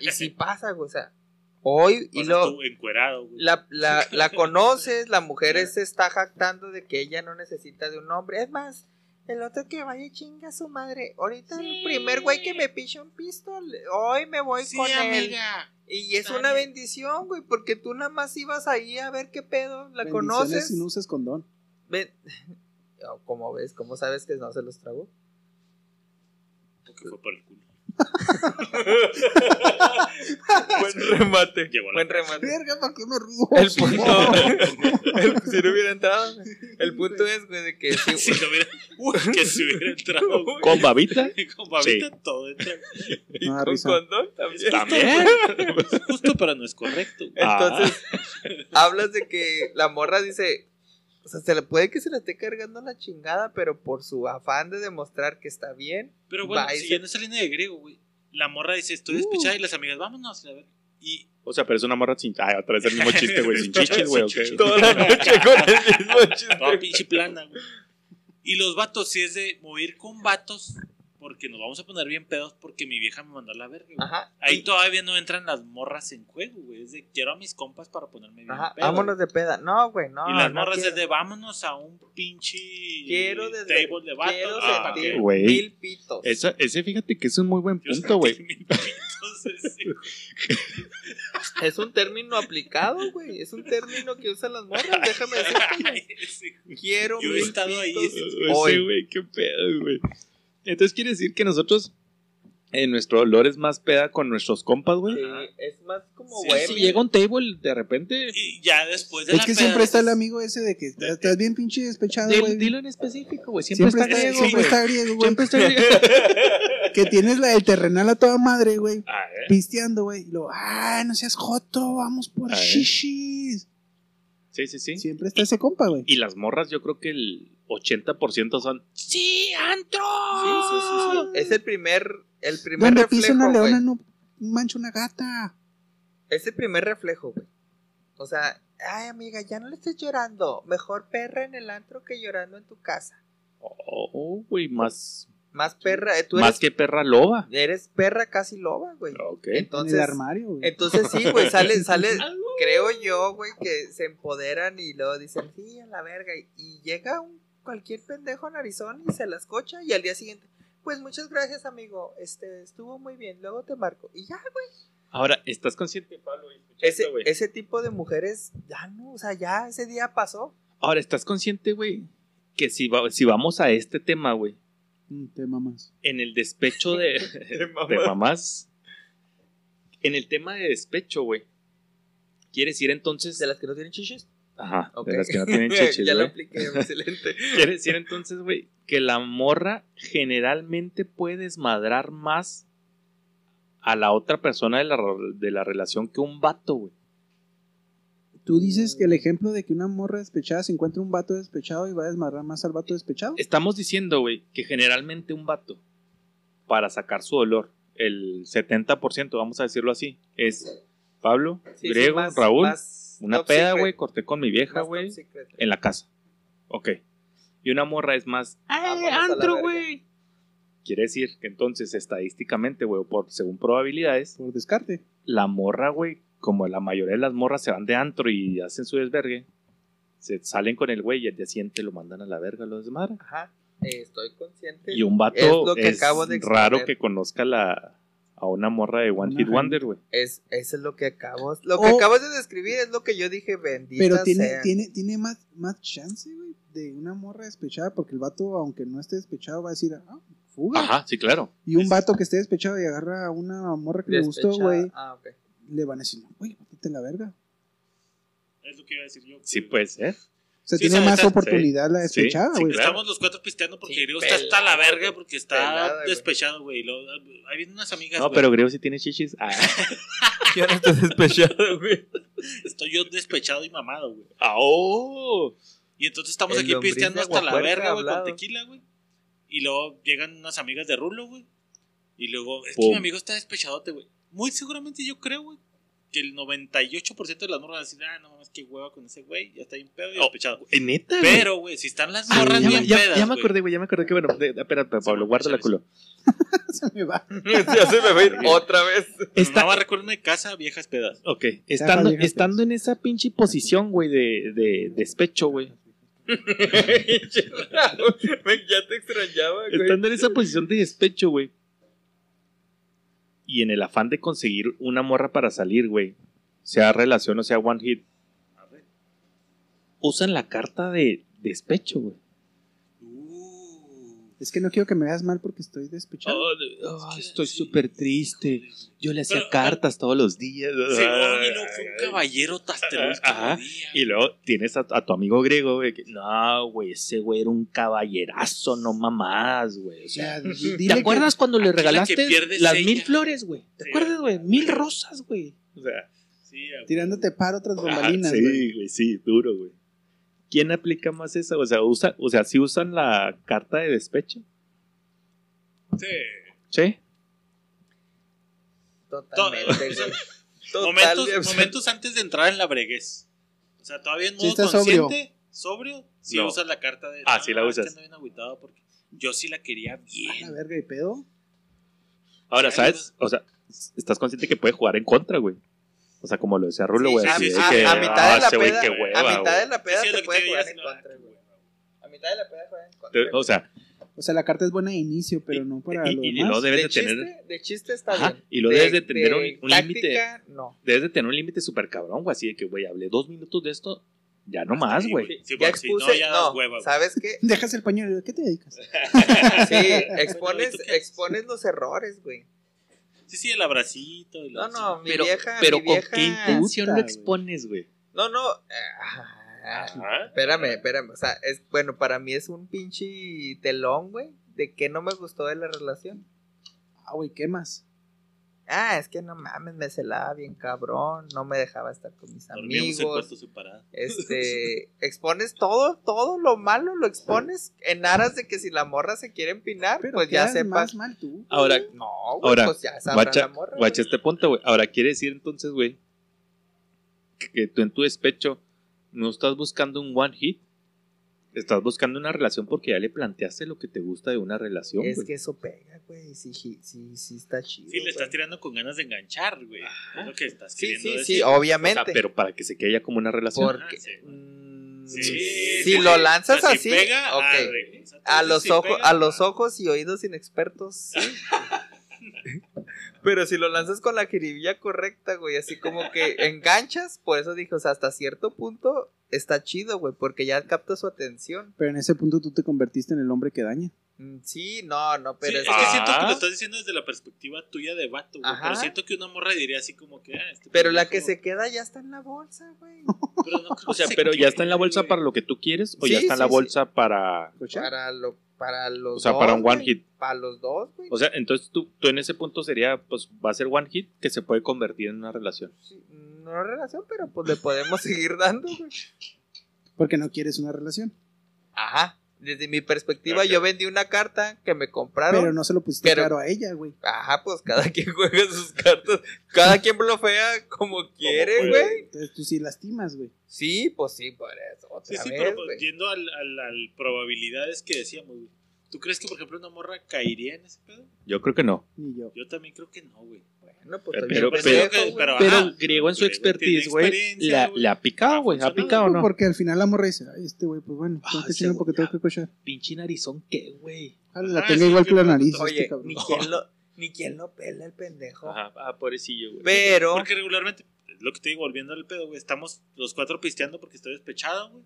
[SPEAKER 4] Y si pasa, güey, o sea, hoy y
[SPEAKER 2] Pasas
[SPEAKER 4] luego
[SPEAKER 2] tú encuerado, güey.
[SPEAKER 4] la, la, la conoces, la mujer se está jactando de que ella no necesita de un hombre. Es más, el otro que vaya y chinga a su madre. Ahorita el primer güey que me piche un pistol, hoy me voy con él. Y es una bendición, güey, porque tú nada más ibas ahí a ver qué pedo, la
[SPEAKER 1] Bendiciones
[SPEAKER 4] conoces.
[SPEAKER 1] si no usas condón.
[SPEAKER 4] Ven. Oh, ¿Cómo ves? ¿Cómo sabes que no se los tragó?
[SPEAKER 2] Porque fue por el culo.
[SPEAKER 4] Buen remate.
[SPEAKER 2] Llegó a la
[SPEAKER 4] Buen
[SPEAKER 2] casa.
[SPEAKER 4] remate.
[SPEAKER 1] Verga, ¿para qué me río?
[SPEAKER 4] El punto. el- si no hubiera entrado. El punto es, güey, de que sí,
[SPEAKER 2] Si no hubiera. Uy, que si hubiera entrado. güey.
[SPEAKER 3] ¿Con babita?
[SPEAKER 2] Con babita todo entra.
[SPEAKER 4] y
[SPEAKER 1] Ah,
[SPEAKER 4] con
[SPEAKER 1] risa.
[SPEAKER 4] condón también.
[SPEAKER 3] También.
[SPEAKER 2] Es justo, pero no es correcto. güey.
[SPEAKER 4] Entonces, hablas de que la morra dice. O sea, se le puede que se la esté cargando la chingada, pero por su afán de demostrar que está bien.
[SPEAKER 2] Pero bueno,
[SPEAKER 4] va y se- Uh.
[SPEAKER 2] siguiendo esa línea de griego, güey. La morra dice, estoy despechada y las amigas, vámonos. A ver. Y
[SPEAKER 3] O sea, pero es una morra sin. Ay, otra vez el mismo chiste, güey. Sin chichis, güey. ¿o qué?
[SPEAKER 2] Sin
[SPEAKER 4] Toda la noche con el mismo chiste.
[SPEAKER 2] toda pinche plana, güey. Y los vatos, si es de mover con vatos, porque nos vamos a poner bien pedos porque mi vieja me mandó a la verga, güey.
[SPEAKER 4] Ajá.
[SPEAKER 2] Ahí
[SPEAKER 4] y-
[SPEAKER 2] todavía no entran las morras en juego, güey. Es de quiero a mis compas para ponerme bien
[SPEAKER 4] ajá,
[SPEAKER 2] pedo.
[SPEAKER 4] vámonos de peda. No, güey, no.
[SPEAKER 2] y las
[SPEAKER 4] no
[SPEAKER 2] morras
[SPEAKER 4] quiero.
[SPEAKER 2] es de vámonos a un pinche
[SPEAKER 4] Quiero desde-
[SPEAKER 2] table de vatos. Ah, güey, pa'
[SPEAKER 4] quiero sentir
[SPEAKER 2] que-
[SPEAKER 3] Güey.
[SPEAKER 4] mil pitos.
[SPEAKER 3] Esa- ese, fíjate que es un muy buen
[SPEAKER 2] Quiero
[SPEAKER 3] punto, güey.
[SPEAKER 2] sentir mis pitos, ese, güey.
[SPEAKER 4] Es un término aplicado, güey. Es un término que usan las morras. Déjame decirte.
[SPEAKER 2] Ay, ese, güey.
[SPEAKER 4] Quiero
[SPEAKER 2] Yo he
[SPEAKER 4] mil
[SPEAKER 2] estado ahí,
[SPEAKER 4] pitos
[SPEAKER 2] ese-
[SPEAKER 3] Sí,
[SPEAKER 4] hoy.
[SPEAKER 3] güey, qué pedo, güey. Entonces quiere decir que nosotros, eh, nuestro dolor es más peda con nuestros compas, güey.
[SPEAKER 4] Sí, es más como
[SPEAKER 2] Sí,
[SPEAKER 3] Y
[SPEAKER 4] güey.
[SPEAKER 3] si llega un table de repente,
[SPEAKER 2] Y ya después de
[SPEAKER 1] Es
[SPEAKER 2] la
[SPEAKER 1] que
[SPEAKER 2] peda-
[SPEAKER 1] siempre está el amigo ese de que estás estás bien pinche despechado,
[SPEAKER 3] dil-
[SPEAKER 1] güey.
[SPEAKER 3] dilo en específico, güey.
[SPEAKER 1] Siempre,
[SPEAKER 3] Siempre,
[SPEAKER 1] está
[SPEAKER 3] está
[SPEAKER 1] griego,
[SPEAKER 3] griego,
[SPEAKER 1] siempre
[SPEAKER 3] güey.
[SPEAKER 1] está griego, güey.
[SPEAKER 3] Siempre está griego.
[SPEAKER 1] Que tienes la del terrenal a toda madre, güey.
[SPEAKER 3] Ah, eh.
[SPEAKER 1] Pisteando, güey. Y luego, ah, no seas joto, vamos por
[SPEAKER 3] A ver.
[SPEAKER 1] shishis.
[SPEAKER 3] Sí, sí, sí.
[SPEAKER 1] Siempre está ese compa, güey.
[SPEAKER 3] Y las morras, yo creo que el 80% son.
[SPEAKER 2] ¡Sí, antro!
[SPEAKER 4] Sí, sí, sí, sí. Es el primer, el primer
[SPEAKER 1] Donde pisa una
[SPEAKER 4] reflejo, güey.
[SPEAKER 1] leona no mancha una gata.
[SPEAKER 4] Es el primer reflejo, güey. O sea, ay, amiga, ya no le estés llorando. Mejor perra en el antro que llorando en tu casa.
[SPEAKER 3] Oh, güey, más,
[SPEAKER 4] Más perra. eh, Tú
[SPEAKER 3] más
[SPEAKER 4] eres,
[SPEAKER 3] que perra loba.
[SPEAKER 4] eres perra casi loba, güey.
[SPEAKER 3] Ok.
[SPEAKER 1] Entonces, en
[SPEAKER 4] Entonces,
[SPEAKER 1] el armario, güey.
[SPEAKER 4] Entonces sí, güey, sale, sale, creo yo, güey, que se empoderan y luego dicen, sí, a la verga. Y, y llega un cualquier pendejo en Arizona y se las cocha y al día siguiente, pues muchas gracias, amigo, este, estuvo muy bien, luego te marco. Y ya, güey.
[SPEAKER 3] Ahora, ¿estás consciente, Pablo? y escuchaste,
[SPEAKER 4] Ese,
[SPEAKER 3] güey?
[SPEAKER 4] ese tipo de mujeres, ya no, o sea, ya ese día pasó.
[SPEAKER 3] Ahora, ¿estás consciente, güey? Que si, va- si vamos a este tema, güey,
[SPEAKER 1] Mm, Te mamas.
[SPEAKER 3] en el despecho de, de mamás. En el tema de despecho, güey. ¿Quieres ir entonces?
[SPEAKER 4] De las que no tienen chichis.
[SPEAKER 3] Ajá,
[SPEAKER 4] Ok.
[SPEAKER 3] de las que no tienen chichis,
[SPEAKER 4] ya lo
[SPEAKER 3] güey.
[SPEAKER 4] apliqué, excelente.
[SPEAKER 3] ¿Quieres decir entonces, güey, que la morra generalmente puede desmadrar más a la otra persona de la, de la relación que un vato, güey?
[SPEAKER 1] Tú dices que el ejemplo de que una morra despechada se encuentra un vato despechado y va a desmarrar más al vato despechado.
[SPEAKER 3] Estamos diciendo, güey, que generalmente un vato, para sacar su dolor, el 70%, vamos a decirlo así, es Pablo,
[SPEAKER 4] Sí, sí,
[SPEAKER 3] Griego,
[SPEAKER 4] más-
[SPEAKER 3] Raúl
[SPEAKER 4] más es
[SPEAKER 3] Una
[SPEAKER 4] top
[SPEAKER 3] peda,
[SPEAKER 4] secret.
[SPEAKER 3] güey, corté con mi vieja,
[SPEAKER 4] Más top
[SPEAKER 3] güey,
[SPEAKER 4] secret.
[SPEAKER 3] en la casa. Ok. Y una morra es más,
[SPEAKER 4] Vámonos
[SPEAKER 3] ¡ay,
[SPEAKER 4] a la
[SPEAKER 3] antro,
[SPEAKER 4] verga.
[SPEAKER 3] güey! Quiere decir que entonces, estadísticamente, güey, o por, según probabilidades,
[SPEAKER 1] Por descarte.
[SPEAKER 3] la morra, güey, como la mayoría de las morras se van de antro y hacen su desvergue, se salen con el güey y al día siguiente lo mandan a la verga, lo desmadran.
[SPEAKER 4] Ajá, eh, estoy consciente.
[SPEAKER 3] Y un vato
[SPEAKER 4] Es
[SPEAKER 3] es,
[SPEAKER 4] lo que acabo de
[SPEAKER 3] raro
[SPEAKER 4] exponer.
[SPEAKER 3] que conozca la, a una morra de
[SPEAKER 1] Una
[SPEAKER 3] One Hit
[SPEAKER 1] hand-
[SPEAKER 3] Wonder, güey.
[SPEAKER 4] Es, eso es lo que acabas. Lo que
[SPEAKER 1] O-
[SPEAKER 4] acabas de describir es lo que yo dije, bendita
[SPEAKER 1] Oh. Pero tiene,
[SPEAKER 4] sea.
[SPEAKER 1] tiene, tiene más, más chance, güey, de una morra despechada, porque el vato, aunque no esté despechado, va a decir, ah, fuga.
[SPEAKER 3] Ajá, sí, claro.
[SPEAKER 1] Y un vato que esté despechado y agarra a una morra que le gustó,
[SPEAKER 4] Despechada.
[SPEAKER 1] güey,
[SPEAKER 4] Ah, ok.
[SPEAKER 1] le van a decir, oye, vete a la verga.
[SPEAKER 2] pues, Es lo que iba a decir yo.
[SPEAKER 3] Sí,
[SPEAKER 4] pues.
[SPEAKER 3] pues, ¿eh? puede ser.
[SPEAKER 1] O sea,
[SPEAKER 2] Sí,
[SPEAKER 1] tiene
[SPEAKER 2] o sea,
[SPEAKER 1] más
[SPEAKER 2] está-
[SPEAKER 1] oportunidad la
[SPEAKER 3] sí,
[SPEAKER 1] despechada,
[SPEAKER 3] sí,
[SPEAKER 1] Ah, güey.
[SPEAKER 3] claro.
[SPEAKER 2] Estamos los cuatro pisteando porque
[SPEAKER 4] Sí,
[SPEAKER 2] Griego está hasta la
[SPEAKER 4] pelada,
[SPEAKER 2] verga
[SPEAKER 4] güey.
[SPEAKER 2] porque está
[SPEAKER 4] Pelada, güey.
[SPEAKER 2] despechado, güey. Lo- Ahí vienen unas amigas.
[SPEAKER 3] No,
[SPEAKER 2] güey.
[SPEAKER 3] pero Griego sí tiene chichis. Ah,
[SPEAKER 4] Yo no estoy despechado, güey.
[SPEAKER 2] Estoy yo despechado y mamado, güey.
[SPEAKER 3] ah, oh.
[SPEAKER 2] Y entonces estamos
[SPEAKER 4] El
[SPEAKER 2] aquí
[SPEAKER 4] lombriz
[SPEAKER 2] pisteando
[SPEAKER 4] de
[SPEAKER 2] hasta la
[SPEAKER 4] aguafuerte
[SPEAKER 2] verga, güey, con
[SPEAKER 4] hablado.
[SPEAKER 2] tequila, güey. Y luego llegan unas amigas de Rulo, güey. Y luego, es que
[SPEAKER 3] Pum.
[SPEAKER 2] mi amigo está despechadote, güey. Muy seguramente yo creo, güey, que el 98% de las morras van a decir, ah, no mames, qué hueva con ese güey, ya está bien pedo y
[SPEAKER 3] Oh,
[SPEAKER 2] despechado.
[SPEAKER 3] Eh, Neta, güey.
[SPEAKER 2] Pero, güey, si están las
[SPEAKER 3] Sí,
[SPEAKER 2] morras
[SPEAKER 3] ya,
[SPEAKER 2] bien
[SPEAKER 3] ya-
[SPEAKER 2] pedas,
[SPEAKER 3] ya me
[SPEAKER 2] güey.
[SPEAKER 3] acordé, güey, ya me acordé que bueno, de- espera, espera, Pablo, guarda la culo.
[SPEAKER 1] Se me va.
[SPEAKER 4] Ya se me va a ir otra vez.
[SPEAKER 3] Está-
[SPEAKER 2] Estaba recuerdo de casa, viejas pedas.
[SPEAKER 3] ok, estando,
[SPEAKER 1] déjate.
[SPEAKER 3] estando en esa pinche posición, güey, de, de despecho, güey.
[SPEAKER 4] Me- ya te extrañaba, güey.
[SPEAKER 3] Estando en esa posición de despecho, güey. Y en el afán de conseguir una morra para salir, güey. Sea relación o sea one hit. Usan la carta de despecho, güey. Uh.
[SPEAKER 1] Es que no quiero que me veas mal porque estoy despechado.
[SPEAKER 3] Ah, estoy súper triste. Yo le hacía
[SPEAKER 2] Pero-
[SPEAKER 3] cartas todos los días. Ah,
[SPEAKER 2] Según y luego fue un caballero hasta el último
[SPEAKER 3] Ajá.
[SPEAKER 2] día.
[SPEAKER 3] Y luego tienes a, a tu amigo griego, güey, que, no, güey, ese güey era un caballerazo, no mamás, güey. O
[SPEAKER 1] O sea,
[SPEAKER 3] sea,
[SPEAKER 1] di-
[SPEAKER 3] ¿te
[SPEAKER 1] dile
[SPEAKER 3] acuerdas cuando
[SPEAKER 2] Aquí
[SPEAKER 3] le
[SPEAKER 2] la que
[SPEAKER 3] regalaste
[SPEAKER 2] pierde es
[SPEAKER 3] las
[SPEAKER 2] ella.
[SPEAKER 3] mil flores, güey? ¿Te
[SPEAKER 2] Sí.
[SPEAKER 3] acuerdas, güey? Mil rosas, güey. O sea,
[SPEAKER 2] Sí,
[SPEAKER 1] que
[SPEAKER 2] güey.
[SPEAKER 1] tirándote paro tras bombalinas,
[SPEAKER 3] ah,
[SPEAKER 1] güey.
[SPEAKER 3] sí, güey, sí, duro, güey. ¿Quién aplica más esa? O sea, usa, o sea, ¿sí usan la carta de despecho?
[SPEAKER 2] Sí.
[SPEAKER 3] Sí.
[SPEAKER 4] Totalmente, güey.
[SPEAKER 2] momentos,
[SPEAKER 4] Totalmente.
[SPEAKER 2] momentos antes de entrar en la breguez. O sea, todavía en modo
[SPEAKER 1] Sí estás
[SPEAKER 2] consciente, sobrio, si
[SPEAKER 3] No.
[SPEAKER 2] usas la carta de.
[SPEAKER 3] Ah, sí la
[SPEAKER 2] es
[SPEAKER 3] usas.
[SPEAKER 2] que ando bien agüitado porque yo sí la quería
[SPEAKER 1] A la
[SPEAKER 2] bien.
[SPEAKER 1] verga, ¿y pedo?
[SPEAKER 3] Ahora,
[SPEAKER 2] Ay,
[SPEAKER 3] ¿sabes? O sea, estás consciente que puede jugar en contra, güey. O sea, como lo decía Rulo,
[SPEAKER 2] Sí,
[SPEAKER 3] güey.
[SPEAKER 2] sí,
[SPEAKER 3] así
[SPEAKER 2] sí,
[SPEAKER 3] de
[SPEAKER 2] sí.
[SPEAKER 3] que,
[SPEAKER 2] A- a
[SPEAKER 4] mitad de
[SPEAKER 3] "Ah,
[SPEAKER 4] la
[SPEAKER 3] ese güey,
[SPEAKER 4] peda-
[SPEAKER 3] qué
[SPEAKER 4] a
[SPEAKER 3] hueva,
[SPEAKER 4] mitad
[SPEAKER 3] güey".
[SPEAKER 4] de la peda
[SPEAKER 2] Sí, sí,
[SPEAKER 4] te
[SPEAKER 2] lo que
[SPEAKER 4] puede
[SPEAKER 2] te
[SPEAKER 4] jugar
[SPEAKER 2] digas,
[SPEAKER 4] en
[SPEAKER 2] no,
[SPEAKER 4] contra,
[SPEAKER 2] qué
[SPEAKER 4] güey. A mitad de la peda juegan en contra.
[SPEAKER 3] O sea,
[SPEAKER 1] O sea, la carta es buena de inicio, pero no para
[SPEAKER 3] y,
[SPEAKER 1] lo
[SPEAKER 3] y- y
[SPEAKER 1] demás.
[SPEAKER 3] luego debes de,
[SPEAKER 4] chiste,
[SPEAKER 3] tener,
[SPEAKER 4] de chiste está
[SPEAKER 3] Ajá,
[SPEAKER 4] bien.
[SPEAKER 3] y lo debes de tener un- un límite.
[SPEAKER 4] táctica, No.
[SPEAKER 3] debes de tener un límite súper cabrón, güey. Así de que, güey, hablé dos minutos de esto, ya
[SPEAKER 4] Ah,
[SPEAKER 3] no más,
[SPEAKER 2] ahí,
[SPEAKER 3] güey.
[SPEAKER 2] güey. Sí,
[SPEAKER 4] ya
[SPEAKER 2] porque si no,
[SPEAKER 4] expuse,
[SPEAKER 2] ya
[SPEAKER 4] no,
[SPEAKER 2] das hueva, güey.
[SPEAKER 4] ¿sabes qué?
[SPEAKER 1] Dejas el pañuelo, ¿a qué te dedicas?
[SPEAKER 4] Sí,
[SPEAKER 2] Bueno, ¿y
[SPEAKER 4] expones,
[SPEAKER 2] tú qué haces?
[SPEAKER 4] expones los errores, güey.
[SPEAKER 2] Sí, sí, el abracito. Y la-
[SPEAKER 4] No, no, mi
[SPEAKER 3] Pero,
[SPEAKER 4] vieja,
[SPEAKER 3] pero
[SPEAKER 4] mi
[SPEAKER 3] ¿con
[SPEAKER 4] vieja-
[SPEAKER 3] qué intención lo
[SPEAKER 1] güey.
[SPEAKER 3] expones, güey?
[SPEAKER 4] No, no. ah, espérame, espérame. O sea, es, bueno, para mí es un pinche telón, güey. De que no me gustó de la relación.
[SPEAKER 1] Ah, güey, ¿qué más?
[SPEAKER 4] Ah, es que no mames, me celaba bien cabrón. No me dejaba estar con mis
[SPEAKER 2] Ah, Dormíamos en
[SPEAKER 4] amigos.
[SPEAKER 2] cuartos separados.
[SPEAKER 4] Este, expones todo, todo lo malo lo expones en aras de que si la morra se quiere empinar,
[SPEAKER 1] Pero
[SPEAKER 4] pues ya
[SPEAKER 1] quedas
[SPEAKER 4] sepas.
[SPEAKER 1] más mal tú.
[SPEAKER 3] Ahora,
[SPEAKER 4] No, güey,
[SPEAKER 3] ahora,
[SPEAKER 4] pues ya sabrá la
[SPEAKER 3] guacha,
[SPEAKER 4] morra.
[SPEAKER 3] guacha este punto, güey. Ahora, quiere decir entonces, güey, que- que tú en tu despecho no estás buscando un one hit. Estás buscando una relación porque ya le planteaste lo que te gusta de una relación,
[SPEAKER 4] güey. Es
[SPEAKER 3] güey.
[SPEAKER 4] que eso pega, güey. Sí, sí, sí, sí está chido.
[SPEAKER 2] Sí, le estás
[SPEAKER 4] güey.
[SPEAKER 2] tirando con ganas de enganchar, güey. Es lo que estás
[SPEAKER 4] Sí,
[SPEAKER 2] queriendo
[SPEAKER 4] sí,
[SPEAKER 2] decir.
[SPEAKER 4] sí,
[SPEAKER 3] O sea,
[SPEAKER 4] obviamente.
[SPEAKER 3] pero para que se quede ya como una relación.
[SPEAKER 2] Por-
[SPEAKER 4] porque
[SPEAKER 2] Ah, sí.
[SPEAKER 4] mm,
[SPEAKER 2] Sí,
[SPEAKER 4] si
[SPEAKER 2] sí.
[SPEAKER 4] lo lanzas
[SPEAKER 2] O sea,
[SPEAKER 4] así,
[SPEAKER 2] si pega,
[SPEAKER 4] ok.
[SPEAKER 2] arre. O sea, tú
[SPEAKER 4] a
[SPEAKER 2] dices,
[SPEAKER 4] los
[SPEAKER 2] si
[SPEAKER 4] ojos,
[SPEAKER 2] pega, ah,
[SPEAKER 4] a los ojos y oídos inexpertos, sí. Pero si lo lanzas con la jiribilla correcta, güey, así como que enganchas, por eso dije, o sea, hasta cierto punto está chido, güey, porque ya capta su atención.
[SPEAKER 1] Pero en ese punto tú te convertiste en el hombre que daña.
[SPEAKER 4] Mm, Sí, no, no, pero
[SPEAKER 2] Sí, es
[SPEAKER 4] es
[SPEAKER 2] que
[SPEAKER 4] que-
[SPEAKER 2] siento que
[SPEAKER 3] Ah.
[SPEAKER 2] lo estás diciendo desde la perspectiva tuya de vato, güey.
[SPEAKER 4] Ajá.
[SPEAKER 2] Pero siento que una morra diría así como que. ah, este
[SPEAKER 4] Pero la que
[SPEAKER 2] pendejo-
[SPEAKER 4] se queda ya está en la bolsa, güey.
[SPEAKER 2] Pero no creo
[SPEAKER 3] O sea,
[SPEAKER 2] que se
[SPEAKER 3] pero ya está en la
[SPEAKER 2] quede,
[SPEAKER 3] bolsa
[SPEAKER 2] güey.
[SPEAKER 3] para lo que tú quieres o
[SPEAKER 4] Sí,
[SPEAKER 3] ya está en la
[SPEAKER 4] sí, sí.
[SPEAKER 3] bolsa para...
[SPEAKER 4] Para, lo, para los
[SPEAKER 3] O sea, para
[SPEAKER 4] dos,
[SPEAKER 3] un one
[SPEAKER 4] güey,
[SPEAKER 3] hit.
[SPEAKER 4] Para los dos, güey.
[SPEAKER 3] O sea, entonces tú, tú en ese punto sería, pues va a ser one hit que se puede convertir en una relación.
[SPEAKER 4] Sí, no relación, pero pues le podemos seguir dando, güey.
[SPEAKER 1] Porque no quieres una relación.
[SPEAKER 4] Ajá. Desde mi perspectiva, yo vendí una carta que me compraron.
[SPEAKER 1] Pero no se lo pusiste claro a ella, güey.
[SPEAKER 4] Ajá, pues cada quien juega sus cartas. Cada quien blofea como quiere, güey.
[SPEAKER 1] Entonces tú sí lastimas, güey.
[SPEAKER 4] Sí, pues sí, por eso.
[SPEAKER 2] Sí,
[SPEAKER 4] Otra
[SPEAKER 2] sí,
[SPEAKER 4] vez,
[SPEAKER 2] pero pues,
[SPEAKER 4] güey.
[SPEAKER 2] yendo al, al, al probabilidades que decíamos, güey. ¿Tú crees que, por ejemplo, una morra caería en ese pedo?
[SPEAKER 3] Yo creo que no.
[SPEAKER 1] Ni yo.
[SPEAKER 2] Yo también creo que no, güey.
[SPEAKER 4] No, pues,
[SPEAKER 3] Pero, pero,
[SPEAKER 4] estoy
[SPEAKER 3] pero,
[SPEAKER 4] bien pendejo, güey.
[SPEAKER 2] pero,
[SPEAKER 3] pero
[SPEAKER 2] ajá,
[SPEAKER 3] Griego en su
[SPEAKER 2] Griego tiene
[SPEAKER 3] expertise, güey,
[SPEAKER 2] experiencia,
[SPEAKER 3] la,
[SPEAKER 2] güey.
[SPEAKER 3] la ha picado, güey. ¿Ha
[SPEAKER 2] funcionado,
[SPEAKER 3] picado o no?
[SPEAKER 1] Porque al final la morra dice, "Ay, este güey, pues bueno, tengo
[SPEAKER 3] Ah,
[SPEAKER 1] que
[SPEAKER 3] ese
[SPEAKER 1] chingar
[SPEAKER 3] güey,
[SPEAKER 1] porque tengo
[SPEAKER 3] ya.
[SPEAKER 1] que cochar.
[SPEAKER 3] Pinche narizón, ¿qué, güey?
[SPEAKER 1] Ojalá la
[SPEAKER 2] Ah,
[SPEAKER 1] tenga
[SPEAKER 2] sí,
[SPEAKER 1] igual
[SPEAKER 2] qué
[SPEAKER 1] que la
[SPEAKER 2] bueno.
[SPEAKER 1] nariz. este
[SPEAKER 4] Oye,
[SPEAKER 1] cabrón.
[SPEAKER 4] ni quien lo, ni quien lo pela el pendejo.
[SPEAKER 3] Ajá, ah, pobrecillo, güey.
[SPEAKER 4] Pero,
[SPEAKER 2] Porque regularmente, lo que te digo, volviendo al pedo, güey, estamos los cuatro pisteando porque estoy despechado, güey.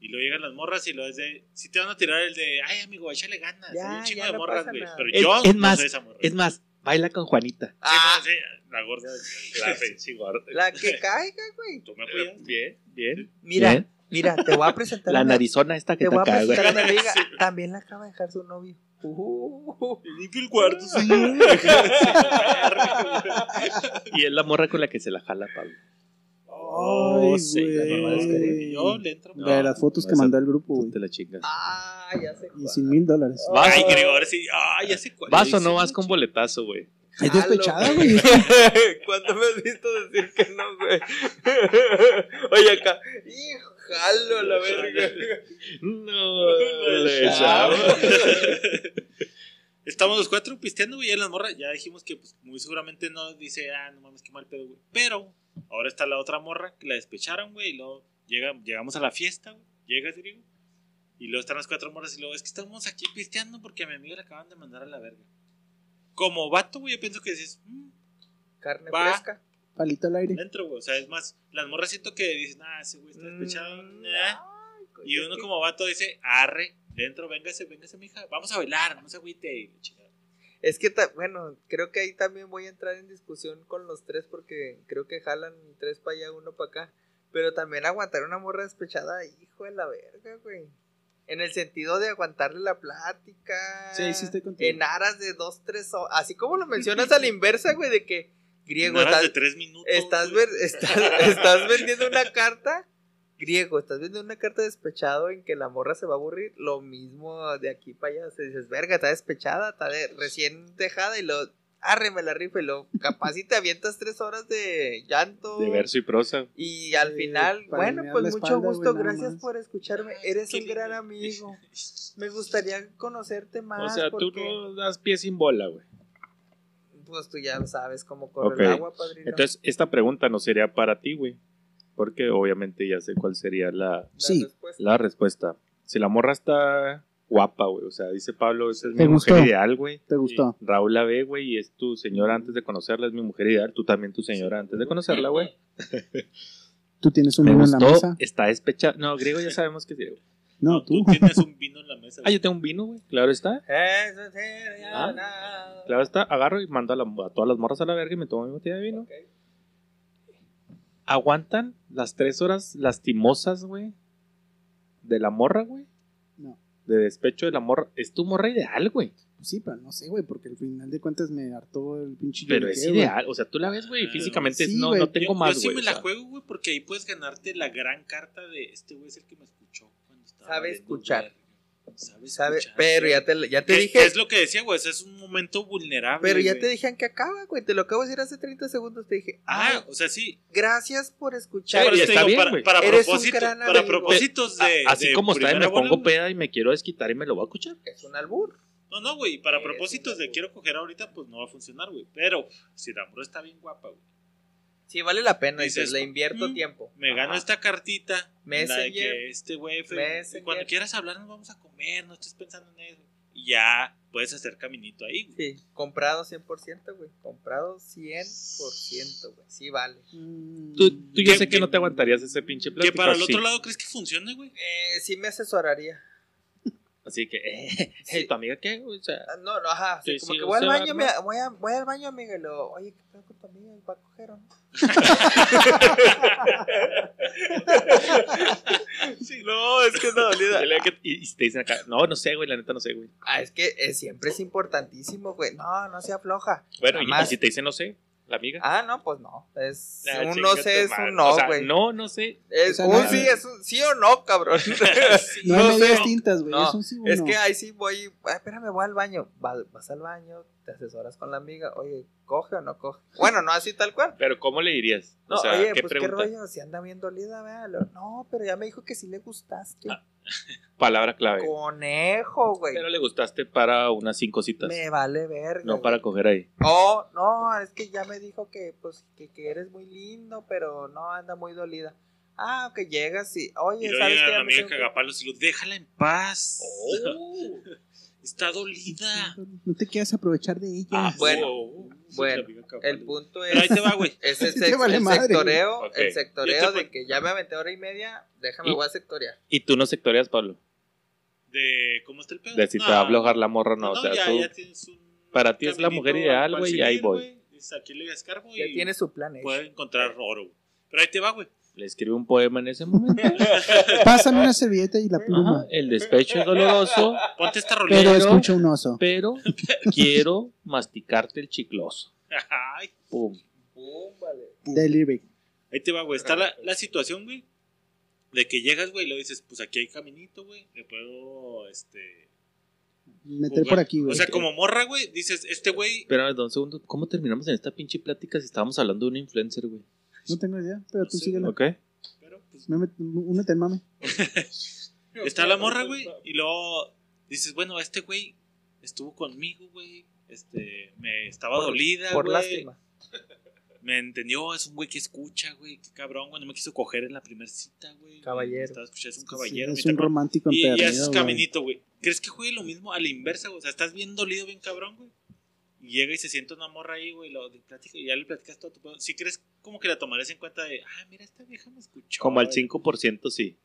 [SPEAKER 2] Y luego llegan las morras y lo es de. Si te van a tirar el de. Ay, amigo, échale ganas.
[SPEAKER 4] Ya,
[SPEAKER 2] hay un chingo
[SPEAKER 4] ya
[SPEAKER 2] de
[SPEAKER 4] no
[SPEAKER 2] morras,
[SPEAKER 4] pasa
[SPEAKER 2] güey.
[SPEAKER 4] nada.
[SPEAKER 2] Pero
[SPEAKER 3] Es-
[SPEAKER 2] yo
[SPEAKER 3] es
[SPEAKER 2] no
[SPEAKER 3] más,
[SPEAKER 2] soy esa morra.
[SPEAKER 3] Es más, baila con Juanita.
[SPEAKER 4] ah,
[SPEAKER 2] Sí, no, sí, la gorda. La fecha.
[SPEAKER 4] la que caiga, güey.
[SPEAKER 2] Tú me apoyas.
[SPEAKER 3] Bien, bien.
[SPEAKER 4] Mira,
[SPEAKER 3] Bien.
[SPEAKER 4] mira, te voy a presentar.
[SPEAKER 3] ¿Eh? La
[SPEAKER 4] a una-
[SPEAKER 3] narizona esta que
[SPEAKER 4] Te
[SPEAKER 3] te
[SPEAKER 4] voy a
[SPEAKER 3] cae, güey.
[SPEAKER 4] presentar a mi amiga. También la acaba de dejar su novio. Uh,
[SPEAKER 2] Limpio el cuarto, señor.
[SPEAKER 3] Y es la morra con la que se la jala, Pablo.
[SPEAKER 1] Ay,
[SPEAKER 3] sí, la mamá de Oscar.
[SPEAKER 1] güey.
[SPEAKER 2] Yo le entro.
[SPEAKER 1] La de las fotos
[SPEAKER 3] no,
[SPEAKER 1] que
[SPEAKER 3] esa-
[SPEAKER 1] mandó el grupo,
[SPEAKER 3] Tú
[SPEAKER 1] güey.
[SPEAKER 3] te Oh, la chingas.
[SPEAKER 4] ah, ya sé.
[SPEAKER 1] Y
[SPEAKER 4] cuál.
[SPEAKER 1] 100 mil dólares.
[SPEAKER 3] ¿Vas,
[SPEAKER 2] Ay, Gregorio, sí. Ay, ya sé cuál.
[SPEAKER 3] vas o no vas con boletazo, güey?
[SPEAKER 1] Es despechada,
[SPEAKER 4] Jalo,
[SPEAKER 1] güey.
[SPEAKER 4] ¿Cuándo me has visto decir que no, güey? Oye, acá. Hijo, jalo la verga.
[SPEAKER 3] No,
[SPEAKER 4] la chava.
[SPEAKER 2] Estamos los cuatro pisteando, güey, ya las morras. Ya dijimos que pues, muy seguramente no dice, ah, no mames, qué mal pedo, güey. Pero ahora está la otra morra que la despecharon, güey, y luego llega, llegamos a la fiesta, güey. Llegas, digo. Y luego están las cuatro morras y luego es que estamos aquí pisteando porque a mi amiga le acaban de mandar a la verga. Como vato, güey, yo pienso que dices, "Mm,
[SPEAKER 4] Carne
[SPEAKER 2] Va.
[SPEAKER 4] fresca.
[SPEAKER 1] Palito al aire.
[SPEAKER 2] dentro, güey. O sea, es más, las morras siento que dicen, ah, ese güey está despechado.
[SPEAKER 4] Mm,
[SPEAKER 2] nah".
[SPEAKER 4] ay, coño,
[SPEAKER 2] Y
[SPEAKER 4] es
[SPEAKER 2] uno
[SPEAKER 4] que-
[SPEAKER 2] como vato dice, arre, dentro, véngase, véngase, mija, vamos a bailar, no se agüite. y la chingada.
[SPEAKER 4] Es que, ta- bueno, creo que ahí también voy a entrar en discusión con los tres porque creo que jalan tres para allá, uno para acá. Pero también aguantar una morra despechada, hijo de la verga, güey. En el sentido de aguantarle la plática.
[SPEAKER 1] Sí, ahí sí estoy contigo.
[SPEAKER 4] En aras de dos, tres horas. Así como lo mencionas a la inversa, güey, de que griego,
[SPEAKER 2] Nada más
[SPEAKER 4] estás,
[SPEAKER 2] de tres minutos.
[SPEAKER 4] estás,
[SPEAKER 2] güey.
[SPEAKER 4] ver- estás- estás vendiendo una carta. Griego, estás vendiendo una carta despechado en que la morra se va a aburrir. Lo mismo de aquí para allá. Se dices, verga, está despechada, está de- recién dejada y lo. Arre, me la rifa y lo. Capaz y te avientas tres horas de llanto.
[SPEAKER 3] De verso y prosa.
[SPEAKER 4] Y al
[SPEAKER 1] Eh,
[SPEAKER 4] final,
[SPEAKER 1] para
[SPEAKER 4] bueno,
[SPEAKER 1] alinear
[SPEAKER 4] pues
[SPEAKER 1] la
[SPEAKER 4] mucho
[SPEAKER 1] espalda, güey,
[SPEAKER 4] gusto,
[SPEAKER 1] nada
[SPEAKER 4] gracias
[SPEAKER 1] más.
[SPEAKER 4] por escucharme. Eres un gran amigo. Me gustaría conocerte
[SPEAKER 3] O
[SPEAKER 4] más.
[SPEAKER 3] sea, tú
[SPEAKER 4] porque,
[SPEAKER 3] no das pie sin bola, güey.
[SPEAKER 4] Pues tú ya sabes cómo corre el
[SPEAKER 3] Ok.
[SPEAKER 4] agua, padrino.
[SPEAKER 3] Entonces, esta pregunta no sería para ti, güey. Porque obviamente ya sé cuál sería la,
[SPEAKER 4] La
[SPEAKER 1] Sí.
[SPEAKER 4] respuesta.
[SPEAKER 3] la respuesta. Si la morra está guapa, güey. O sea, dice Pablo, esa es mi
[SPEAKER 1] ¿Te
[SPEAKER 3] mujer
[SPEAKER 1] gustó?
[SPEAKER 3] ideal, güey.
[SPEAKER 1] ¿Te gustó?
[SPEAKER 3] Y Raúl la ve, güey, y es tu señora antes de conocerla, es mi mujer ideal. Tú también tu señora antes de conocerla, güey.
[SPEAKER 1] ¿Tú tienes un
[SPEAKER 3] Me
[SPEAKER 1] vino en la
[SPEAKER 3] gustó,
[SPEAKER 1] mesa?
[SPEAKER 3] está despechada. No, griego ya sabemos que es griego.
[SPEAKER 1] No, tú.
[SPEAKER 2] Tú tienes un vino en la mesa.
[SPEAKER 3] Ah,
[SPEAKER 2] güey.
[SPEAKER 3] yo tengo un vino, güey. Claro está.
[SPEAKER 4] Eso sería
[SPEAKER 3] Ah,
[SPEAKER 4] nada.
[SPEAKER 3] Claro está. Agarro y mando a, la- a todas las morras a la verga y me tomo mi botella de vino.
[SPEAKER 4] Ok.
[SPEAKER 3] ¿Aguantan las tres horas lastimosas, güey? De la morra, güey.
[SPEAKER 1] No.
[SPEAKER 3] De despecho de la morra. Es tu morra ideal, güey.
[SPEAKER 1] Sí, pero no sé, güey, porque al final de cuentas me hartó el pinche
[SPEAKER 3] Pero
[SPEAKER 1] lloriqueo,
[SPEAKER 3] es
[SPEAKER 1] güey.
[SPEAKER 3] ideal. O sea, tú la ves, güey.
[SPEAKER 2] Ah,
[SPEAKER 3] Físicamente
[SPEAKER 1] sí,
[SPEAKER 3] es, no,
[SPEAKER 1] güey.
[SPEAKER 3] no
[SPEAKER 2] yo,
[SPEAKER 3] tengo más,
[SPEAKER 2] Yo sí
[SPEAKER 3] güey.
[SPEAKER 2] me
[SPEAKER 3] o
[SPEAKER 2] la
[SPEAKER 3] sea.
[SPEAKER 2] juego, güey, porque ahí puedes ganarte la gran carta de este güey es el que me escuchó cuando estaba.
[SPEAKER 4] Sabe
[SPEAKER 2] valiendo
[SPEAKER 4] escuchar.
[SPEAKER 2] verga. Sabe
[SPEAKER 4] ¿Sabe?
[SPEAKER 2] escuchar.
[SPEAKER 4] Pero ya te, ya te
[SPEAKER 2] ¿Qué-
[SPEAKER 4] dije.
[SPEAKER 2] qué Es lo que decía, güey, ese es un momento vulnerable.
[SPEAKER 4] Pero ya
[SPEAKER 2] güey.
[SPEAKER 4] te dije que acaba, güey. Te lo acabo de decir hace 30 segundos. Te dije,
[SPEAKER 2] Ah,
[SPEAKER 4] ah,
[SPEAKER 2] o sea, sí.
[SPEAKER 4] gracias por escuchar.
[SPEAKER 2] Por
[SPEAKER 3] y
[SPEAKER 2] eso
[SPEAKER 3] está
[SPEAKER 2] te digo,
[SPEAKER 3] bien,
[SPEAKER 2] para,
[SPEAKER 3] güey.
[SPEAKER 2] para
[SPEAKER 4] Eres un
[SPEAKER 2] propósito-
[SPEAKER 4] gran
[SPEAKER 2] para
[SPEAKER 4] amigo.
[SPEAKER 2] propósitos de.
[SPEAKER 3] A- Así
[SPEAKER 2] de
[SPEAKER 3] como está, y me
[SPEAKER 2] primera bola,
[SPEAKER 3] pongo
[SPEAKER 2] güey.
[SPEAKER 3] peda y me quiero desquitar y me lo voy a escuchar.
[SPEAKER 4] Es un albur.
[SPEAKER 2] No, no, güey, para
[SPEAKER 4] Eh,
[SPEAKER 2] propósitos
[SPEAKER 4] sí,
[SPEAKER 2] de
[SPEAKER 4] güey.
[SPEAKER 2] quiero coger ahorita, pues no va a funcionar, güey. Pero si la morra está bien guapa, güey.
[SPEAKER 4] Sí, vale la pena. Dices,
[SPEAKER 2] Dices,
[SPEAKER 4] le invierto
[SPEAKER 2] mm,
[SPEAKER 4] tiempo.
[SPEAKER 2] Me gano
[SPEAKER 3] Ajá.
[SPEAKER 2] esta cartita. la de
[SPEAKER 4] Messenger.
[SPEAKER 2] que este güey. fue-
[SPEAKER 4] Messenger.
[SPEAKER 2] Cuando quieras hablar, nos vamos a comer, no estés pensando en eso. Y ya puedes hacer caminito ahí, güey.
[SPEAKER 4] Sí, comprado 100%, güey. Comprado 100%, güey. Sí, vale.
[SPEAKER 1] Mm.
[SPEAKER 3] Tú, tú yo
[SPEAKER 2] ¿Qué-
[SPEAKER 3] sé que
[SPEAKER 2] qué-
[SPEAKER 3] no te aguantarías ese pinche
[SPEAKER 2] Que
[SPEAKER 3] plástico.
[SPEAKER 2] para el
[SPEAKER 3] así.
[SPEAKER 2] otro lado crees que funcione, güey.
[SPEAKER 4] Eh, sí, me asesoraría.
[SPEAKER 3] Así que, eh, hey, ¿tu amiga qué? güey? O sea,
[SPEAKER 4] Ah, No, no, ajá. sí,
[SPEAKER 3] Sí,
[SPEAKER 4] como
[SPEAKER 3] sí,
[SPEAKER 4] que voy al
[SPEAKER 3] usted va,
[SPEAKER 4] baño,
[SPEAKER 3] ¿no?
[SPEAKER 4] mira, voy, a- voy al baño, amiga. Y luego, oye, ¿qué pedo con tu amiga? ¿Va a coger o no?
[SPEAKER 3] no, es que no, Y, y te dicen acá, no, no sé, güey, la neta no sé, güey.
[SPEAKER 4] Ah, es que eh, siempre es importantísimo, güey. No, no sea floja.
[SPEAKER 3] Bueno,
[SPEAKER 4] Nada
[SPEAKER 3] y, y
[SPEAKER 4] más.
[SPEAKER 3] si te dicen no sé, la amiga?
[SPEAKER 4] Ah, no, pues no. Es,
[SPEAKER 3] Ah,
[SPEAKER 4] un
[SPEAKER 3] chinga
[SPEAKER 4] no
[SPEAKER 3] tu
[SPEAKER 4] sé es
[SPEAKER 3] madre.
[SPEAKER 4] un no,
[SPEAKER 3] O sea,
[SPEAKER 4] güey.
[SPEAKER 3] no, no sé.
[SPEAKER 4] Es
[SPEAKER 3] O sea,
[SPEAKER 4] un
[SPEAKER 3] no.
[SPEAKER 4] sí, es un sí o no, cabrón.
[SPEAKER 1] No hay medidas tintas, güey,
[SPEAKER 4] No,
[SPEAKER 1] es un sí o
[SPEAKER 4] es
[SPEAKER 1] no.
[SPEAKER 4] que ahí sí voy. Ay, espérame, voy al baño. Va- vas al baño, te asesoras con la amiga. Oye, ¿coge o no coge? Bueno, no así tal cual.
[SPEAKER 3] Pero ¿cómo le dirías?
[SPEAKER 4] No,
[SPEAKER 3] o sea,
[SPEAKER 4] oye,
[SPEAKER 3] ¿qué
[SPEAKER 4] pues
[SPEAKER 3] pregunta?
[SPEAKER 4] qué rollo, si anda bien dolida, vea. Lo- No, pero ya me dijo que sí le gustaste.
[SPEAKER 3] Palabra clave.
[SPEAKER 4] Conejo, güey.
[SPEAKER 3] Pero le gustaste para unas cinco
[SPEAKER 2] pues,
[SPEAKER 3] citas.
[SPEAKER 4] Me vale verga.
[SPEAKER 3] No para coger ahí.
[SPEAKER 4] Oh, no, es que ya me dijo que, pues, que, que eres muy lindo, pero no, anda muy dolida. Ah, que llegas y,
[SPEAKER 2] Y
[SPEAKER 4] oye,
[SPEAKER 2] luego
[SPEAKER 4] ¿sabes
[SPEAKER 2] llega
[SPEAKER 4] qué?
[SPEAKER 2] la
[SPEAKER 4] Ya me
[SPEAKER 2] amiga
[SPEAKER 4] tengo que-
[SPEAKER 2] cagapalos y lo déjala en paz.
[SPEAKER 4] Oh.
[SPEAKER 2] Está dolida. Oh,
[SPEAKER 1] No te quieras aprovechar de ella.
[SPEAKER 4] Ah,
[SPEAKER 2] Ah,
[SPEAKER 4] Bueno, bueno, el punto es...
[SPEAKER 2] ahí te va, güey.
[SPEAKER 4] Ese es
[SPEAKER 1] Te vale
[SPEAKER 4] el
[SPEAKER 1] madre,
[SPEAKER 4] sectoreo,
[SPEAKER 1] güey.
[SPEAKER 4] el
[SPEAKER 1] Ok.
[SPEAKER 4] sectoreo
[SPEAKER 2] Yo te-
[SPEAKER 4] de que ya me aventé hora y media, déjame,
[SPEAKER 3] Y-
[SPEAKER 4] voy a sectorear.
[SPEAKER 3] Y tú no sectoreas, Pablo.
[SPEAKER 2] De cómo está el pedo.
[SPEAKER 3] De si te
[SPEAKER 2] No,
[SPEAKER 3] va a aflojar la morra, no.
[SPEAKER 2] no,
[SPEAKER 3] o sea,
[SPEAKER 2] ya-
[SPEAKER 3] tú.
[SPEAKER 2] ya tienes
[SPEAKER 3] para ti es la
[SPEAKER 2] caminito
[SPEAKER 3] mujer
[SPEAKER 2] al
[SPEAKER 3] ideal,
[SPEAKER 2] cual
[SPEAKER 3] güey, y
[SPEAKER 2] seguir,
[SPEAKER 3] ahí voy.
[SPEAKER 2] dices, Aquí le escarbo
[SPEAKER 4] Ya
[SPEAKER 2] y
[SPEAKER 4] tiene su plan hecho.
[SPEAKER 2] puede encontrar oro. güey. Pero ahí te va, güey.
[SPEAKER 3] Le escribe un poema en ese momento.
[SPEAKER 1] Pásame una servilleta y la pluma.
[SPEAKER 3] Ajá, el despecho es doloroso.
[SPEAKER 2] Ponte esta
[SPEAKER 1] Pero escucha un oso.
[SPEAKER 3] Pero quiero masticarte el chicloso.
[SPEAKER 2] Ay,
[SPEAKER 3] Pum.
[SPEAKER 1] Delivery.
[SPEAKER 2] Ahí te va, güey. Está la, la situación, güey. De que llegas, güey, y lo dices, pues aquí hay caminito, güey. Le puedo, este.
[SPEAKER 1] Meter
[SPEAKER 2] jugar".
[SPEAKER 1] por aquí, güey.
[SPEAKER 2] O sea, como morra, güey, dices, este güey.
[SPEAKER 3] Espérame, don, un segundo. ¿Cómo terminamos en esta pinche plática si estábamos hablando de un influencer, güey?
[SPEAKER 1] No tengo idea, pero tú síguela.
[SPEAKER 3] ¿Ok?
[SPEAKER 1] Me met- Únete al mame.
[SPEAKER 2] pues, Está la morra, güey. Y luego dices, bueno, este güey estuvo conmigo, güey. Este, me estaba dolida,
[SPEAKER 4] Por
[SPEAKER 2] güey.
[SPEAKER 4] lástima.
[SPEAKER 2] Me entendió, es un güey que escucha, güey. Qué cabrón, güey. No me quiso coger en la primera cita, güey.
[SPEAKER 4] Caballero.
[SPEAKER 2] Estaba escuchando, es un caballero.
[SPEAKER 1] es
[SPEAKER 2] mi
[SPEAKER 1] un
[SPEAKER 2] carnal.
[SPEAKER 1] romántico
[SPEAKER 2] Y, y
[SPEAKER 1] empedernido.
[SPEAKER 2] haces
[SPEAKER 1] güey.
[SPEAKER 2] caminito, güey. ¿Crees que juegue lo mismo a la inversa, güey? O sea, estás bien dolido, bien cabrón, güey. Y llega y se sienta una morra ahí, güey. Lo de platica, y ya le platicas todo tu pedo. Si crees, como que la tomarás en cuenta de, ah, mira, esta vieja me escuchó.
[SPEAKER 3] Como al
[SPEAKER 2] güey.
[SPEAKER 3] 5% sí.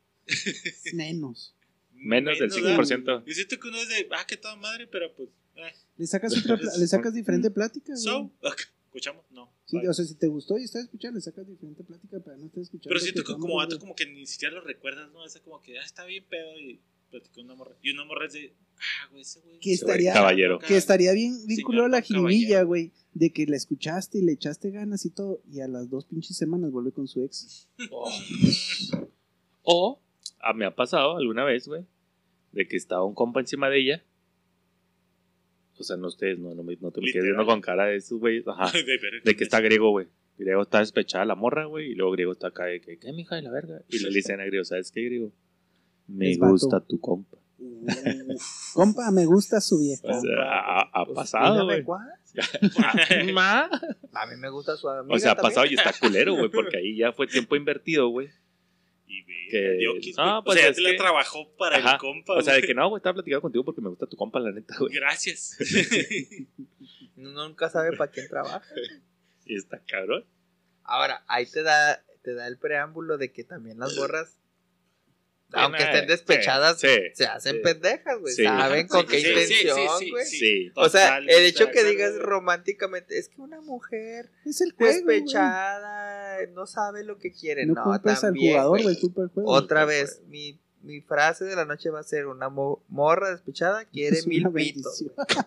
[SPEAKER 1] Menos.
[SPEAKER 3] Menos del
[SPEAKER 2] Menos,
[SPEAKER 3] 5%.
[SPEAKER 2] Yo siento que uno es de, ah, qué toda madre, pero pues. eh,
[SPEAKER 1] Le sacas, otra pla- le sacas diferente plática, güey.
[SPEAKER 2] So, ok, escuchamos, no.
[SPEAKER 1] Sí,
[SPEAKER 2] Vale.
[SPEAKER 1] o sea, si te gustó y estás escuchando, le sacas diferente plática para no estar escuchando.
[SPEAKER 2] Pero siento
[SPEAKER 1] que
[SPEAKER 2] que
[SPEAKER 1] vamos,
[SPEAKER 2] como vato,
[SPEAKER 1] güey.
[SPEAKER 2] como que ni siquiera lo recuerdas, ¿no? Esa como que, ah, está bien pedo y platicó una morra. Y una morra es de, ah, güey, ese güey.
[SPEAKER 1] que
[SPEAKER 2] ese güey,
[SPEAKER 1] estaría,
[SPEAKER 3] caballero.
[SPEAKER 1] que estaría bien vinculado a la
[SPEAKER 2] Señor don
[SPEAKER 1] jiribilla, güey, de que la escuchaste y le echaste ganas y todo, y a las dos pinches semanas vuelve con su ex.
[SPEAKER 3] O ah, me ha pasado alguna vez, güey, de que estaba un compa encima de ella. O sea, no ustedes, no, no, me- no te me quedes
[SPEAKER 2] Literal.
[SPEAKER 3] viendo con cara de esos, güey. Ajá.
[SPEAKER 2] De ver-
[SPEAKER 3] Ah, De que está griego, güey. Griego está despechada la morra, güey. Y luego griego está acá de que, ¿qué, mija de la verga? Y le dicen a griego, ¿sabes qué, griego? Me
[SPEAKER 1] Es vato.
[SPEAKER 3] gusta tu compa.
[SPEAKER 1] Compa, me gusta su vieja.
[SPEAKER 3] O sea, ha, ha
[SPEAKER 1] Pues,
[SPEAKER 2] Pues,
[SPEAKER 3] pasado, güey.
[SPEAKER 4] Dígame, ¿cuál?
[SPEAKER 3] Ma.
[SPEAKER 4] A mí me gusta su amiga
[SPEAKER 3] O sea, ha
[SPEAKER 4] también.
[SPEAKER 3] pasado y está culero, güey, porque ahí ya fue tiempo invertido, güey.
[SPEAKER 2] Y ve,
[SPEAKER 3] Que-
[SPEAKER 2] Diokis,
[SPEAKER 3] no,
[SPEAKER 2] güey.
[SPEAKER 3] pues
[SPEAKER 2] o sea, ya
[SPEAKER 3] es
[SPEAKER 2] te la
[SPEAKER 3] que-
[SPEAKER 2] trabajó para
[SPEAKER 3] Ajá.
[SPEAKER 2] el compa.
[SPEAKER 3] O sea, de
[SPEAKER 2] güey.
[SPEAKER 3] que no, güey, estaba platicando contigo porque me gusta tu compa, la neta, güey.
[SPEAKER 2] Gracias.
[SPEAKER 4] Nunca sabe para quién trabaja.
[SPEAKER 3] Y está cabrón.
[SPEAKER 4] Ahora, ahí te da, te da el preámbulo de que también las borras, aunque
[SPEAKER 3] Sí,
[SPEAKER 4] estén
[SPEAKER 3] sí,
[SPEAKER 4] despechadas,
[SPEAKER 3] eh. sí,
[SPEAKER 4] se hacen
[SPEAKER 3] sí.
[SPEAKER 4] pendejas, güey.
[SPEAKER 3] Sí.
[SPEAKER 4] Saben con qué
[SPEAKER 2] Sí, sí, sí, sí,
[SPEAKER 4] intención,
[SPEAKER 2] sí,
[SPEAKER 4] güey.
[SPEAKER 2] sí.
[SPEAKER 3] Sí.
[SPEAKER 4] O sea,
[SPEAKER 2] Totalmente
[SPEAKER 4] el hecho
[SPEAKER 2] de
[SPEAKER 4] que
[SPEAKER 2] acuerdo,
[SPEAKER 4] digas
[SPEAKER 2] güey.
[SPEAKER 4] románticamente, es que una mujer
[SPEAKER 1] Es el juego, güey.
[SPEAKER 4] despechada no sabe lo que quiere.
[SPEAKER 1] No
[SPEAKER 4] No,
[SPEAKER 1] culpes al
[SPEAKER 4] también,
[SPEAKER 1] jugador,
[SPEAKER 4] güey.
[SPEAKER 1] güey, culpa al juego.
[SPEAKER 4] Otra vez, mi, mi frase de la noche va a ser, una mo- morra despechada quiere
[SPEAKER 1] Es
[SPEAKER 4] mil
[SPEAKER 1] una
[SPEAKER 4] pitos.
[SPEAKER 1] bendición.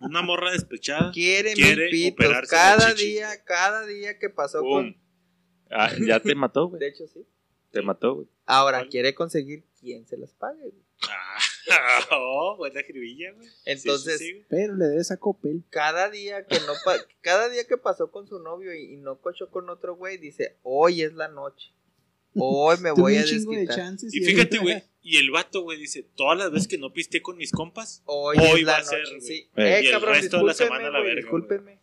[SPEAKER 2] Una morra despechada.
[SPEAKER 4] Quiere,
[SPEAKER 2] Quiere
[SPEAKER 4] mil pitos.
[SPEAKER 2] operarse la
[SPEAKER 4] Cada
[SPEAKER 2] chichi.
[SPEAKER 4] día, cada día que pasó
[SPEAKER 3] Pum.
[SPEAKER 4] con...
[SPEAKER 3] Ah, ya te mató, güey.
[SPEAKER 4] De hecho, sí.
[SPEAKER 3] Te mató, güey.
[SPEAKER 4] Ahora
[SPEAKER 2] ¿Cuál?
[SPEAKER 4] quiere conseguir quien se las pague. güey.
[SPEAKER 2] Ah, oh, buena jiribilla, güey. Sí,
[SPEAKER 4] Entonces,
[SPEAKER 2] sí, sí, güey.
[SPEAKER 1] Pero le debes a Copel.
[SPEAKER 4] cada día que no pa- cada día que pasó con su novio y, y no cochó con otro güey, dice, "Hoy es la noche. Hoy me
[SPEAKER 1] Tuve
[SPEAKER 4] voy a
[SPEAKER 1] un chingo de
[SPEAKER 4] desquitar.
[SPEAKER 1] chances
[SPEAKER 2] y fíjate, güey. Y el vato, güey, dice: Todas las veces que no pisteé con mis compas.
[SPEAKER 4] Hoy,
[SPEAKER 2] Hoy
[SPEAKER 4] es
[SPEAKER 2] va
[SPEAKER 4] la
[SPEAKER 2] a ser,
[SPEAKER 4] noche."
[SPEAKER 2] güey.
[SPEAKER 4] Sí.
[SPEAKER 3] Eh,
[SPEAKER 4] Eh,
[SPEAKER 2] y el
[SPEAKER 4] cabrón,
[SPEAKER 2] resto de la
[SPEAKER 4] discúlpeme,
[SPEAKER 2] semana la
[SPEAKER 4] güey,
[SPEAKER 2] verga,
[SPEAKER 4] discúlpeme.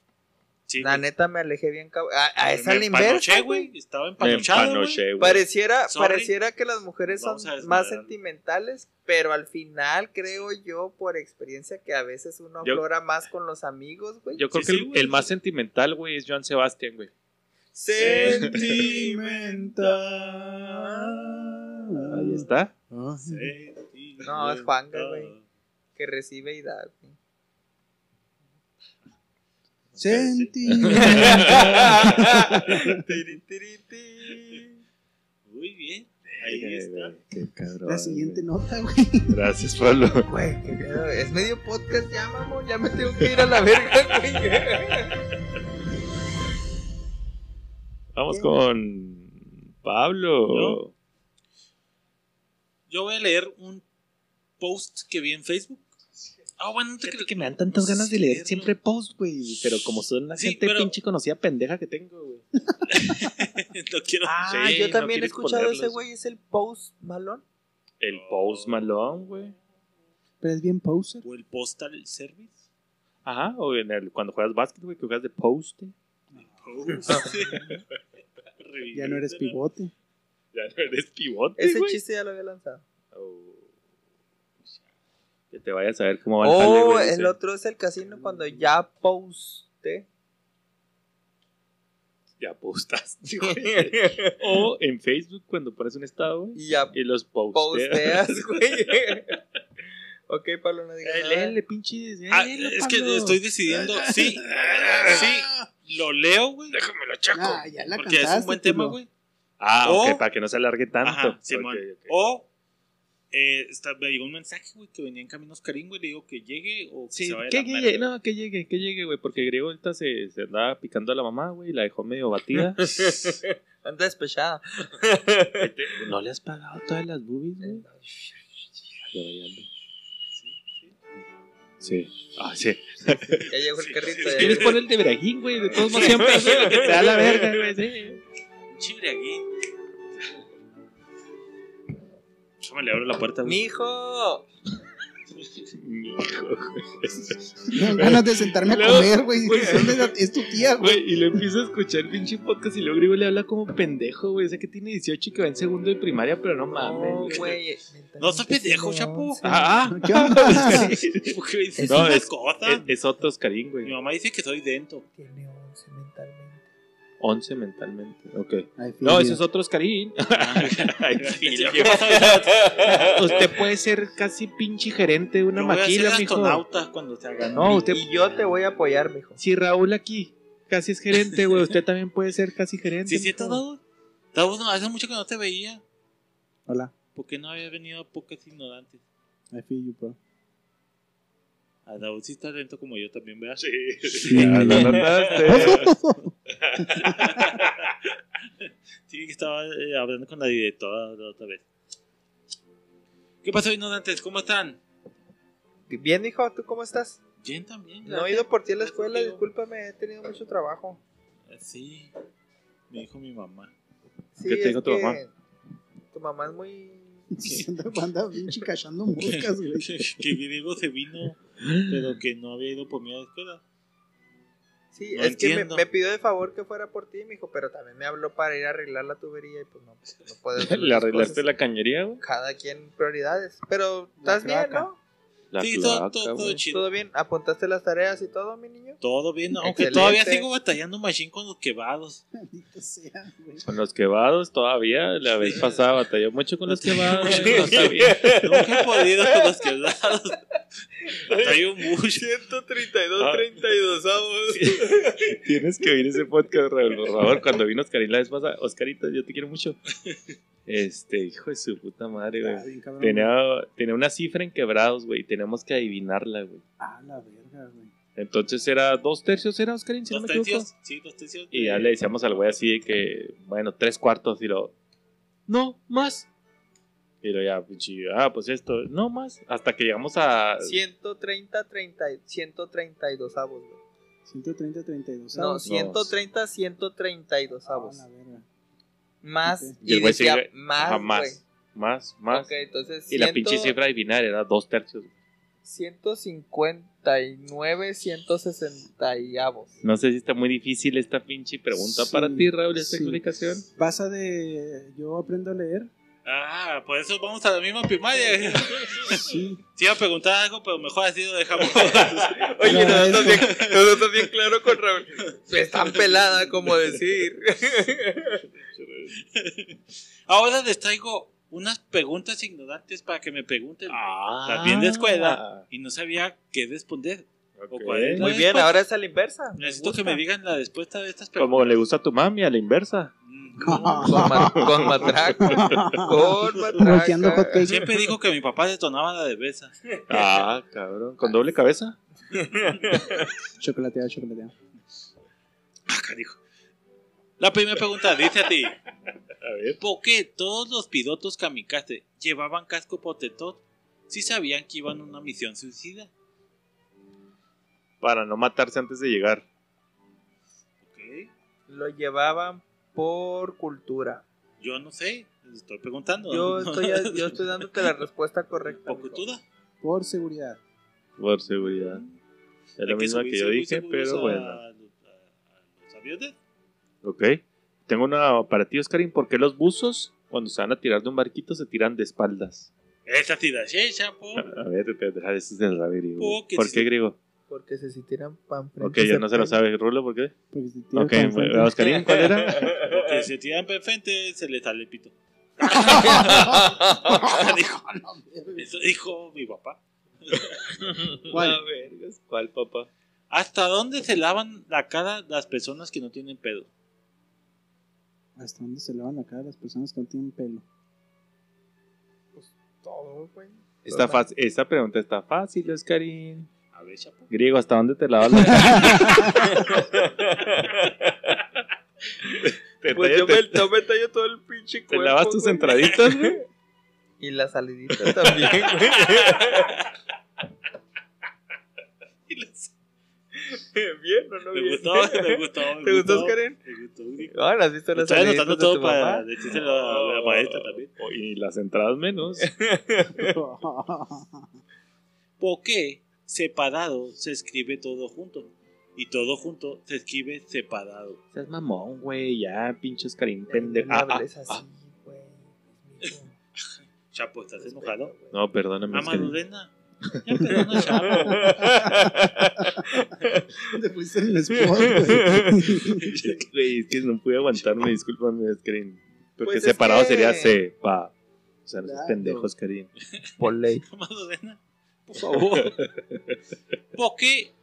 [SPEAKER 2] Sí,
[SPEAKER 4] La
[SPEAKER 2] güey.
[SPEAKER 4] neta me alejé bien cabrón. A, a esa
[SPEAKER 2] Me
[SPEAKER 4] la inversa,
[SPEAKER 2] empanoché,
[SPEAKER 4] güey.
[SPEAKER 2] güey. Estaba
[SPEAKER 3] Me
[SPEAKER 2] empanochado, güey.
[SPEAKER 3] empanoché, güey.
[SPEAKER 4] Pareciera,
[SPEAKER 2] Sorry.
[SPEAKER 4] pareciera que las mujeres son
[SPEAKER 2] Vamos a desmadrar.
[SPEAKER 4] más sentimentales, pero al final creo yo por experiencia que a veces uno
[SPEAKER 3] Yo-
[SPEAKER 4] aflora más con los amigos, güey.
[SPEAKER 3] Yo creo
[SPEAKER 2] Sí,
[SPEAKER 3] que
[SPEAKER 2] sí,
[SPEAKER 3] el-
[SPEAKER 2] güey.
[SPEAKER 3] el, más sentimental, güey, es Joan Sebastián, güey.
[SPEAKER 1] Sentimental.
[SPEAKER 3] Ahí está.
[SPEAKER 4] No, es Juanga, güey. Que recibe y da. güey.
[SPEAKER 1] Sentimental.
[SPEAKER 4] Tiri, tiri, tiri.
[SPEAKER 2] Muy bien. Ahí está.
[SPEAKER 3] Qué cabrón.
[SPEAKER 1] La siguiente
[SPEAKER 3] güey.
[SPEAKER 1] nota, güey.
[SPEAKER 3] Gracias, Pablo.
[SPEAKER 4] Güey, qué pedo, es medio podcast ya, mamón. Ya me tengo que ir a la verga, güey.
[SPEAKER 3] Vamos con Pablo.
[SPEAKER 2] Yo voy a leer un post que vi en Facebook. Ah, bueno, no te creo
[SPEAKER 3] Que me dan tantas ganas de leer siempre post, güey. Pero como son la
[SPEAKER 2] Sí,
[SPEAKER 3] gente
[SPEAKER 2] pero-
[SPEAKER 3] pinche conocida pendeja que tengo, güey.
[SPEAKER 2] no quiero.
[SPEAKER 4] Ah,
[SPEAKER 3] Sí,
[SPEAKER 4] yo
[SPEAKER 3] no
[SPEAKER 4] también he
[SPEAKER 3] quiero
[SPEAKER 4] escuchado ese
[SPEAKER 3] exponerlos.
[SPEAKER 4] güey, es el Post Malón.
[SPEAKER 3] El post Malone, güey.
[SPEAKER 1] Pero es bien poser.
[SPEAKER 2] O el postal service.
[SPEAKER 3] Ajá, o en el, cuando juegas básquet, güey, que juegas de post.
[SPEAKER 2] Post.
[SPEAKER 1] Ya no eres pivote.
[SPEAKER 3] Ya no eres pivote,
[SPEAKER 4] Ese
[SPEAKER 3] güey.
[SPEAKER 4] chiste ya lo había lanzado.
[SPEAKER 3] Oh. Que te vayas a ver cómo va el jale,
[SPEAKER 4] Oh,
[SPEAKER 3] güey,
[SPEAKER 4] el
[SPEAKER 3] dice.
[SPEAKER 4] otro es el casino cuando ya poste.
[SPEAKER 3] Ya postaste, güey. o en Facebook cuando pones un estado, güey.
[SPEAKER 4] Y ya
[SPEAKER 3] Y los posteas.
[SPEAKER 4] posteas, güey. ok, Pablo, no digas nada.
[SPEAKER 3] Eh, Léele, pinche.
[SPEAKER 2] Ah,
[SPEAKER 3] léelo,
[SPEAKER 2] es que
[SPEAKER 3] Pablo.
[SPEAKER 2] estoy decidiendo. Sí, sí, lo leo, güey.
[SPEAKER 3] Déjame lo chaco.
[SPEAKER 1] Ah, ya la
[SPEAKER 2] Porque es un
[SPEAKER 1] cantaste,
[SPEAKER 2] buen tema,
[SPEAKER 1] culo.
[SPEAKER 2] güey.
[SPEAKER 3] Ah,
[SPEAKER 2] O-
[SPEAKER 3] ok, para que no se alargue tanto.
[SPEAKER 2] Ajá, Simón.
[SPEAKER 3] Ok, ok.
[SPEAKER 2] O eh, está- me llegó un mensaje, güey, que venía en Caminos Karim, güey. Le digo que llegue o que
[SPEAKER 3] Sí,
[SPEAKER 2] se vaya.
[SPEAKER 3] que
[SPEAKER 2] a la
[SPEAKER 3] llegue,
[SPEAKER 2] verga.
[SPEAKER 3] no, que llegue, que llegue, güey, porque Griego ahorita se, se andaba picando a la mamá, güey, y la dejó medio batida.
[SPEAKER 4] Anda despechada.
[SPEAKER 3] ¿No le has pagado todas las boobies, güey? Sí. Ah, sí.
[SPEAKER 4] Ya llegó el carrito.
[SPEAKER 3] Si
[SPEAKER 4] ya
[SPEAKER 3] quieres
[SPEAKER 4] llegó.
[SPEAKER 3] poner el de Brajín, güey, de todos modos siempre es lo que te da la verga, güey, sí.
[SPEAKER 2] Chibre aquí. Yo me le abro la puerta, güey.
[SPEAKER 4] ¡Mijo!
[SPEAKER 3] Hijo,
[SPEAKER 1] Me dan ganas de sentarme a
[SPEAKER 3] Luego,
[SPEAKER 1] comer, güey.
[SPEAKER 3] güey.
[SPEAKER 1] ¿Dónde la- Es tu tía, güey.
[SPEAKER 3] Güey, y le empiezo a escuchar el pinche podcast y luego Griego le habla como pendejo, güey. Sé que tiene 18 y que va en segundo de primaria, pero no mames.
[SPEAKER 4] No,
[SPEAKER 3] güey.
[SPEAKER 4] güey.
[SPEAKER 2] No seas pendejo, chapo.
[SPEAKER 3] Ah, ah.
[SPEAKER 1] ¿Qué onda?
[SPEAKER 2] ¿Por qué dices
[SPEAKER 3] Es eh, no,
[SPEAKER 2] esas
[SPEAKER 3] es,
[SPEAKER 2] cosas?
[SPEAKER 3] es, es otro Oscarín,
[SPEAKER 2] Mi
[SPEAKER 3] güey.
[SPEAKER 2] mamá dice que soy dento.
[SPEAKER 4] Tiene 11 mentalmente.
[SPEAKER 3] 11 mentalmente. Ok.
[SPEAKER 1] I feel
[SPEAKER 3] No,
[SPEAKER 1] you.
[SPEAKER 3] ese es otro Oscarín. Ay, filo.
[SPEAKER 2] ¿Qué pasa?
[SPEAKER 3] usted puede ser casi pinche gerente de una
[SPEAKER 2] Yo voy a ser
[SPEAKER 3] maquila, mijo.
[SPEAKER 2] astronauta cuando se hagan.
[SPEAKER 3] No, usted.
[SPEAKER 4] Y yo te voy a apoyar, mijo.
[SPEAKER 3] Si Raúl aquí casi es gerente, güey, usted también puede ser casi gerente.
[SPEAKER 2] Sí, sí,
[SPEAKER 3] mijo.
[SPEAKER 2] Tadao. Tadao, no, hace mucho que no te veía.
[SPEAKER 1] Hola.
[SPEAKER 2] ¿Por qué no habías venido a Pocas Ignorantes?
[SPEAKER 1] I feel you, bro.
[SPEAKER 2] A Daud sí está lento como yo también, ¿verdad?
[SPEAKER 3] Sí, ya este, lo notaste.
[SPEAKER 2] Sí, que estaba eh, hablando con la directora la otra vez. ¿Qué pasó, ignorantes? ¿Cómo están?
[SPEAKER 4] Bien, hijo, ¿tú cómo estás?
[SPEAKER 2] Bien también.
[SPEAKER 4] No he ido por ti a la escuela, discúlpame, he tenido mucho trabajo.
[SPEAKER 2] Ah, Sí, me dijo mi mamá.
[SPEAKER 4] Sí,
[SPEAKER 3] ¿Qué te
[SPEAKER 4] es
[SPEAKER 3] dijo tu
[SPEAKER 4] que
[SPEAKER 3] mamá?
[SPEAKER 4] Tu mamá es muy.
[SPEAKER 1] Se anda- anda pinche cachando moscas, güey.
[SPEAKER 2] que Griego se vino, pero que no había ido por mí a la escuela.
[SPEAKER 4] Sí,
[SPEAKER 2] No
[SPEAKER 4] es que me-
[SPEAKER 2] entiendo.
[SPEAKER 4] me, pidió de favor que fuera por ti, mijo, pero también me habló para ir a arreglar la tubería y pues no, pues, no puedo. hacer
[SPEAKER 3] ¿Le
[SPEAKER 4] las
[SPEAKER 3] arreglaste
[SPEAKER 4] cosas.
[SPEAKER 3] la cañería, güey?
[SPEAKER 4] Cada quien prioridades. Pero, ¿estás bien,
[SPEAKER 1] cloaca.
[SPEAKER 4] no? Pues,
[SPEAKER 3] La
[SPEAKER 2] sí, todo,
[SPEAKER 3] cloaca,
[SPEAKER 2] todo, todo
[SPEAKER 3] güey.
[SPEAKER 2] chido.
[SPEAKER 4] ¿Todo bien? ¿Apuntaste las tareas y todo, mi niño?
[SPEAKER 2] Todo bien, aunque
[SPEAKER 4] Excelente.
[SPEAKER 2] todavía sigo batallando machín con los quebados.
[SPEAKER 1] Maldita sea, güey.
[SPEAKER 3] Con los quebados todavía, la vez pasada batalló mucho con los quebados.
[SPEAKER 2] Mucho
[SPEAKER 3] güey,
[SPEAKER 2] con
[SPEAKER 3] no
[SPEAKER 2] los
[SPEAKER 3] sabía.
[SPEAKER 2] Nunca he podido con los quebados. Batallo mucho.
[SPEAKER 4] 132,
[SPEAKER 2] Ah.
[SPEAKER 4] 32, vamos.
[SPEAKER 3] Tienes que oír ese podcast, Raúl, por favor. Cuando vino Oscarín la vez pasada, Oscarita, yo te quiero mucho. Este, hijo de su puta madre, güey.
[SPEAKER 1] Está Ah, bien, cabrón.
[SPEAKER 3] Tenía, tenía una cifra en quebrados, güey. y Tenemos que adivinarla, güey.
[SPEAKER 1] Ah, la verga, güey.
[SPEAKER 3] Entonces era dos tercios, era Oscarín, si no
[SPEAKER 2] Dos
[SPEAKER 3] me equivoco.
[SPEAKER 2] tercios, sí, dos tercios.
[SPEAKER 3] Y ya le decíamos al güey así de que, bueno, tres cuartos y lo. No, más. Y lo ya, pinche, ah, pues esto, no más. Hasta que llegamos a.
[SPEAKER 4] 130, 30, 132 avos, güey.
[SPEAKER 1] 130, 32.
[SPEAKER 4] No,
[SPEAKER 1] avos.
[SPEAKER 4] 130, 132
[SPEAKER 1] Ah,
[SPEAKER 4] avos.
[SPEAKER 1] la verga.
[SPEAKER 4] Más,
[SPEAKER 1] Ok.
[SPEAKER 3] Y el
[SPEAKER 4] y
[SPEAKER 3] güey
[SPEAKER 4] decía
[SPEAKER 3] sigue,
[SPEAKER 4] más,
[SPEAKER 3] Ajá,
[SPEAKER 4] güey.
[SPEAKER 3] más, más, más.
[SPEAKER 4] Ok, entonces
[SPEAKER 3] Y la pinche cifra adivinar era dos tercios.
[SPEAKER 4] 159, 160 y avos.
[SPEAKER 3] No sé si está muy difícil esta pinche pregunta
[SPEAKER 1] Sí,
[SPEAKER 3] para ti, Raúl, esta
[SPEAKER 1] sí.
[SPEAKER 3] explicación.
[SPEAKER 1] Pasa de. Yo aprendo a leer.
[SPEAKER 2] Ah, por eso vamos a la misma primaria.
[SPEAKER 1] Sí.
[SPEAKER 2] Te iba a preguntar algo, pero mejor así lo dejamos.
[SPEAKER 1] Oye, nosotros bien-
[SPEAKER 4] nosotros bien claro con Raúl. Están pelada, como decir.
[SPEAKER 2] Ahora les traigo unas preguntas ignorantes para que me pregunten.
[SPEAKER 3] Ah,
[SPEAKER 2] También de escuela. Y no sabía qué responder.
[SPEAKER 3] Ok.
[SPEAKER 2] cuál es la-
[SPEAKER 4] Muy bien, ahora es a la inversa. Me
[SPEAKER 2] Necesito
[SPEAKER 4] gusta.
[SPEAKER 2] que me digan la respuesta de estas preguntas.
[SPEAKER 3] Como le gusta a tu mami, a la inversa.
[SPEAKER 2] Mm,
[SPEAKER 4] Con, ma- con matraca. Con
[SPEAKER 1] Volteando hot
[SPEAKER 4] matraca.
[SPEAKER 1] cakes.
[SPEAKER 2] Siempre dijo que mi papá detonaba la cerveza.
[SPEAKER 3] Ah, cabrón. ¿Con doble cabeza?
[SPEAKER 1] Chocolateado, chocolateado.
[SPEAKER 2] Ah, canijo. La primera pregunta dice a ti. ¿Por qué todos los pilotos kamikaze llevaban casco protector si sabían que iban a una misión suicida?
[SPEAKER 3] Para no matarse antes de llegar.
[SPEAKER 4] Lo llevaban por cultura.
[SPEAKER 2] Yo no sé, les estoy preguntando.
[SPEAKER 4] Yo estoy, yo estoy dándote la respuesta correcta.
[SPEAKER 2] ¿Por cultura?
[SPEAKER 1] Por seguridad.
[SPEAKER 3] Por seguridad. Es
[SPEAKER 2] Hay
[SPEAKER 3] la
[SPEAKER 2] que
[SPEAKER 3] misma que
[SPEAKER 2] subirse
[SPEAKER 3] yo
[SPEAKER 2] muy
[SPEAKER 3] dije,
[SPEAKER 2] seguros
[SPEAKER 3] pero
[SPEAKER 2] a
[SPEAKER 3] bueno.
[SPEAKER 2] los- a los aviones.
[SPEAKER 3] Ok. Tengo una para ti, Oscarín. ¿Por qué los buzos, cuando se van a tirar de un barquito, se tiran de espaldas?
[SPEAKER 2] Esa tira hecha por...
[SPEAKER 3] A ver, espérate, deja ese es el griego.
[SPEAKER 2] Oh, que
[SPEAKER 3] ¿Por
[SPEAKER 2] sí
[SPEAKER 3] qué
[SPEAKER 2] se-
[SPEAKER 3] griego?
[SPEAKER 4] Porque se sintieran pan
[SPEAKER 3] Ok, yo no se lo sabe, Rulo, ¿por qué?
[SPEAKER 1] Porque se tira
[SPEAKER 3] Ok, pues, eh,
[SPEAKER 1] tan fuerte.
[SPEAKER 3] Oscarín, ¿cuál era?
[SPEAKER 4] eh,
[SPEAKER 2] Porque si tiran para enfrente, se les sale el pito. dijo, eso dijo mi papá.
[SPEAKER 3] ¿Cuál? ¿Cuál, papá?
[SPEAKER 2] ¿Hasta dónde se lavan la cara las personas que no tienen pedo?
[SPEAKER 1] ¿Hasta dónde se lavan la cara las personas que no tienen pelo?
[SPEAKER 4] Todo, güey.
[SPEAKER 3] Está fácil, esta pregunta está fácil, Oscarín.
[SPEAKER 2] A ver, chapo.
[SPEAKER 3] Griego, ¿hasta dónde te lavas la te,
[SPEAKER 4] Pues
[SPEAKER 3] tallas-
[SPEAKER 4] yo
[SPEAKER 3] te-
[SPEAKER 4] me, yo me tallo todo el pinche
[SPEAKER 3] te
[SPEAKER 4] cuerpo.
[SPEAKER 3] lavas tus
[SPEAKER 4] güey.
[SPEAKER 3] entraditas, güey.
[SPEAKER 4] Y la salidita también, güey.
[SPEAKER 2] Y les-
[SPEAKER 4] ¿Bien o no
[SPEAKER 2] Me
[SPEAKER 4] bien?
[SPEAKER 2] gustó, me gustó. me
[SPEAKER 4] ¿Te gustó, Oscarín?
[SPEAKER 2] Me gustó.
[SPEAKER 4] Ah, ¿las has visto las
[SPEAKER 2] Estoy
[SPEAKER 4] saliditas
[SPEAKER 2] anotando
[SPEAKER 4] de
[SPEAKER 2] todo
[SPEAKER 4] tu
[SPEAKER 2] para
[SPEAKER 4] mamá?
[SPEAKER 2] decírselo a la maestra también.
[SPEAKER 3] Oh, Y las entradas menos.
[SPEAKER 2] ¿Por qué separado se escribe todo junto? Y todo junto se escribe separado.
[SPEAKER 3] Seas mamón, güey, ya, pinche Oscarín, pendejo. Ah,
[SPEAKER 4] No hables así, güey.
[SPEAKER 2] Chapo, ¿estás enojado?
[SPEAKER 3] No, perdóname.
[SPEAKER 2] Mamá
[SPEAKER 3] Oscarín.
[SPEAKER 2] Lorena. Ya perdona, Chapo.
[SPEAKER 1] Te pusiste en el spot, güey.
[SPEAKER 3] Güey, es que no pude aguantarme, discúlpame, Oscarín. Porque
[SPEAKER 4] Pues es
[SPEAKER 3] separado
[SPEAKER 4] que-
[SPEAKER 3] sería C, pa. O sea, no seas
[SPEAKER 1] Claro.
[SPEAKER 3] pendejo, Oscarín.
[SPEAKER 4] Por ley.
[SPEAKER 2] Mamá Lorena, por favor. ¿Por qué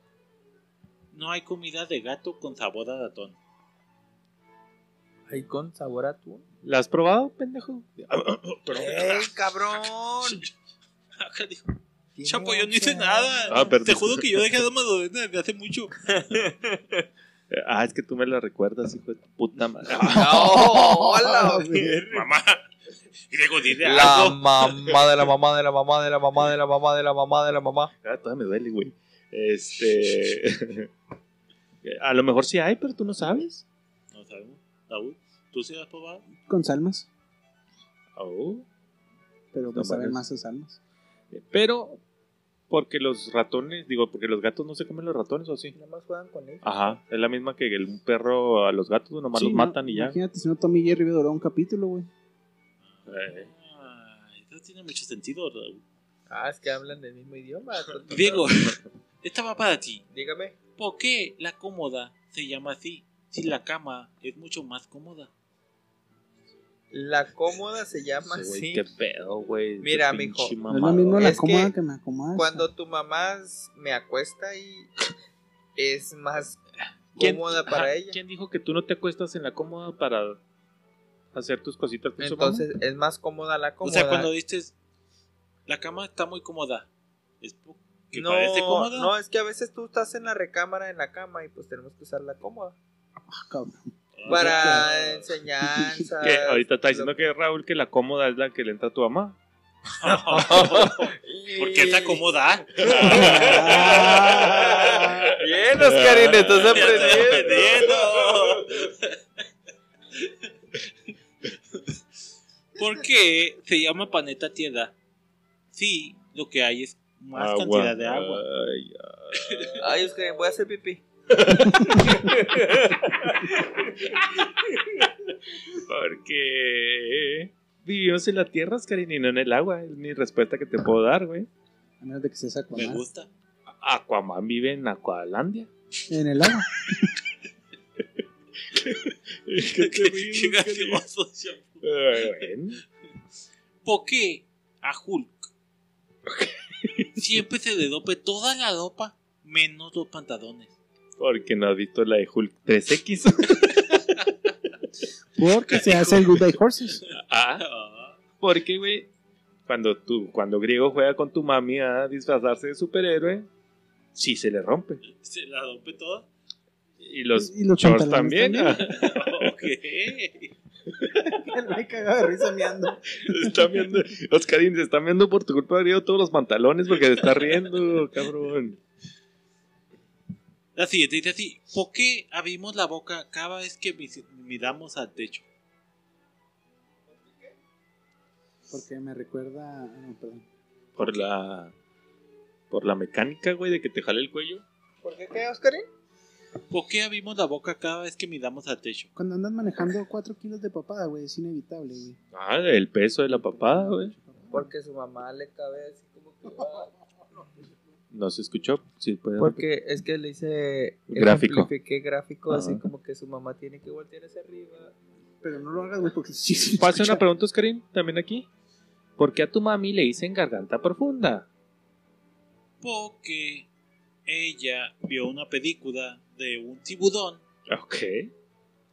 [SPEAKER 2] no hay comida de gato con sabor a ratón?
[SPEAKER 4] Ahí con sabor a atún.
[SPEAKER 3] ¿La has probado, pendejo? Ah,
[SPEAKER 4] ¡Ey, cabrón!
[SPEAKER 2] Acá dijo,
[SPEAKER 4] Tiene
[SPEAKER 2] Chapo, yo no
[SPEAKER 4] ocho
[SPEAKER 2] hice
[SPEAKER 4] años.
[SPEAKER 2] nada.
[SPEAKER 3] Ah, perdón.
[SPEAKER 2] Te juro que yo dejé a Mamá Lorena desde hace mucho.
[SPEAKER 3] Ah, es que tú me la recuerdas, hijo de tu puta madre.
[SPEAKER 4] Ah, ¡No! ¡Hola, güey!
[SPEAKER 2] Mamá. Diego, dile
[SPEAKER 4] La
[SPEAKER 2] algo.
[SPEAKER 4] mamá de la mamá de la mamá de la mamá de la mamá de la mamá de la mamá.
[SPEAKER 3] Ah, todavía me duele, güey. Este. A lo mejor sí hay, pero tú no sabes.
[SPEAKER 2] No sabemos. Raúl, ¿tú sí has probado?
[SPEAKER 1] Con salmas,
[SPEAKER 3] Oh.
[SPEAKER 1] pero
[SPEAKER 3] No
[SPEAKER 1] pues saben
[SPEAKER 3] mames.
[SPEAKER 1] más a salmas.
[SPEAKER 3] Pero, porque los ratones, digo, porque los gatos no se comen los ratones o sí.
[SPEAKER 4] Nada más juegan con él.
[SPEAKER 3] Ajá, es la misma que el- un perro a los gatos, nomás
[SPEAKER 1] Sí,
[SPEAKER 3] los
[SPEAKER 1] ¿no?
[SPEAKER 3] matan y ya.
[SPEAKER 1] Imagínate si no Tommy Jerry hubiera durado un capítulo, güey.
[SPEAKER 3] Eh,
[SPEAKER 2] Ay, no Ah, tiene mucho sentido, Raúl.
[SPEAKER 4] Ah, es que hablan del mismo idioma. tonto.
[SPEAKER 2] Diego, esta va para ti.
[SPEAKER 4] Dígame.
[SPEAKER 2] ¿Por qué la cómoda se llama así si la cama es mucho más cómoda?
[SPEAKER 4] La cómoda se llama
[SPEAKER 3] ese güey,
[SPEAKER 4] así.
[SPEAKER 3] qué pedo, güey.
[SPEAKER 4] Mira,
[SPEAKER 3] Qué
[SPEAKER 4] mijo,
[SPEAKER 3] pinche
[SPEAKER 1] No es lo mismo
[SPEAKER 3] mamador.
[SPEAKER 1] la
[SPEAKER 4] Es que
[SPEAKER 1] cómoda que, me acomoda.
[SPEAKER 4] Cuando tu mamá s- me acuesta y es más
[SPEAKER 3] ¿Quién-
[SPEAKER 4] cómoda
[SPEAKER 3] ajá,
[SPEAKER 4] para ella.
[SPEAKER 3] ¿Quién dijo que tú no te acuestas en la cómoda para hacer tus cositas? con su mamá?
[SPEAKER 4] Entonces es más cómoda la
[SPEAKER 2] O
[SPEAKER 4] cómoda.
[SPEAKER 2] sea, cuando dices, la cama está muy cómoda. ¿Es po- que
[SPEAKER 4] no,
[SPEAKER 2] parece cómoda?
[SPEAKER 4] no, es que a veces tú estás en la recámara, en la cama, y pues tenemos que usar la cómoda.
[SPEAKER 1] Ah, cabrón.
[SPEAKER 4] Para enseñanza.
[SPEAKER 3] Que ahorita está diciendo que Raúl que la cómoda es la que le entra a tu mamá.
[SPEAKER 2] Porque está cómoda.
[SPEAKER 4] Bien, Oscarín, estás
[SPEAKER 2] Ya estoy
[SPEAKER 4] aprendiendo.
[SPEAKER 2] aprendiendo. ¿Por qué se llama paneta tierra? Sí, lo que hay es más cantidad de agua.
[SPEAKER 3] Ay,
[SPEAKER 4] Ay, Oscarín, voy a hacer pipí.
[SPEAKER 3] Porque vivimos en la tierra, Oscarín, y no en el agua. Es mi respuesta que te puedo dar, güey.
[SPEAKER 1] A menos de que seas
[SPEAKER 2] Me
[SPEAKER 1] Aquaman.
[SPEAKER 2] gusta.
[SPEAKER 3] Aquaman vive en Aqualandia.
[SPEAKER 1] En el agua.
[SPEAKER 2] Qué- qué gracioso, chapo.
[SPEAKER 3] Eh, bueno.
[SPEAKER 2] ¿Por qué a Hulk siempre se le dope toda la ropa menos los pantalones?
[SPEAKER 3] Porque no has visto la de Hulk 3X.
[SPEAKER 1] Porque se hace el Good Day Horses.
[SPEAKER 3] ah, porque, güey, cuando, tú, cuando Griego juega con tu mami a disfrazarse de superhéroe, sí se le rompe.
[SPEAKER 2] ¿Se la dope toda?
[SPEAKER 3] Y los,
[SPEAKER 1] Y los
[SPEAKER 3] shorts
[SPEAKER 1] pantalones
[SPEAKER 3] también.
[SPEAKER 1] también.
[SPEAKER 2] Ok.
[SPEAKER 4] Me he cagado de risa meando.
[SPEAKER 3] Se está viendo, Oscarín, se está viendo por tu culpa haber ido todos los pantalones porque se está riendo, cabrón.
[SPEAKER 2] La siguiente dice así: ¿Por qué abrimos la boca cada vez que mis- miramos al techo?
[SPEAKER 1] Porque me recuerda. ah, No, perdón.
[SPEAKER 3] Por la. Por la mecánica, güey, de que te jale el cuello.
[SPEAKER 4] ¿Por qué qué, Oscarín?
[SPEAKER 2] ¿Por qué abrimos la boca cada vez que miramos al techo?
[SPEAKER 1] Cuando andas manejando 4 kilos de papada, güey, es inevitable, güey.
[SPEAKER 3] Ah, el peso de la papada, güey.
[SPEAKER 4] Porque su mamá le cabe así como que.
[SPEAKER 3] No se escuchó. Sí, puede-
[SPEAKER 4] Porque es que le hice.
[SPEAKER 3] Gráfico.
[SPEAKER 4] ejemplifiqué gráfico, así
[SPEAKER 3] Ajá.
[SPEAKER 4] como que su mamá tiene que voltear hacia arriba.
[SPEAKER 1] Pero no lo hagas, güey, porque sí. sí
[SPEAKER 3] Pasa una pregunta, Oscarín, también aquí. ¿Por qué a tu mami le dicen garganta profunda?
[SPEAKER 2] Porque ella vio una película de un tiburón
[SPEAKER 3] Ok.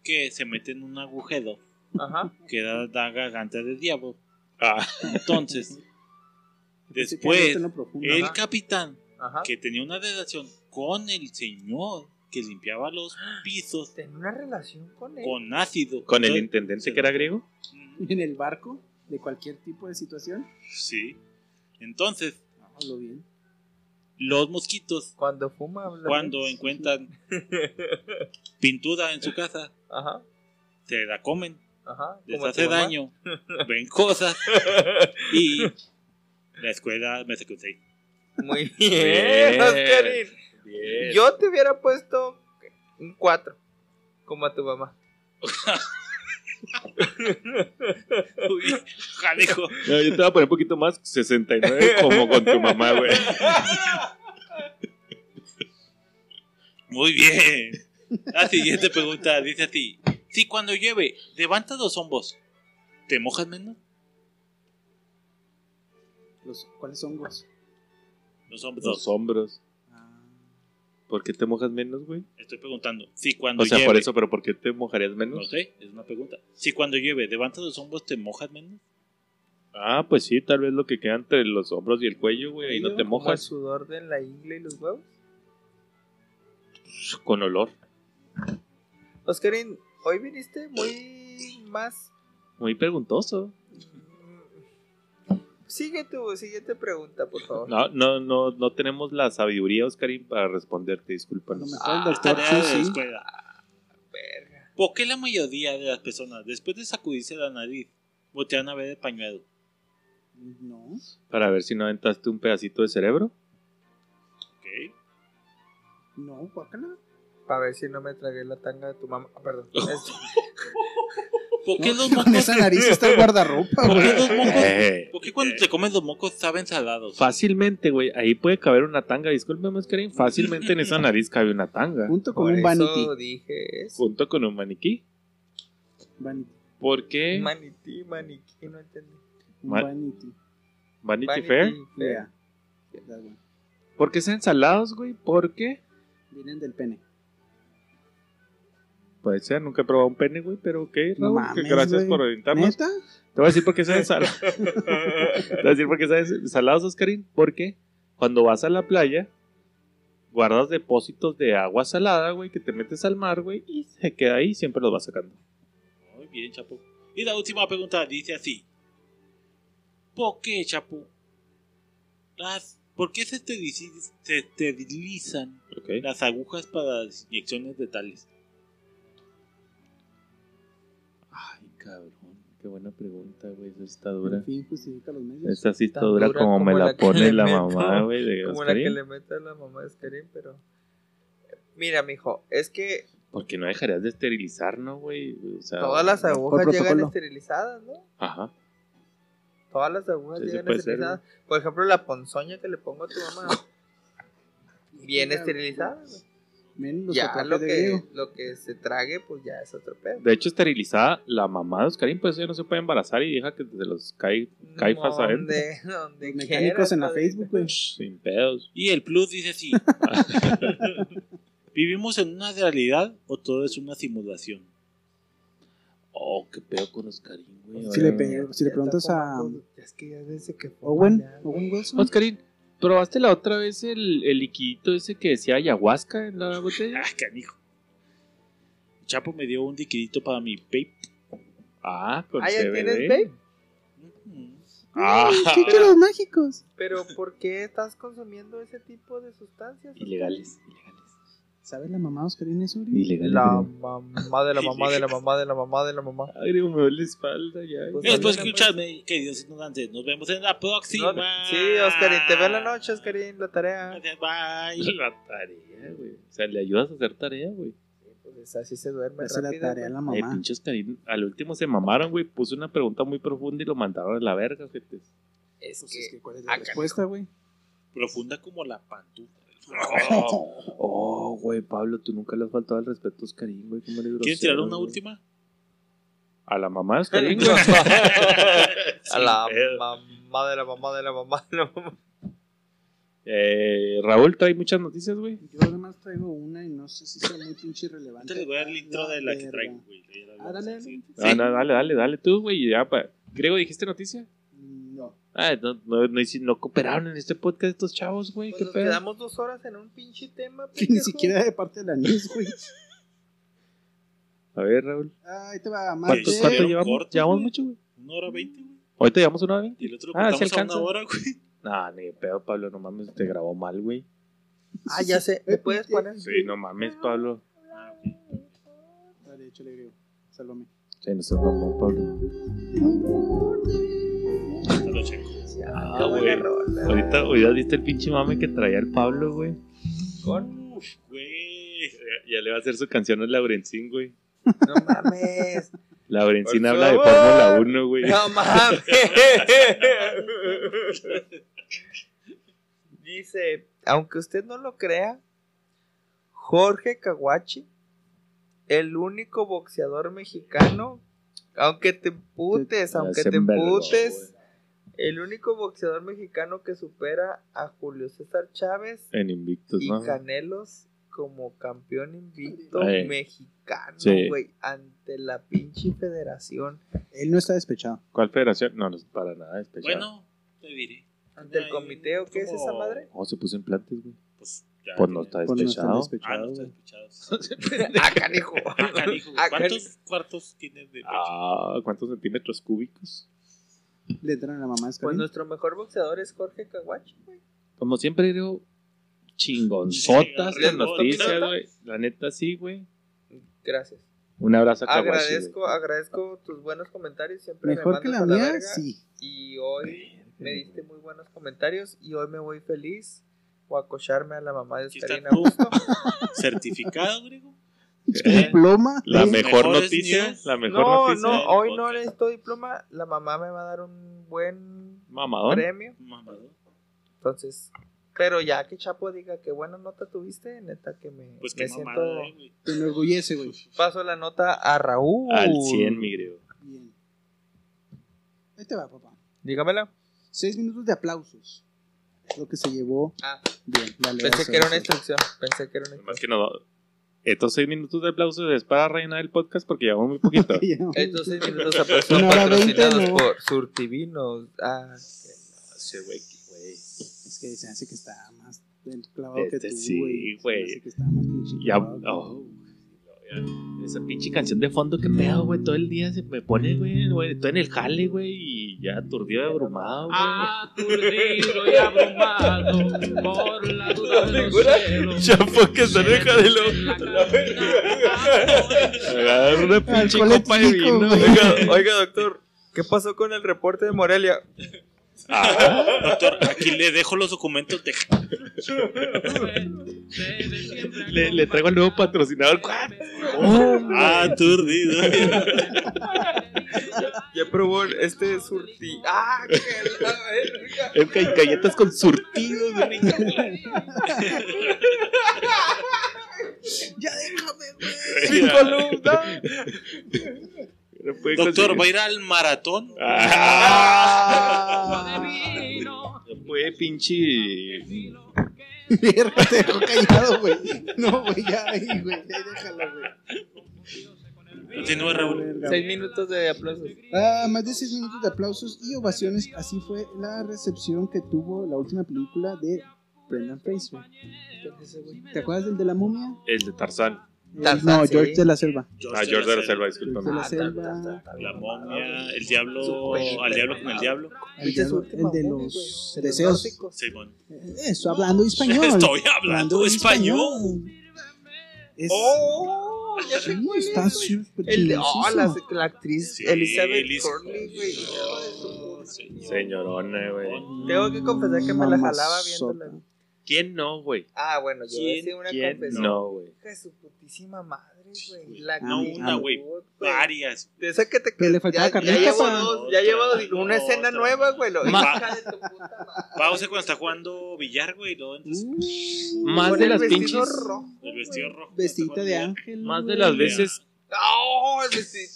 [SPEAKER 2] que se mete en un agujero
[SPEAKER 4] Ajá.
[SPEAKER 2] que da, da garganta de diablo.
[SPEAKER 3] Ah.
[SPEAKER 2] Entonces,
[SPEAKER 1] Pensé que había
[SPEAKER 2] después,
[SPEAKER 1] visto en lo profundo.
[SPEAKER 3] eh.
[SPEAKER 2] el
[SPEAKER 1] Ajá.
[SPEAKER 2] capitán
[SPEAKER 4] Ajá.
[SPEAKER 2] que tenía una relación con el señor que limpiaba los pisos
[SPEAKER 4] Tenía una relación con él.
[SPEAKER 2] con ácido.
[SPEAKER 3] ¿Con el
[SPEAKER 2] Entonces, mm,
[SPEAKER 3] intendente que era griego?
[SPEAKER 1] En el barco, de cualquier tipo de situación.
[SPEAKER 2] Sí. Entonces,
[SPEAKER 1] Hablo bien.
[SPEAKER 2] los mosquitos,
[SPEAKER 4] Cuando fuma, habla.
[SPEAKER 2] cuando
[SPEAKER 4] bien.
[SPEAKER 2] encuentran pintura en su casa,
[SPEAKER 4] Ajá,
[SPEAKER 2] se la comen,
[SPEAKER 4] ajá.
[SPEAKER 2] les
[SPEAKER 4] como
[SPEAKER 2] hace
[SPEAKER 4] tu mamá.
[SPEAKER 2] daño, ven cosas y la escuela me sacó un seis.
[SPEAKER 4] Muy
[SPEAKER 3] Bien.
[SPEAKER 4] bien, Oscarín.
[SPEAKER 3] Bien.
[SPEAKER 4] Yo te hubiera puesto un 4, como a tu mamá.
[SPEAKER 2] Uy, jalejo.
[SPEAKER 3] No, yo te voy a poner un poquito más, 69, como con tu mamá, güey.
[SPEAKER 2] Muy bien. La siguiente pregunta dice así: Si cuando llueve levantas los hombros, ¿te mojas menos?
[SPEAKER 1] Los, ¿Cuáles hongos?
[SPEAKER 2] Los hombros.
[SPEAKER 3] Los hombros. Ah. ¿Por qué te mojas menos, güey?
[SPEAKER 2] Estoy preguntando. Si cuando
[SPEAKER 3] O sea,
[SPEAKER 2] llueve.
[SPEAKER 3] por eso, pero ¿por qué te mojarías
[SPEAKER 2] No
[SPEAKER 3] menos?
[SPEAKER 2] sé, es una pregunta. Si cuando llueve levantas los hombros, ¿te mojas menos?
[SPEAKER 3] Ah, pues sí, tal vez lo que queda entre los hombros y el cuello, güey, ahí no te
[SPEAKER 4] Como el
[SPEAKER 3] mojas
[SPEAKER 4] sudor de la ingle y los huevos.
[SPEAKER 3] con olor.
[SPEAKER 4] Oscarín, hoy viniste muy más.
[SPEAKER 3] Muy preguntoso.
[SPEAKER 4] mm, Sigue tu siguiente pregunta, por favor.
[SPEAKER 3] No, no, no, no tenemos la sabiduría, Oscarín, para responderte, discúlpanos.
[SPEAKER 1] A lo mejor el
[SPEAKER 2] Ah,
[SPEAKER 1] doctor
[SPEAKER 2] tarea
[SPEAKER 1] Chu,
[SPEAKER 2] de
[SPEAKER 1] sí.
[SPEAKER 2] escuela. ¿Por qué la mayoría de las personas, después de sacudirse la nariz, voltean a ver el pañuelo?
[SPEAKER 1] No.
[SPEAKER 3] Para ver si no aventaste un pedacito de cerebro.
[SPEAKER 2] Ok.
[SPEAKER 1] No, guácala.
[SPEAKER 4] Para ver si no me tragué la tanga de tu mamá. Ah, perdón. Es-
[SPEAKER 2] ¿Por qué los
[SPEAKER 1] No, con
[SPEAKER 2] mocos,
[SPEAKER 1] esa nariz está el guardarropa,
[SPEAKER 2] por
[SPEAKER 1] güey.
[SPEAKER 2] qué los mocos-
[SPEAKER 3] Eh,
[SPEAKER 2] por qué cuando te comes los mocos saben salados?
[SPEAKER 3] Fácilmente, güey, ahí puede caber una tanga, discúlpeme, Oscarín. Fácilmente en esa nariz cabe una tanga.
[SPEAKER 1] Junto con
[SPEAKER 4] por
[SPEAKER 1] un
[SPEAKER 4] eso
[SPEAKER 1] vanity.
[SPEAKER 4] dije eso.
[SPEAKER 3] Junto con un maniquí.
[SPEAKER 1] Vanity.
[SPEAKER 3] ¿Por qué?
[SPEAKER 4] Manití, maniquí, no entendí.
[SPEAKER 1] Un
[SPEAKER 3] Ma-
[SPEAKER 1] vanity.
[SPEAKER 3] Vanity,
[SPEAKER 4] Vanity
[SPEAKER 3] Fair.
[SPEAKER 1] Vea. Verdad, güey.
[SPEAKER 3] ¿Por qué están salados, güey? ¿Por qué?
[SPEAKER 1] Vienen del pene.
[SPEAKER 3] Puede ser, nunca he probado un pene, güey, pero ok,
[SPEAKER 1] No
[SPEAKER 3] Raúl, que
[SPEAKER 1] mames,
[SPEAKER 3] gracias
[SPEAKER 1] güey.
[SPEAKER 3] por orientarnos.
[SPEAKER 1] ¿Neta?
[SPEAKER 3] Te voy a decir por qué saben salados. Te voy a decir por qué saben salados, Oscarín. Porque cuando vas a la playa, guardas depósitos de agua salada, güey, que te metes al mar, güey, y se queda ahí y siempre los vas sacando.
[SPEAKER 2] Muy bien, Chapo. Y la última pregunta dice así. ¿Por qué, Chapo? Las, ¿Por qué se esteriliz- se esterilizan
[SPEAKER 3] Ok.
[SPEAKER 2] las agujas para las inyecciones letales?
[SPEAKER 3] Ay, cabrón. Qué buena pregunta, güey. Esa está dura.
[SPEAKER 1] En fin, justifica los medios.
[SPEAKER 3] Esa sí está
[SPEAKER 4] Tan
[SPEAKER 3] dura
[SPEAKER 4] dura
[SPEAKER 3] como me
[SPEAKER 4] como
[SPEAKER 3] la
[SPEAKER 4] la que
[SPEAKER 3] pone
[SPEAKER 4] le
[SPEAKER 3] la
[SPEAKER 4] meto.
[SPEAKER 3] mamá, güey, de
[SPEAKER 4] Como la que
[SPEAKER 3] Oscarín.
[SPEAKER 4] le mete a la mamá de Oscarín, pero. Mira, mijo, es que
[SPEAKER 3] Porque no dejarías de esterilizar, ¿no, güey? O sea,
[SPEAKER 4] todas las agujas
[SPEAKER 1] Por
[SPEAKER 4] llegan
[SPEAKER 1] protocolo.
[SPEAKER 4] esterilizadas, ¿no?
[SPEAKER 3] Ajá.
[SPEAKER 4] Todas las agujas
[SPEAKER 3] Ese
[SPEAKER 4] llegan
[SPEAKER 3] puede ser,
[SPEAKER 4] esterilizadas. Por ejemplo, la ponzoña que le pongo a tu mamá. bien esterilizada. güey.
[SPEAKER 1] Ven los
[SPEAKER 4] Ya
[SPEAKER 1] tatuajes
[SPEAKER 4] lo
[SPEAKER 1] de
[SPEAKER 4] que,
[SPEAKER 1] Diego.
[SPEAKER 4] lo que se trague, pues ya es otro pedo.
[SPEAKER 3] De hecho, esterilizada, la mamá de Oscarín, pues ella no se puede embarazar y deja que te los cai caifas adentro.
[SPEAKER 4] Donde, donde
[SPEAKER 1] Los mecánicos
[SPEAKER 4] quieras,
[SPEAKER 1] en la
[SPEAKER 4] padrino.
[SPEAKER 1] Facebook, güey.
[SPEAKER 3] Sin pedos.
[SPEAKER 2] Y el plus dice así. ¿Vivimos en una realidad o todo es una simulación?
[SPEAKER 3] Oh, qué pedo con Oscarín, güey.
[SPEAKER 1] Si
[SPEAKER 3] Ahora-
[SPEAKER 1] le, pe- si le
[SPEAKER 4] Ya
[SPEAKER 1] preguntas
[SPEAKER 4] está
[SPEAKER 1] a
[SPEAKER 4] fumando. Es que ya desde que fuma
[SPEAKER 2] Ah,
[SPEAKER 1] Owen,
[SPEAKER 4] ya, güey.
[SPEAKER 1] Owen Wilson,
[SPEAKER 3] Oscarín, ¿probaste la otra vez el, el liquidito ese que decía ayahuasca en la botella?
[SPEAKER 2] Ah, canijo. Chapo me dio un liquidito para mi vape.
[SPEAKER 3] Ah, con
[SPEAKER 4] Ah, ya
[SPEAKER 3] CBD.
[SPEAKER 4] tienes vape.
[SPEAKER 3] Ah,
[SPEAKER 1] Chiquitos mágicos.
[SPEAKER 4] Pero ¿por qué estás consumiendo ese tipo de sustancias?
[SPEAKER 3] ilegales.
[SPEAKER 1] ¿Sabe la mamá Oscarín eso? Uri?
[SPEAKER 3] Ilegales.
[SPEAKER 4] La mamá de la mamá de la mamá de la mamá de la mamá.
[SPEAKER 3] Ay, digo, me duele la espalda ya.
[SPEAKER 4] Pues,
[SPEAKER 2] Gracias por
[SPEAKER 4] ándale,
[SPEAKER 2] escucharme. Que Dios ignorante. Nos vemos en la próxima.
[SPEAKER 4] Sí, Oscarín, te veo en la noche, Oscarín, la tarea.
[SPEAKER 2] Gracias, Bye.
[SPEAKER 3] La tarea, güey. O sea, le ayudas a hacer tarea, güey.
[SPEAKER 4] Pues así se duerme
[SPEAKER 1] Esa es la
[SPEAKER 4] rápido.
[SPEAKER 1] tarea de la
[SPEAKER 3] Eh,
[SPEAKER 1] mamá.
[SPEAKER 3] pinches cari- al último se mamaron, güey. Puso una pregunta muy profunda y lo mandaron a la verga, gente.
[SPEAKER 4] Es
[SPEAKER 1] Pues es
[SPEAKER 4] que
[SPEAKER 1] que, ¿cuál es la
[SPEAKER 4] Ah,
[SPEAKER 1] respuesta, güey?
[SPEAKER 2] Profunda como la pantufla.
[SPEAKER 3] Oh, güey, Pablo, tú nunca le has faltado al respeto a Oscarín, güey. ¿Cómo
[SPEAKER 2] ¿Quieres
[SPEAKER 3] eres grosero,
[SPEAKER 2] tirar una
[SPEAKER 3] güey?
[SPEAKER 2] última?
[SPEAKER 3] A la mamá de Oscarín, güey.
[SPEAKER 4] a la mamá de la mamá de la mamá de la mamá.
[SPEAKER 3] Eh, Raúl trae muchas noticias, güey.
[SPEAKER 1] Yo nada más traigo una y no sé si sea muy pinche irrelevante.
[SPEAKER 2] Ahorita les voy a dar el intro de la que
[SPEAKER 1] verga.
[SPEAKER 2] traigo, güey. Ya la
[SPEAKER 1] Ah, dale, dale.
[SPEAKER 2] Sí.
[SPEAKER 3] Ah, no, dale, dale, dale tú, güey. y ya pa- Griego, ¿dijiste noticia?
[SPEAKER 1] No.
[SPEAKER 3] Ah, no, no, no, hici- no cooperaron en este podcast estos chavos, güey.
[SPEAKER 4] Pues
[SPEAKER 3] ¿Qué
[SPEAKER 4] nos
[SPEAKER 3] pedo?
[SPEAKER 4] quedamos dos horas en un pinche tema.
[SPEAKER 1] Que ni
[SPEAKER 4] pendejo.
[SPEAKER 1] siquiera de parte de la news, güey.
[SPEAKER 3] A ver, Raúl.
[SPEAKER 1] Ah, Ahí te va,
[SPEAKER 3] ¿Cuánto,
[SPEAKER 1] martes.
[SPEAKER 2] Sí,
[SPEAKER 3] cuánto
[SPEAKER 2] pero
[SPEAKER 3] llevamos?
[SPEAKER 2] corto,
[SPEAKER 3] llevamos
[SPEAKER 2] güey.
[SPEAKER 3] mucho, güey.
[SPEAKER 2] Una hora veinte, güey.
[SPEAKER 3] Ahorita llevamos una hora.
[SPEAKER 2] Y el otro lo
[SPEAKER 3] Ah, sí
[SPEAKER 2] cortamos a
[SPEAKER 3] alcanza.
[SPEAKER 2] una hora, güey.
[SPEAKER 3] Nah, ni de pedo, Pablo. No mames, te grabó mal, güey.
[SPEAKER 4] Ah, ya sé. ¿Me puedes poner?
[SPEAKER 3] Sí, no mames, Pablo.
[SPEAKER 1] Dale, échale, griego. Sálvame.
[SPEAKER 3] Sí, no seas mamón, Pablo.
[SPEAKER 2] Hasta lo checo.
[SPEAKER 3] Ah, güey. Ahorita, ahorita viste el pinche mame que traía el Pablo, güey.
[SPEAKER 2] Uf, güey.
[SPEAKER 3] Ya le va a hacer su canción a Laurencín, güey.
[SPEAKER 4] No mames.
[SPEAKER 3] Laurencín
[SPEAKER 4] Por
[SPEAKER 3] habla de
[SPEAKER 4] favor.
[SPEAKER 3] Fórmula 1, güey.
[SPEAKER 4] No mames. Dice, aunque usted no lo crea, Jorge Caguachi, el único boxeador mexicano, aunque te putes,
[SPEAKER 3] Ya
[SPEAKER 4] aunque
[SPEAKER 3] se
[SPEAKER 4] te
[SPEAKER 3] envergó,
[SPEAKER 4] putes, el único boxeador mexicano que supera a Julio César Chávez
[SPEAKER 3] En Invictus,
[SPEAKER 4] y
[SPEAKER 3] ¿no?
[SPEAKER 4] Canelos como campeón invicto
[SPEAKER 3] Ay.
[SPEAKER 4] mexicano,
[SPEAKER 3] Sí.
[SPEAKER 4] güey, ante la pinche federación,
[SPEAKER 1] Él no está despechado.
[SPEAKER 3] ¿Cuál federación? No, no es para nada especial.
[SPEAKER 2] Bueno, te diré.
[SPEAKER 4] ante el
[SPEAKER 2] Ay,
[SPEAKER 4] comité, ¿o qué es
[SPEAKER 2] como-
[SPEAKER 4] esa madre?
[SPEAKER 3] Oh, se puso implantes, güey.
[SPEAKER 2] Pues ya.
[SPEAKER 3] Pues no está
[SPEAKER 2] tiene-
[SPEAKER 1] Cuando no está
[SPEAKER 3] despechado.
[SPEAKER 2] Ah, no
[SPEAKER 1] despechado.
[SPEAKER 2] está
[SPEAKER 1] güey.
[SPEAKER 2] despechado.
[SPEAKER 4] Ah, canijo.
[SPEAKER 2] Ah, canijo,
[SPEAKER 4] Ah, canijo.
[SPEAKER 2] ¿Cuántos cuartos tienes de pecho?
[SPEAKER 3] Ah, ¿cuántos centímetros cúbicos?
[SPEAKER 1] Le entran a la mamá de
[SPEAKER 4] Pues
[SPEAKER 1] Oscarín.
[SPEAKER 4] nuestro mejor boxeador es Jorge Caguachi, güey.
[SPEAKER 3] Como siempre digo, chingonzotas
[SPEAKER 2] Sí,
[SPEAKER 3] de
[SPEAKER 2] chingonzotas.
[SPEAKER 3] noticias, güey. La neta sí, güey.
[SPEAKER 4] Gracias.
[SPEAKER 3] Un abrazo a Kawashi,
[SPEAKER 4] Agradezco, agradezco tus buenos comentarios, siempre
[SPEAKER 1] Mejor
[SPEAKER 4] me
[SPEAKER 1] que
[SPEAKER 4] mandas
[SPEAKER 1] la
[SPEAKER 4] a la
[SPEAKER 1] mía,
[SPEAKER 4] verga.
[SPEAKER 1] sí.
[SPEAKER 4] Y hoy me diste muy buenos comentarios y hoy me voy feliz o acocharme a la mamá de
[SPEAKER 2] Aquí está
[SPEAKER 4] Oscarina
[SPEAKER 2] tu-
[SPEAKER 4] Augusto.
[SPEAKER 2] Certificado, griego.
[SPEAKER 1] Diploma.
[SPEAKER 3] La
[SPEAKER 1] de-
[SPEAKER 3] mejor
[SPEAKER 2] Mejores
[SPEAKER 3] noticia,
[SPEAKER 2] news.
[SPEAKER 3] la mejor
[SPEAKER 4] No,
[SPEAKER 3] noticia.
[SPEAKER 4] no,
[SPEAKER 2] del
[SPEAKER 4] hoy no
[SPEAKER 2] podcast.
[SPEAKER 4] necesito diploma. La mamá me va a dar un buen
[SPEAKER 3] Mamadón.
[SPEAKER 4] premio.
[SPEAKER 2] Mamador.
[SPEAKER 4] Entonces, pero ya que Chapo diga que buena nota tuviste, neta que me,
[SPEAKER 2] Pues
[SPEAKER 4] me
[SPEAKER 2] qué
[SPEAKER 4] siento.
[SPEAKER 2] mamada, eh, güey.
[SPEAKER 1] Te enorgullece, güey.
[SPEAKER 4] Paso la nota a Raúl.
[SPEAKER 3] Al 100, mi griego.
[SPEAKER 1] Bien. Ahí te va, papá.
[SPEAKER 4] Dígamela.
[SPEAKER 1] Seis minutos de aplausos. Lo que se llevó.
[SPEAKER 4] Ah.
[SPEAKER 1] Bien, dale.
[SPEAKER 4] Pensé
[SPEAKER 1] eso,
[SPEAKER 4] que era
[SPEAKER 1] eso.
[SPEAKER 4] una instrucción. Pensé que era una
[SPEAKER 3] Más
[SPEAKER 4] instrucción.
[SPEAKER 3] que no. Estos seis minutos de aplausos es para rellenar el podcast porque llevamos muy poquito.
[SPEAKER 1] Ya.
[SPEAKER 4] Estos seis minutos a personas
[SPEAKER 1] Una hora veinte,
[SPEAKER 4] patrocinados
[SPEAKER 1] ¿no?
[SPEAKER 4] por Surtivinos. Ah,
[SPEAKER 3] Ese güey, güey.
[SPEAKER 1] Es que se hace que está más clavado
[SPEAKER 3] Este
[SPEAKER 1] que tú,
[SPEAKER 3] sí,
[SPEAKER 1] güey. Se
[SPEAKER 3] güey.
[SPEAKER 1] me hace que está más pinche
[SPEAKER 3] Ya,
[SPEAKER 1] clavado.
[SPEAKER 3] oh, ya. Esa pinche canción de fondo que pedo, güey. Todo el día se me pone, güey. güey, Estoy en el jale, güey. Y ya aturdido y abrumado, güey.
[SPEAKER 6] Aturdido y abrumado por la duda de los celos.
[SPEAKER 3] Chapo que se deja de lo. Agarra una pinche
[SPEAKER 1] Alcohol
[SPEAKER 3] copa de
[SPEAKER 1] etílico,
[SPEAKER 3] vino.
[SPEAKER 1] güey.
[SPEAKER 3] oiga, oiga.
[SPEAKER 4] Oiga, doctor, ¿qué pasó con el reporte de Morelia?
[SPEAKER 3] Ah,
[SPEAKER 2] Doctor, aquí le dejo los documentos de.
[SPEAKER 3] le, le traigo al nuevo patrocinador. Oh.
[SPEAKER 2] Ah, Aturdido.
[SPEAKER 4] Ya probó este surti. ¡Ah, que la verga!
[SPEAKER 3] Es que hay galletas con surtidos, güey.
[SPEAKER 4] ¡Ya déjame, güey! ¡Mi columna!
[SPEAKER 3] No puede
[SPEAKER 2] Doctor,
[SPEAKER 3] conseguir-
[SPEAKER 2] ¿va a ir al maratón?
[SPEAKER 3] Ah, no puede pinche.
[SPEAKER 1] Mierda, te dejó callado, güey. No, güey, ya, ahí, güey. Ya, déjala, güey.
[SPEAKER 2] Continúa, Raúl.
[SPEAKER 1] Verga,
[SPEAKER 4] Seis minutos de aplausos.
[SPEAKER 1] Ah, más de 6 minutos de aplausos y ovaciones. Así fue la recepción que tuvo la última película de Brendan Fraser. ¿Te acuerdas del de la momia?
[SPEAKER 3] El de Tarzán.
[SPEAKER 1] no,
[SPEAKER 4] Tarzán, sí.
[SPEAKER 1] George de la Selva.
[SPEAKER 3] Ah, George de la Selva, discúlpame.
[SPEAKER 1] George de
[SPEAKER 4] Ah,
[SPEAKER 1] la Selva.
[SPEAKER 2] La momia, el diablo, al diablo con el diablo.
[SPEAKER 1] El,
[SPEAKER 4] Viste su
[SPEAKER 1] diablo-
[SPEAKER 4] última
[SPEAKER 1] el de
[SPEAKER 4] movie,
[SPEAKER 1] los
[SPEAKER 4] güey, de los
[SPEAKER 1] deseos.
[SPEAKER 4] nórdicos.
[SPEAKER 2] Simón.
[SPEAKER 1] Eso, hablando español.
[SPEAKER 2] Estoy hablando español.
[SPEAKER 1] Es,
[SPEAKER 4] ¡Oh! Ya sé
[SPEAKER 1] sí,
[SPEAKER 4] cuál es,
[SPEAKER 1] está
[SPEAKER 4] güey.
[SPEAKER 1] súper
[SPEAKER 4] El de. Oh, la,
[SPEAKER 1] chingosísimo.
[SPEAKER 4] la actriz
[SPEAKER 2] Sí,
[SPEAKER 4] Elizabeth
[SPEAKER 2] Elis-
[SPEAKER 4] Hurley, güey.
[SPEAKER 2] Oh, señor.
[SPEAKER 3] Señorona, güey.
[SPEAKER 4] Tengo que confesar que me la jalaba
[SPEAKER 1] Mamazota.
[SPEAKER 4] viéndola.
[SPEAKER 3] ¿Quién no, güey?
[SPEAKER 4] Ah, bueno, yo
[SPEAKER 2] ¿Quién-
[SPEAKER 4] hice una
[SPEAKER 3] ¿Quién
[SPEAKER 4] confesión.
[SPEAKER 3] no, güey?
[SPEAKER 4] Hija de su putísima madre, güey. La
[SPEAKER 1] No,
[SPEAKER 4] que-
[SPEAKER 1] una,
[SPEAKER 2] güey.
[SPEAKER 4] güey.
[SPEAKER 2] Varias.
[SPEAKER 4] De esa que te
[SPEAKER 1] Que le faltaba
[SPEAKER 4] ya, ya
[SPEAKER 1] carnita
[SPEAKER 4] llevo
[SPEAKER 1] para-
[SPEAKER 4] dos, ya llevo
[SPEAKER 2] Otra,
[SPEAKER 4] una escena
[SPEAKER 2] otra.
[SPEAKER 4] nueva, güey. Lo,
[SPEAKER 2] Ma-
[SPEAKER 4] hija de tu puta madre.
[SPEAKER 2] Pausa cuando está jugando billar, güey. ¿no? Entonces,
[SPEAKER 3] Más
[SPEAKER 4] Con
[SPEAKER 3] de
[SPEAKER 4] el
[SPEAKER 3] las
[SPEAKER 4] vestido
[SPEAKER 3] pinches-
[SPEAKER 4] rojo.
[SPEAKER 2] el vestido rojo.
[SPEAKER 1] Vestidita de ángel.
[SPEAKER 3] Más de
[SPEAKER 1] güey.
[SPEAKER 3] las veces,
[SPEAKER 4] ¡Oh! El vestido.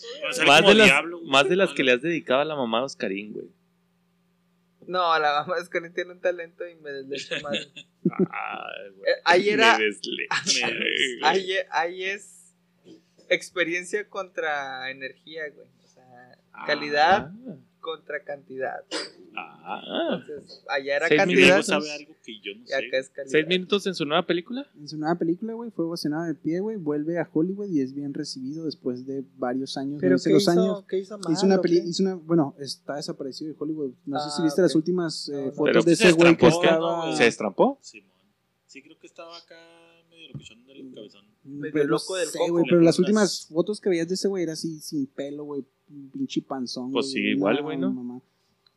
[SPEAKER 3] más de, las, más de las que le has dedicado a la mamá de Oscarín, güey.
[SPEAKER 4] No, la mamá es que tiene un talento y me deslecho madre.
[SPEAKER 3] Ay, güey.
[SPEAKER 4] Eh, ahí era-
[SPEAKER 3] Me desle-
[SPEAKER 4] Ahí, e- ahí es experiencia contra energía, güey. O sea, calidad contra cantidad.
[SPEAKER 3] Ah, ah.
[SPEAKER 4] Entonces, allá era
[SPEAKER 3] Seis
[SPEAKER 4] cantidad
[SPEAKER 2] Diego
[SPEAKER 3] minutos.
[SPEAKER 2] sabe algo que yo no
[SPEAKER 4] y
[SPEAKER 2] sé.
[SPEAKER 4] acá es calidad.
[SPEAKER 3] ¿Seis minutos en su nueva película?
[SPEAKER 1] En su nueva película, güey, fue ovacionado de pie, güey. Vuelve a Hollywood y es bien recibido después de varios años.
[SPEAKER 4] Pero
[SPEAKER 1] no sé
[SPEAKER 4] ¿qué
[SPEAKER 1] los
[SPEAKER 4] hizo,
[SPEAKER 1] años.
[SPEAKER 4] ¿qué hizo mal,
[SPEAKER 1] Hizo una
[SPEAKER 4] o
[SPEAKER 1] peli,
[SPEAKER 4] qué?
[SPEAKER 1] hizo una, bueno, está desaparecido de Hollywood. No sé si
[SPEAKER 4] Ah,
[SPEAKER 1] viste las
[SPEAKER 4] ok.
[SPEAKER 1] últimas eh,
[SPEAKER 4] No, no.
[SPEAKER 1] fotos
[SPEAKER 3] Pero
[SPEAKER 1] de
[SPEAKER 2] se
[SPEAKER 1] ese güey que
[SPEAKER 2] estrapó,
[SPEAKER 1] estaba.
[SPEAKER 2] ¿no, güey?
[SPEAKER 3] ¿Se destrampó?
[SPEAKER 2] Simón. Sí, creo que estaba acá medio locuchón del cabezón.
[SPEAKER 1] Medio
[SPEAKER 4] Medio loco del coco.
[SPEAKER 1] güey, pero
[SPEAKER 2] Le
[SPEAKER 1] las
[SPEAKER 2] pones-
[SPEAKER 1] últimas fotos que veías de ese güey era así sin pelo, güey, un pinche panzón.
[SPEAKER 3] Pues sí,
[SPEAKER 1] una
[SPEAKER 3] igual, güey, ¿no?
[SPEAKER 1] mamá.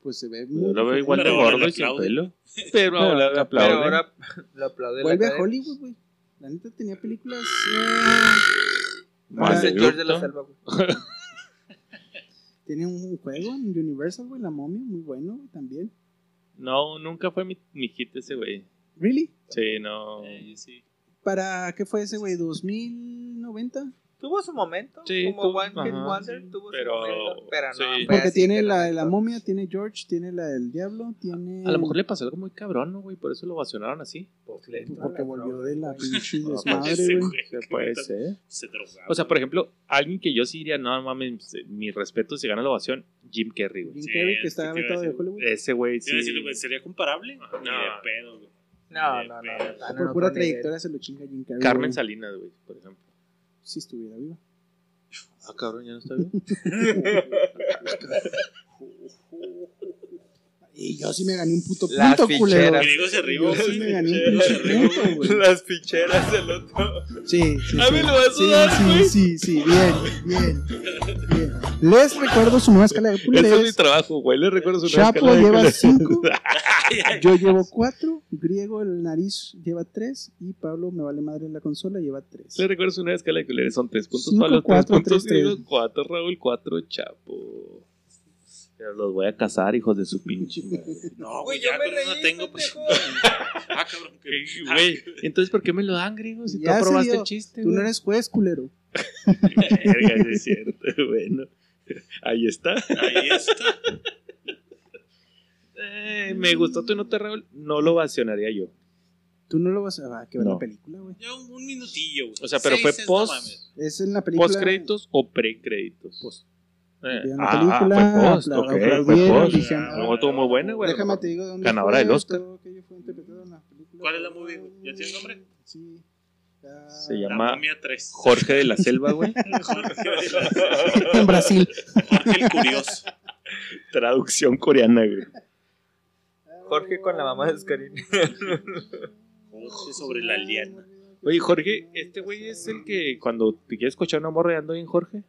[SPEAKER 1] Pues se ve
[SPEAKER 3] Yo
[SPEAKER 1] muy
[SPEAKER 3] lo veo igual de
[SPEAKER 2] Pero ahora
[SPEAKER 3] gordo
[SPEAKER 2] le
[SPEAKER 3] y sin
[SPEAKER 2] aplauden.
[SPEAKER 3] pelo. Pero ahora le
[SPEAKER 4] Pero
[SPEAKER 3] aplauden.
[SPEAKER 4] ahora lo aplaude
[SPEAKER 1] Vuelve
[SPEAKER 4] la
[SPEAKER 1] a
[SPEAKER 4] cadena.
[SPEAKER 1] Hollywood, güey. La neta tenía películas. eh,
[SPEAKER 4] Ah, ese
[SPEAKER 3] Maleducto.
[SPEAKER 4] George de la Selva, güey.
[SPEAKER 1] Tiene un juego en Universal, güey, La Momia, muy bueno güey, también.
[SPEAKER 3] No, nunca fue mi, mi hit ese güey.
[SPEAKER 1] ¿Really?
[SPEAKER 3] Sí, no.
[SPEAKER 2] Eh, yo sí.
[SPEAKER 1] ¿Para qué fue ese, güey? ¿2090?
[SPEAKER 4] Tuvo su momento,
[SPEAKER 3] Sí,
[SPEAKER 4] como
[SPEAKER 3] tuvo-
[SPEAKER 4] One Hit
[SPEAKER 3] ajá,
[SPEAKER 4] Wonder,
[SPEAKER 3] sí,
[SPEAKER 4] tuvo
[SPEAKER 3] pero-
[SPEAKER 4] su momento, pero no.
[SPEAKER 3] sí.
[SPEAKER 4] fue
[SPEAKER 1] Porque
[SPEAKER 4] así
[SPEAKER 1] tiene
[SPEAKER 4] que
[SPEAKER 1] la de
[SPEAKER 4] no.
[SPEAKER 1] la momia, tiene George, tiene la del diablo, tiene.
[SPEAKER 3] A lo
[SPEAKER 4] Mm.
[SPEAKER 3] mejor le pasó algo muy cabrón, ¿no, güey. Por eso lo vacionaron así.
[SPEAKER 4] Pues le entró
[SPEAKER 1] Porque
[SPEAKER 4] la
[SPEAKER 1] volvió
[SPEAKER 4] droga,
[SPEAKER 1] de la
[SPEAKER 4] güey.
[SPEAKER 1] pinche
[SPEAKER 3] No,
[SPEAKER 1] desmadre,
[SPEAKER 2] ese
[SPEAKER 1] güey.
[SPEAKER 3] Sí, puede ser.
[SPEAKER 2] Se drogaba.
[SPEAKER 3] O sea, por ejemplo, alguien que yo sí diría, no mames, mi respeto si gana la ovación, Jim Carrey, güey.
[SPEAKER 1] Jim
[SPEAKER 2] Sí,
[SPEAKER 1] Carrey, que
[SPEAKER 2] es
[SPEAKER 1] está
[SPEAKER 2] que te iba
[SPEAKER 1] vetado
[SPEAKER 2] a
[SPEAKER 1] de
[SPEAKER 2] decir,
[SPEAKER 1] Hollywood.
[SPEAKER 3] Ese güey
[SPEAKER 2] Te iba
[SPEAKER 3] sí.
[SPEAKER 2] a decir,
[SPEAKER 4] pues,
[SPEAKER 2] güey, ¿Sería comparable?
[SPEAKER 3] Ajá.
[SPEAKER 2] Ni de pedo, güey.
[SPEAKER 4] No, no, no. no, no,
[SPEAKER 1] Por
[SPEAKER 4] no,
[SPEAKER 1] pura
[SPEAKER 4] no, Miguel.
[SPEAKER 1] trayectoria se lo chinga Jim Carrey.
[SPEAKER 3] Carmen
[SPEAKER 4] uh.
[SPEAKER 1] güey.
[SPEAKER 3] Salinas, güey, por ejemplo.
[SPEAKER 1] Si estuviera viva.
[SPEAKER 3] Ah, cabrón, ya no está bien.
[SPEAKER 1] Y yo sí me gané un puto
[SPEAKER 4] Las
[SPEAKER 1] punto, culero.
[SPEAKER 4] ficheras.
[SPEAKER 2] Griego se
[SPEAKER 1] Yo
[SPEAKER 2] rió,
[SPEAKER 1] sí
[SPEAKER 2] güey.
[SPEAKER 1] me gané un
[SPEAKER 2] Griego se rió,
[SPEAKER 1] pinche
[SPEAKER 2] güey.
[SPEAKER 1] punto, güey.
[SPEAKER 4] Las ficheras del otro.
[SPEAKER 1] Sí, sí.
[SPEAKER 4] A
[SPEAKER 1] sí.
[SPEAKER 4] mí lo vas a
[SPEAKER 1] Sí,
[SPEAKER 4] dar, güey.
[SPEAKER 1] Sí, sí, sí, bien, bien, bien. Les recuerdo su nueva escala de
[SPEAKER 3] Ese es mi
[SPEAKER 1] puleles.
[SPEAKER 3] trabajo, güey. Le recuerdo su nueva
[SPEAKER 1] Chapo
[SPEAKER 3] escala de
[SPEAKER 1] lleva
[SPEAKER 3] colores.
[SPEAKER 1] 5,
[SPEAKER 2] Ay, ay,
[SPEAKER 1] yo llevo 4, Griego el nariz lleva 3 y Pablo me vale madre en la consola lleva 3.
[SPEAKER 3] Le recuerdo una escala de colores. Son tres puntos
[SPEAKER 1] Cinco,
[SPEAKER 3] para los tres
[SPEAKER 1] cuatro,
[SPEAKER 3] puntos.
[SPEAKER 1] tres, tres.
[SPEAKER 3] Diego, cuatro, Raúl, cuatro, Chapo. Pero los voy a cazar, hijos de su pinche. madre.
[SPEAKER 2] No,
[SPEAKER 4] Güey,
[SPEAKER 2] güey,
[SPEAKER 4] yo
[SPEAKER 2] ya
[SPEAKER 4] me
[SPEAKER 2] con eso
[SPEAKER 4] reí,
[SPEAKER 2] no tengo. Pues. Ah, cabrón, que.
[SPEAKER 3] Güey, entonces, ¿por qué me lo dan, griego? Si tú
[SPEAKER 1] Ya se
[SPEAKER 3] aprobaste
[SPEAKER 1] dio.
[SPEAKER 3] el chiste,
[SPEAKER 1] Tú no
[SPEAKER 3] güey.
[SPEAKER 1] eres juez, culero.
[SPEAKER 3] Verga, sí es cierto. Bueno, ahí está.
[SPEAKER 2] Ahí está.
[SPEAKER 3] Eh, me gustó tu nota, Raúl. No lo vacionaría yo.
[SPEAKER 1] Tú no lo vas a... Ah, que ver
[SPEAKER 3] No.
[SPEAKER 1] la película, güey.
[SPEAKER 2] Ya un, un minutillo, güey.
[SPEAKER 3] O sea, pero fue
[SPEAKER 2] es,
[SPEAKER 3] post-
[SPEAKER 2] no mames.
[SPEAKER 1] Es en la película...
[SPEAKER 3] ¿Post créditos o pre créditos? Eh,
[SPEAKER 1] Vieron la
[SPEAKER 3] ah,
[SPEAKER 1] película,
[SPEAKER 3] ah, fue post.
[SPEAKER 1] la
[SPEAKER 3] ok, fue
[SPEAKER 1] aplaudieron,
[SPEAKER 3] post.
[SPEAKER 1] dijeron,
[SPEAKER 3] A lo mejor estuvo muy buena, güey.
[SPEAKER 1] Déjame te digo de dónde
[SPEAKER 3] ganadora
[SPEAKER 1] fue,
[SPEAKER 3] del Oscar.
[SPEAKER 1] todo aquello fue interpretado en la película.
[SPEAKER 2] ¿Cuál es la movie, güey? ¿Ya tiene nombre?
[SPEAKER 1] Sí. Ah,
[SPEAKER 3] Se
[SPEAKER 2] La
[SPEAKER 3] llama
[SPEAKER 2] momia 3.
[SPEAKER 3] Jorge de la Selva, güey.
[SPEAKER 1] Ah, En Brasil.
[SPEAKER 2] Jorge el Curioso.
[SPEAKER 3] Traducción coreana, güey.
[SPEAKER 4] Jorge con la mamá de Oscarín.
[SPEAKER 2] Jorge sobre la liana.
[SPEAKER 3] Oye, Jorge, este güey es el que cuando te quieres escuchar una morra ando bien, Jorge.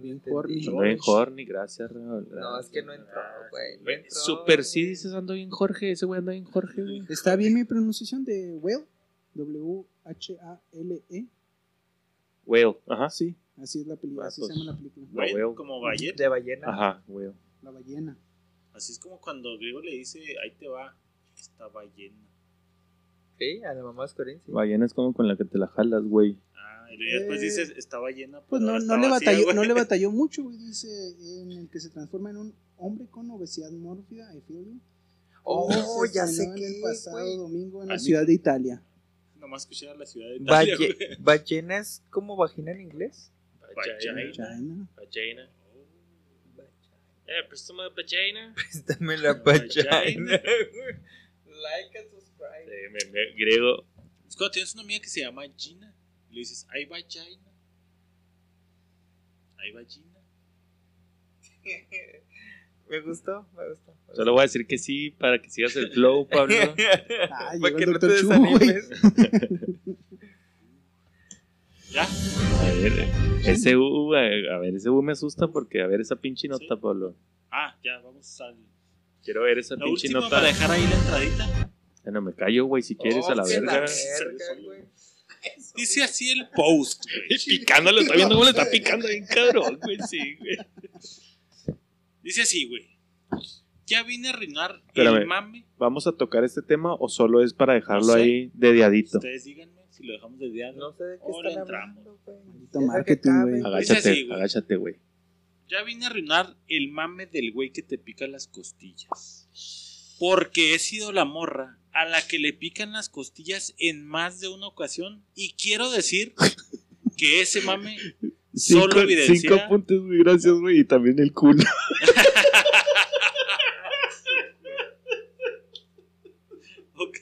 [SPEAKER 1] Bien horny.
[SPEAKER 3] Ando bien, Jorge, gracias, Raúl.
[SPEAKER 4] No, es que no entró, güey. No
[SPEAKER 3] Güey,
[SPEAKER 4] entró.
[SPEAKER 3] Super sí dices ando bien, Jorge. Ese güey anda bien, Jorge, güey.
[SPEAKER 1] ¿Está bien mi pronunciación de whale? W-H-A-L-E.
[SPEAKER 3] Whale, ajá.
[SPEAKER 1] Ah, Sí, E. así es la película. Así se
[SPEAKER 3] Vatos.
[SPEAKER 1] llama la película.
[SPEAKER 2] Güey,
[SPEAKER 3] veo.
[SPEAKER 2] como Valle.
[SPEAKER 4] De ballena.
[SPEAKER 3] Ajá, whale.
[SPEAKER 1] La ballena.
[SPEAKER 2] Así es como cuando Griego le dice, ahí te va esta ballena.
[SPEAKER 4] Sí, a la mamá de Oscarín, sí.
[SPEAKER 3] Ballena es como con la que te la jalas, güey.
[SPEAKER 2] Ah, y luego después
[SPEAKER 1] Eh,
[SPEAKER 2] dices, está ballena.
[SPEAKER 1] Pues no,
[SPEAKER 2] pero ahora
[SPEAKER 1] no,
[SPEAKER 2] está
[SPEAKER 1] le
[SPEAKER 2] vacía,
[SPEAKER 1] batalló,
[SPEAKER 2] güey.
[SPEAKER 1] no le batalló mucho, güey. Dice en el que se transforma en un hombre con obesidad mórbida. I feel you.
[SPEAKER 4] Oh,
[SPEAKER 1] Se
[SPEAKER 4] ya sé
[SPEAKER 1] estrenó en
[SPEAKER 4] que
[SPEAKER 1] El pasado
[SPEAKER 4] güey.
[SPEAKER 1] domingo en la
[SPEAKER 2] Así-
[SPEAKER 1] ciudad de Italia.
[SPEAKER 2] Nomás escuché a la ciudad de Italia, güey.
[SPEAKER 4] Valle- ¿Ballena es como vagina en inglés?
[SPEAKER 1] China.
[SPEAKER 3] Vagina.
[SPEAKER 2] Oh,
[SPEAKER 3] Eh, préstame la vagina.
[SPEAKER 4] Préstame la
[SPEAKER 3] Vagina.
[SPEAKER 4] vagina. güey. like and subscribe.
[SPEAKER 3] Sí, me- me- griego.
[SPEAKER 2] cuando tienes una amiga que se llama Gina, y le dices, ahí va Gina. Ahí va Gina.
[SPEAKER 4] Me gustó, me gustó.
[SPEAKER 3] Solo voy a decir que sí para que sigas el flow, Pablo.
[SPEAKER 1] Ay,
[SPEAKER 4] Para
[SPEAKER 1] Ah, llegó
[SPEAKER 4] que
[SPEAKER 1] el
[SPEAKER 4] no te
[SPEAKER 1] doctor Chu, güey.
[SPEAKER 4] desanimes.
[SPEAKER 2] ¿Ya?
[SPEAKER 3] A ver, ese U, eh, a ver, ese U me asusta porque, a ver, esa pinche nota, Pablo.
[SPEAKER 2] Ah, ya, vamos al.
[SPEAKER 3] Quiero ver esa
[SPEAKER 2] La
[SPEAKER 3] pinche
[SPEAKER 2] última
[SPEAKER 3] nota.
[SPEAKER 2] para dejar ahí la entradita.
[SPEAKER 3] Ya no me callo, güey, si quieres, a la
[SPEAKER 4] Oh, que
[SPEAKER 3] verga.
[SPEAKER 4] verga, güey.
[SPEAKER 2] Dice así el post, güey.
[SPEAKER 3] Picándole, está viendo cómo le está picando bien cabrón, güey, sí, güey.
[SPEAKER 2] Dice así, güey. Ya vine a arruinar
[SPEAKER 3] Espérame.
[SPEAKER 2] el mame.
[SPEAKER 3] ¿Vamos a tocar este tema o solo es para dejarlo
[SPEAKER 2] No sé.
[SPEAKER 3] ahí dediadito?
[SPEAKER 2] Ustedes díganme si lo dejamos de día.
[SPEAKER 4] No sé de qué
[SPEAKER 2] O le
[SPEAKER 4] están
[SPEAKER 2] entramos.
[SPEAKER 4] hablando, güey.
[SPEAKER 1] Maldito
[SPEAKER 4] Deja que
[SPEAKER 1] marketing, güey.
[SPEAKER 4] acabe.
[SPEAKER 2] Dice así,
[SPEAKER 3] Agáchate,
[SPEAKER 2] güey.
[SPEAKER 3] agáchate, güey.
[SPEAKER 2] Ya vine a arruinar el mame del güey que te pica las costillas. Porque he sido la morra a la que le pican las costillas en más de una ocasión. Y quiero decir que ese mame solo
[SPEAKER 3] Cinco,
[SPEAKER 2] evidencia.
[SPEAKER 3] cinco puntos, güey, gracias, güey. Y también el culo.
[SPEAKER 2] Ok.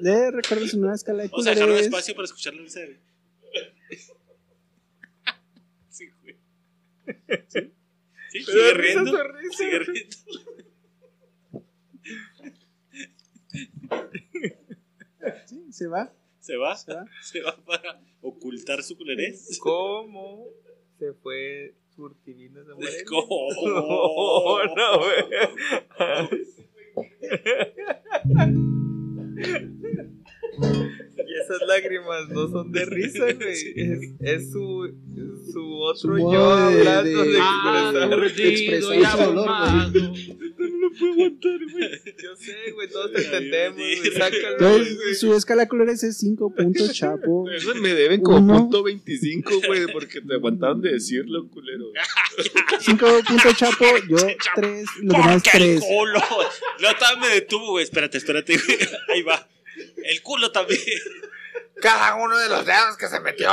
[SPEAKER 1] Le recuerdo su nueva escala de
[SPEAKER 2] Vamos a dejar un
[SPEAKER 1] colores.
[SPEAKER 2] espacio para escuchar la risa de él. Sí, güey. Sí, sigue riendo. Sigue riendo.
[SPEAKER 1] Sí, se va.
[SPEAKER 2] Se va,
[SPEAKER 1] Se va.
[SPEAKER 2] se va para ocultar su culerez.
[SPEAKER 4] ¿Cómo se fue Surtivino de Morelia?
[SPEAKER 2] ¿Cómo?
[SPEAKER 3] Oh,
[SPEAKER 4] No, no, güey. Y esas lágrimas no son de risa, güey. Es, es su, su otro
[SPEAKER 1] Su Ah,
[SPEAKER 4] yo
[SPEAKER 1] modo de-
[SPEAKER 4] hablando de,
[SPEAKER 1] de-
[SPEAKER 4] expresar.
[SPEAKER 1] Expresó
[SPEAKER 6] y
[SPEAKER 1] su dolor,
[SPEAKER 6] amado.
[SPEAKER 4] Yo sé, güey, todos te entendemos, güey. Sácalo, güey.
[SPEAKER 1] Entonces, su escala de colores es 5 puntos, chapo.
[SPEAKER 3] Eso me deben
[SPEAKER 1] como Uno. punto
[SPEAKER 3] 25, güey, porque te aguantaron de decirlo, culero.
[SPEAKER 1] 5 puntos, chapo. Yo 3, los demás
[SPEAKER 2] Porque el
[SPEAKER 1] 3.
[SPEAKER 2] culo. No, también me detuvo, güey. Espérate, espérate. güey. Ahí va. El culo también.
[SPEAKER 4] Cada uno de los dedos que se metió.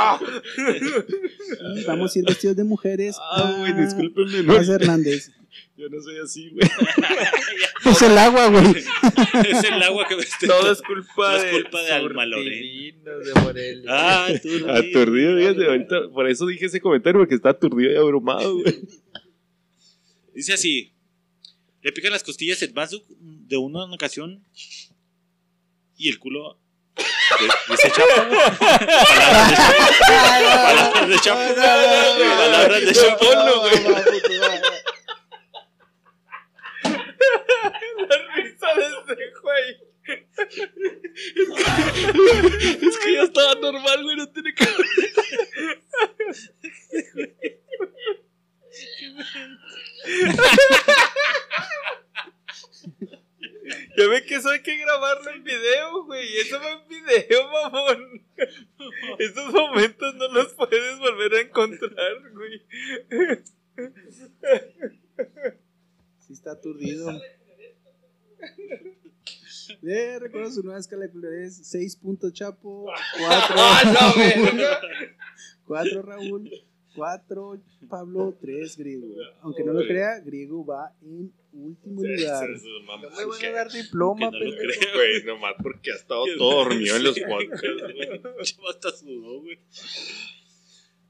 [SPEAKER 1] Vamos a ir vestidos de mujeres.
[SPEAKER 3] Ah, güey,
[SPEAKER 1] a
[SPEAKER 3] discúlpenme, no.
[SPEAKER 1] Paz Hernández.
[SPEAKER 3] Yo no soy así, güey.
[SPEAKER 1] Pues el agua, güey.
[SPEAKER 2] Es el agua que me está.
[SPEAKER 4] Todo es culpa
[SPEAKER 2] Todo es
[SPEAKER 4] de.
[SPEAKER 2] culpa de Alma Lorena.
[SPEAKER 4] Surtivino de Morelia.
[SPEAKER 2] Ah, tú
[SPEAKER 3] Aturdido, fíjate, ahorita. Por eso dije ese comentario, porque está aturdido y abrumado, güey.
[SPEAKER 2] Dice así: Le pican las costillas en más de una ocasión y el culo. Dice Chapo. Palabras de Chapo. Palabras de Chapo.
[SPEAKER 4] La risa de ese güey.
[SPEAKER 3] Es que ya estaba normal, güey, no tiene que.
[SPEAKER 4] Ya ve que eso hay que grabarlo en video, güey. Eso va en video, mamón. Esos momentos no los puedes volver a encontrar, güey.
[SPEAKER 1] Sí, está aturdido. Le recuerdo su nueva escala de colores: 6 puntos, chapo. 4.
[SPEAKER 4] Ah,
[SPEAKER 1] Cuatro Raúl, cuatro Pablo, tres Griego. Aunque no lo crea, Griego va en último lugar.
[SPEAKER 4] No me van a dar diploma,
[SPEAKER 2] Que no lo
[SPEAKER 4] pendejo.
[SPEAKER 2] creo.
[SPEAKER 3] Güey, nomás porque ha estado todo dormido en los podcasts.
[SPEAKER 2] Chava hasta sudó, güey.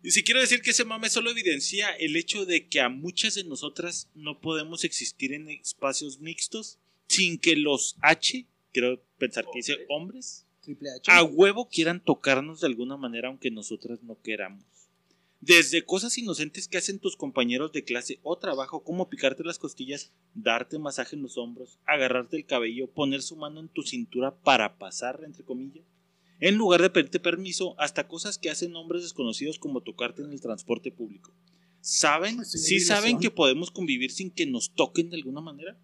[SPEAKER 2] Y si quiero decir que ese mame solo evidencia el hecho de que a muchas de nosotras no podemos existir en espacios mixtos sin que los H, quiero pensar que dice hombres,
[SPEAKER 1] Triple H.
[SPEAKER 2] a huevo quieran tocarnos de alguna manera aunque nosotras no queramos. Desde cosas inocentes que hacen tus compañeros de clase o trabajo, como picarte las costillas, darte masaje en los hombros, agarrarte el cabello, poner su mano en tu cintura para pasar, entre comillas, en lugar de pedirte permiso, hasta cosas que hacen hombres desconocidos como tocarte en el transporte público. ¿Saben?
[SPEAKER 1] Pues sí,
[SPEAKER 2] ¿Sí
[SPEAKER 1] violación.
[SPEAKER 2] saben que podemos convivir sin que nos toquen de alguna manera?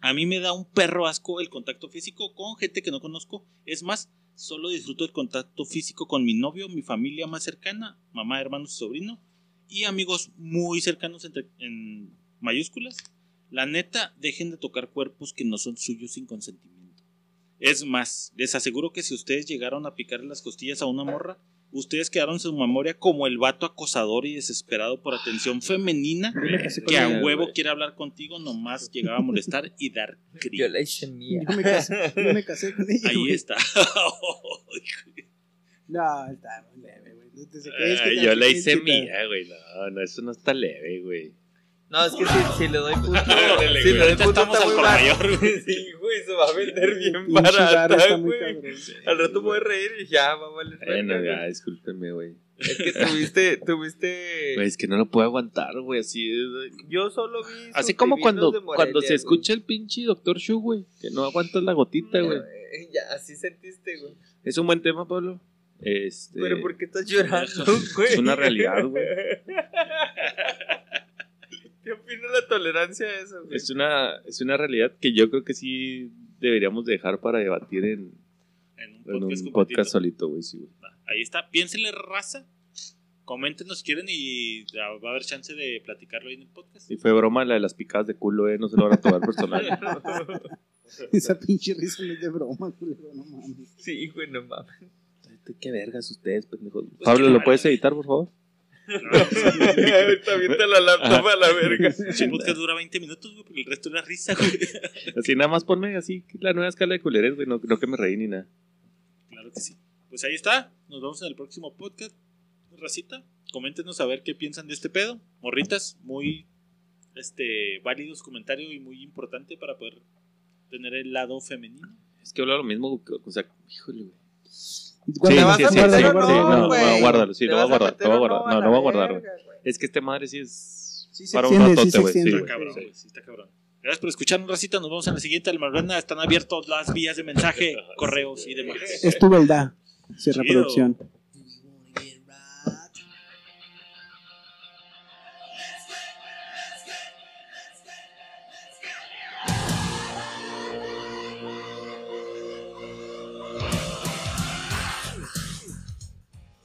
[SPEAKER 2] A mí me da un perro asco el contacto físico con gente que no conozco. Es más, solo disfruto el contacto físico con mi novio, mi familia más cercana, mamá, hermanos y sobrino, y amigos muy cercanos entre, en mayúsculas. La neta, dejen de tocar cuerpos que no son suyos sin consentimiento. Es más, les aseguro que si ustedes llegaron a picarle las costillas a una morra, ustedes quedaron en su memoria como el vato acosador y desesperado por atención femenina
[SPEAKER 4] la casé con
[SPEAKER 2] que a
[SPEAKER 4] ella,
[SPEAKER 2] huevo
[SPEAKER 4] güey.
[SPEAKER 2] quiere hablar contigo, nomás llegaba a molestar y dar críticas.
[SPEAKER 4] Yo la hice mía.
[SPEAKER 1] Yo me casé, yo me casé con ella.
[SPEAKER 2] Ahí
[SPEAKER 1] güey.
[SPEAKER 2] está.
[SPEAKER 1] No, está muy leve, güey. Desde que es que
[SPEAKER 3] Ay,
[SPEAKER 1] te-
[SPEAKER 3] yo la
[SPEAKER 1] es
[SPEAKER 3] hice
[SPEAKER 1] que te-
[SPEAKER 3] mía, güey. No, no, eso no está leve, güey.
[SPEAKER 4] No, es que si, si le doy punto.
[SPEAKER 3] Ándale,
[SPEAKER 4] si
[SPEAKER 3] güey.
[SPEAKER 4] le doy
[SPEAKER 3] Ahorita
[SPEAKER 4] punto,
[SPEAKER 3] estamos al
[SPEAKER 4] está muy
[SPEAKER 3] por
[SPEAKER 4] barato.
[SPEAKER 3] mayor, güey.
[SPEAKER 4] Sí, güey, se va a vender bien
[SPEAKER 1] Pinche barra
[SPEAKER 4] barata,
[SPEAKER 1] está muy
[SPEAKER 4] güey.
[SPEAKER 1] cabrón.
[SPEAKER 4] Al rato me voy a reír y ya va a valer.
[SPEAKER 3] Bueno,
[SPEAKER 4] verga,
[SPEAKER 3] ya,
[SPEAKER 4] güey.
[SPEAKER 3] discúlpeme, güey.
[SPEAKER 4] Es que tuviste, tuviste.
[SPEAKER 3] Güey, Es que no lo puedo aguantar, güey. Así, es-
[SPEAKER 4] Yo solo vi.
[SPEAKER 3] así
[SPEAKER 4] sus
[SPEAKER 3] como
[SPEAKER 4] divinos
[SPEAKER 3] cuando,
[SPEAKER 4] de Morelia,
[SPEAKER 3] cuando se
[SPEAKER 4] güey.
[SPEAKER 3] escucha el pinche Doctor Shu, güey. Que no aguantas la gotita, güey.
[SPEAKER 4] Eh, Ya, así sentiste, güey.
[SPEAKER 3] Es un buen tema, Pablo. Este,
[SPEAKER 4] Pero ¿por qué estás llorando, güey?
[SPEAKER 3] Es una realidad, güey.
[SPEAKER 4] ¿Qué opina la tolerancia a eso, güey?
[SPEAKER 3] es, una, es una realidad que yo creo que sí deberíamos dejar para debatir en,
[SPEAKER 2] En un
[SPEAKER 3] en
[SPEAKER 2] podcast,
[SPEAKER 3] un
[SPEAKER 2] completito.
[SPEAKER 3] podcast solito, güey. Sí, güey.
[SPEAKER 2] Ahí está. Piénsenle raza. Coméntenos si quieren y ya va a haber chance de platicarlo ahí en el podcast.
[SPEAKER 3] Y fue broma la de las picadas de culo, eh. No se lo van a tomar personal.
[SPEAKER 1] Esa pinche risa no es de broma, culero, no mames.
[SPEAKER 4] Sí, güey, no mames.
[SPEAKER 3] Qué vergas ustedes, pendejos.
[SPEAKER 2] Pues
[SPEAKER 3] Pablo,
[SPEAKER 2] qué
[SPEAKER 3] ¿lo
[SPEAKER 2] mal.
[SPEAKER 3] puedes editar, por favor?
[SPEAKER 4] Ahorita avienta la laptop a la verga.
[SPEAKER 2] Si el podcast dura 20 minutos, güey, porque el resto era risa, güey.
[SPEAKER 3] Así nada más ponme así la nueva escala de culeres, güey. No, no que me reí ni nada.
[SPEAKER 2] Claro que sí. Pues ahí está. Nos vemos en el próximo podcast. Racita, coméntenos a ver qué piensan de este pedo. Morritas, muy este válido su comentario y muy importante para poder tener el lado femenino.
[SPEAKER 3] Es que habla lo mismo, o sea, híjole, güey.
[SPEAKER 1] Guarda, sí,
[SPEAKER 4] ¿Te vas a
[SPEAKER 1] sí,
[SPEAKER 4] meter
[SPEAKER 1] sí,
[SPEAKER 4] o
[SPEAKER 1] guarda, guarda,
[SPEAKER 4] no,
[SPEAKER 3] no,
[SPEAKER 1] guarda.
[SPEAKER 4] güey?
[SPEAKER 3] guárdalo, sí,
[SPEAKER 4] ¿Te
[SPEAKER 3] lo voy a
[SPEAKER 4] vas
[SPEAKER 3] guardar,
[SPEAKER 4] meter
[SPEAKER 3] lo voy a
[SPEAKER 4] o
[SPEAKER 3] guardar, no,
[SPEAKER 4] la
[SPEAKER 3] lo voy a guardar,
[SPEAKER 4] verga, güey?
[SPEAKER 3] Es que este madre sí es
[SPEAKER 1] Sí se
[SPEAKER 3] para un
[SPEAKER 1] extiende, sí
[SPEAKER 3] ratote,
[SPEAKER 1] se
[SPEAKER 3] güey. Sí,
[SPEAKER 1] extiende.
[SPEAKER 3] güey.
[SPEAKER 2] Está cabrón, güey, sí está cabrón. Gracias por escucharnos, Racita. Nos vemos en la siguiente. Almadrana, están abiertas las vías de mensaje, correos y demás.
[SPEAKER 1] Es tu verdad. Cierra
[SPEAKER 2] Chido.
[SPEAKER 1] producción.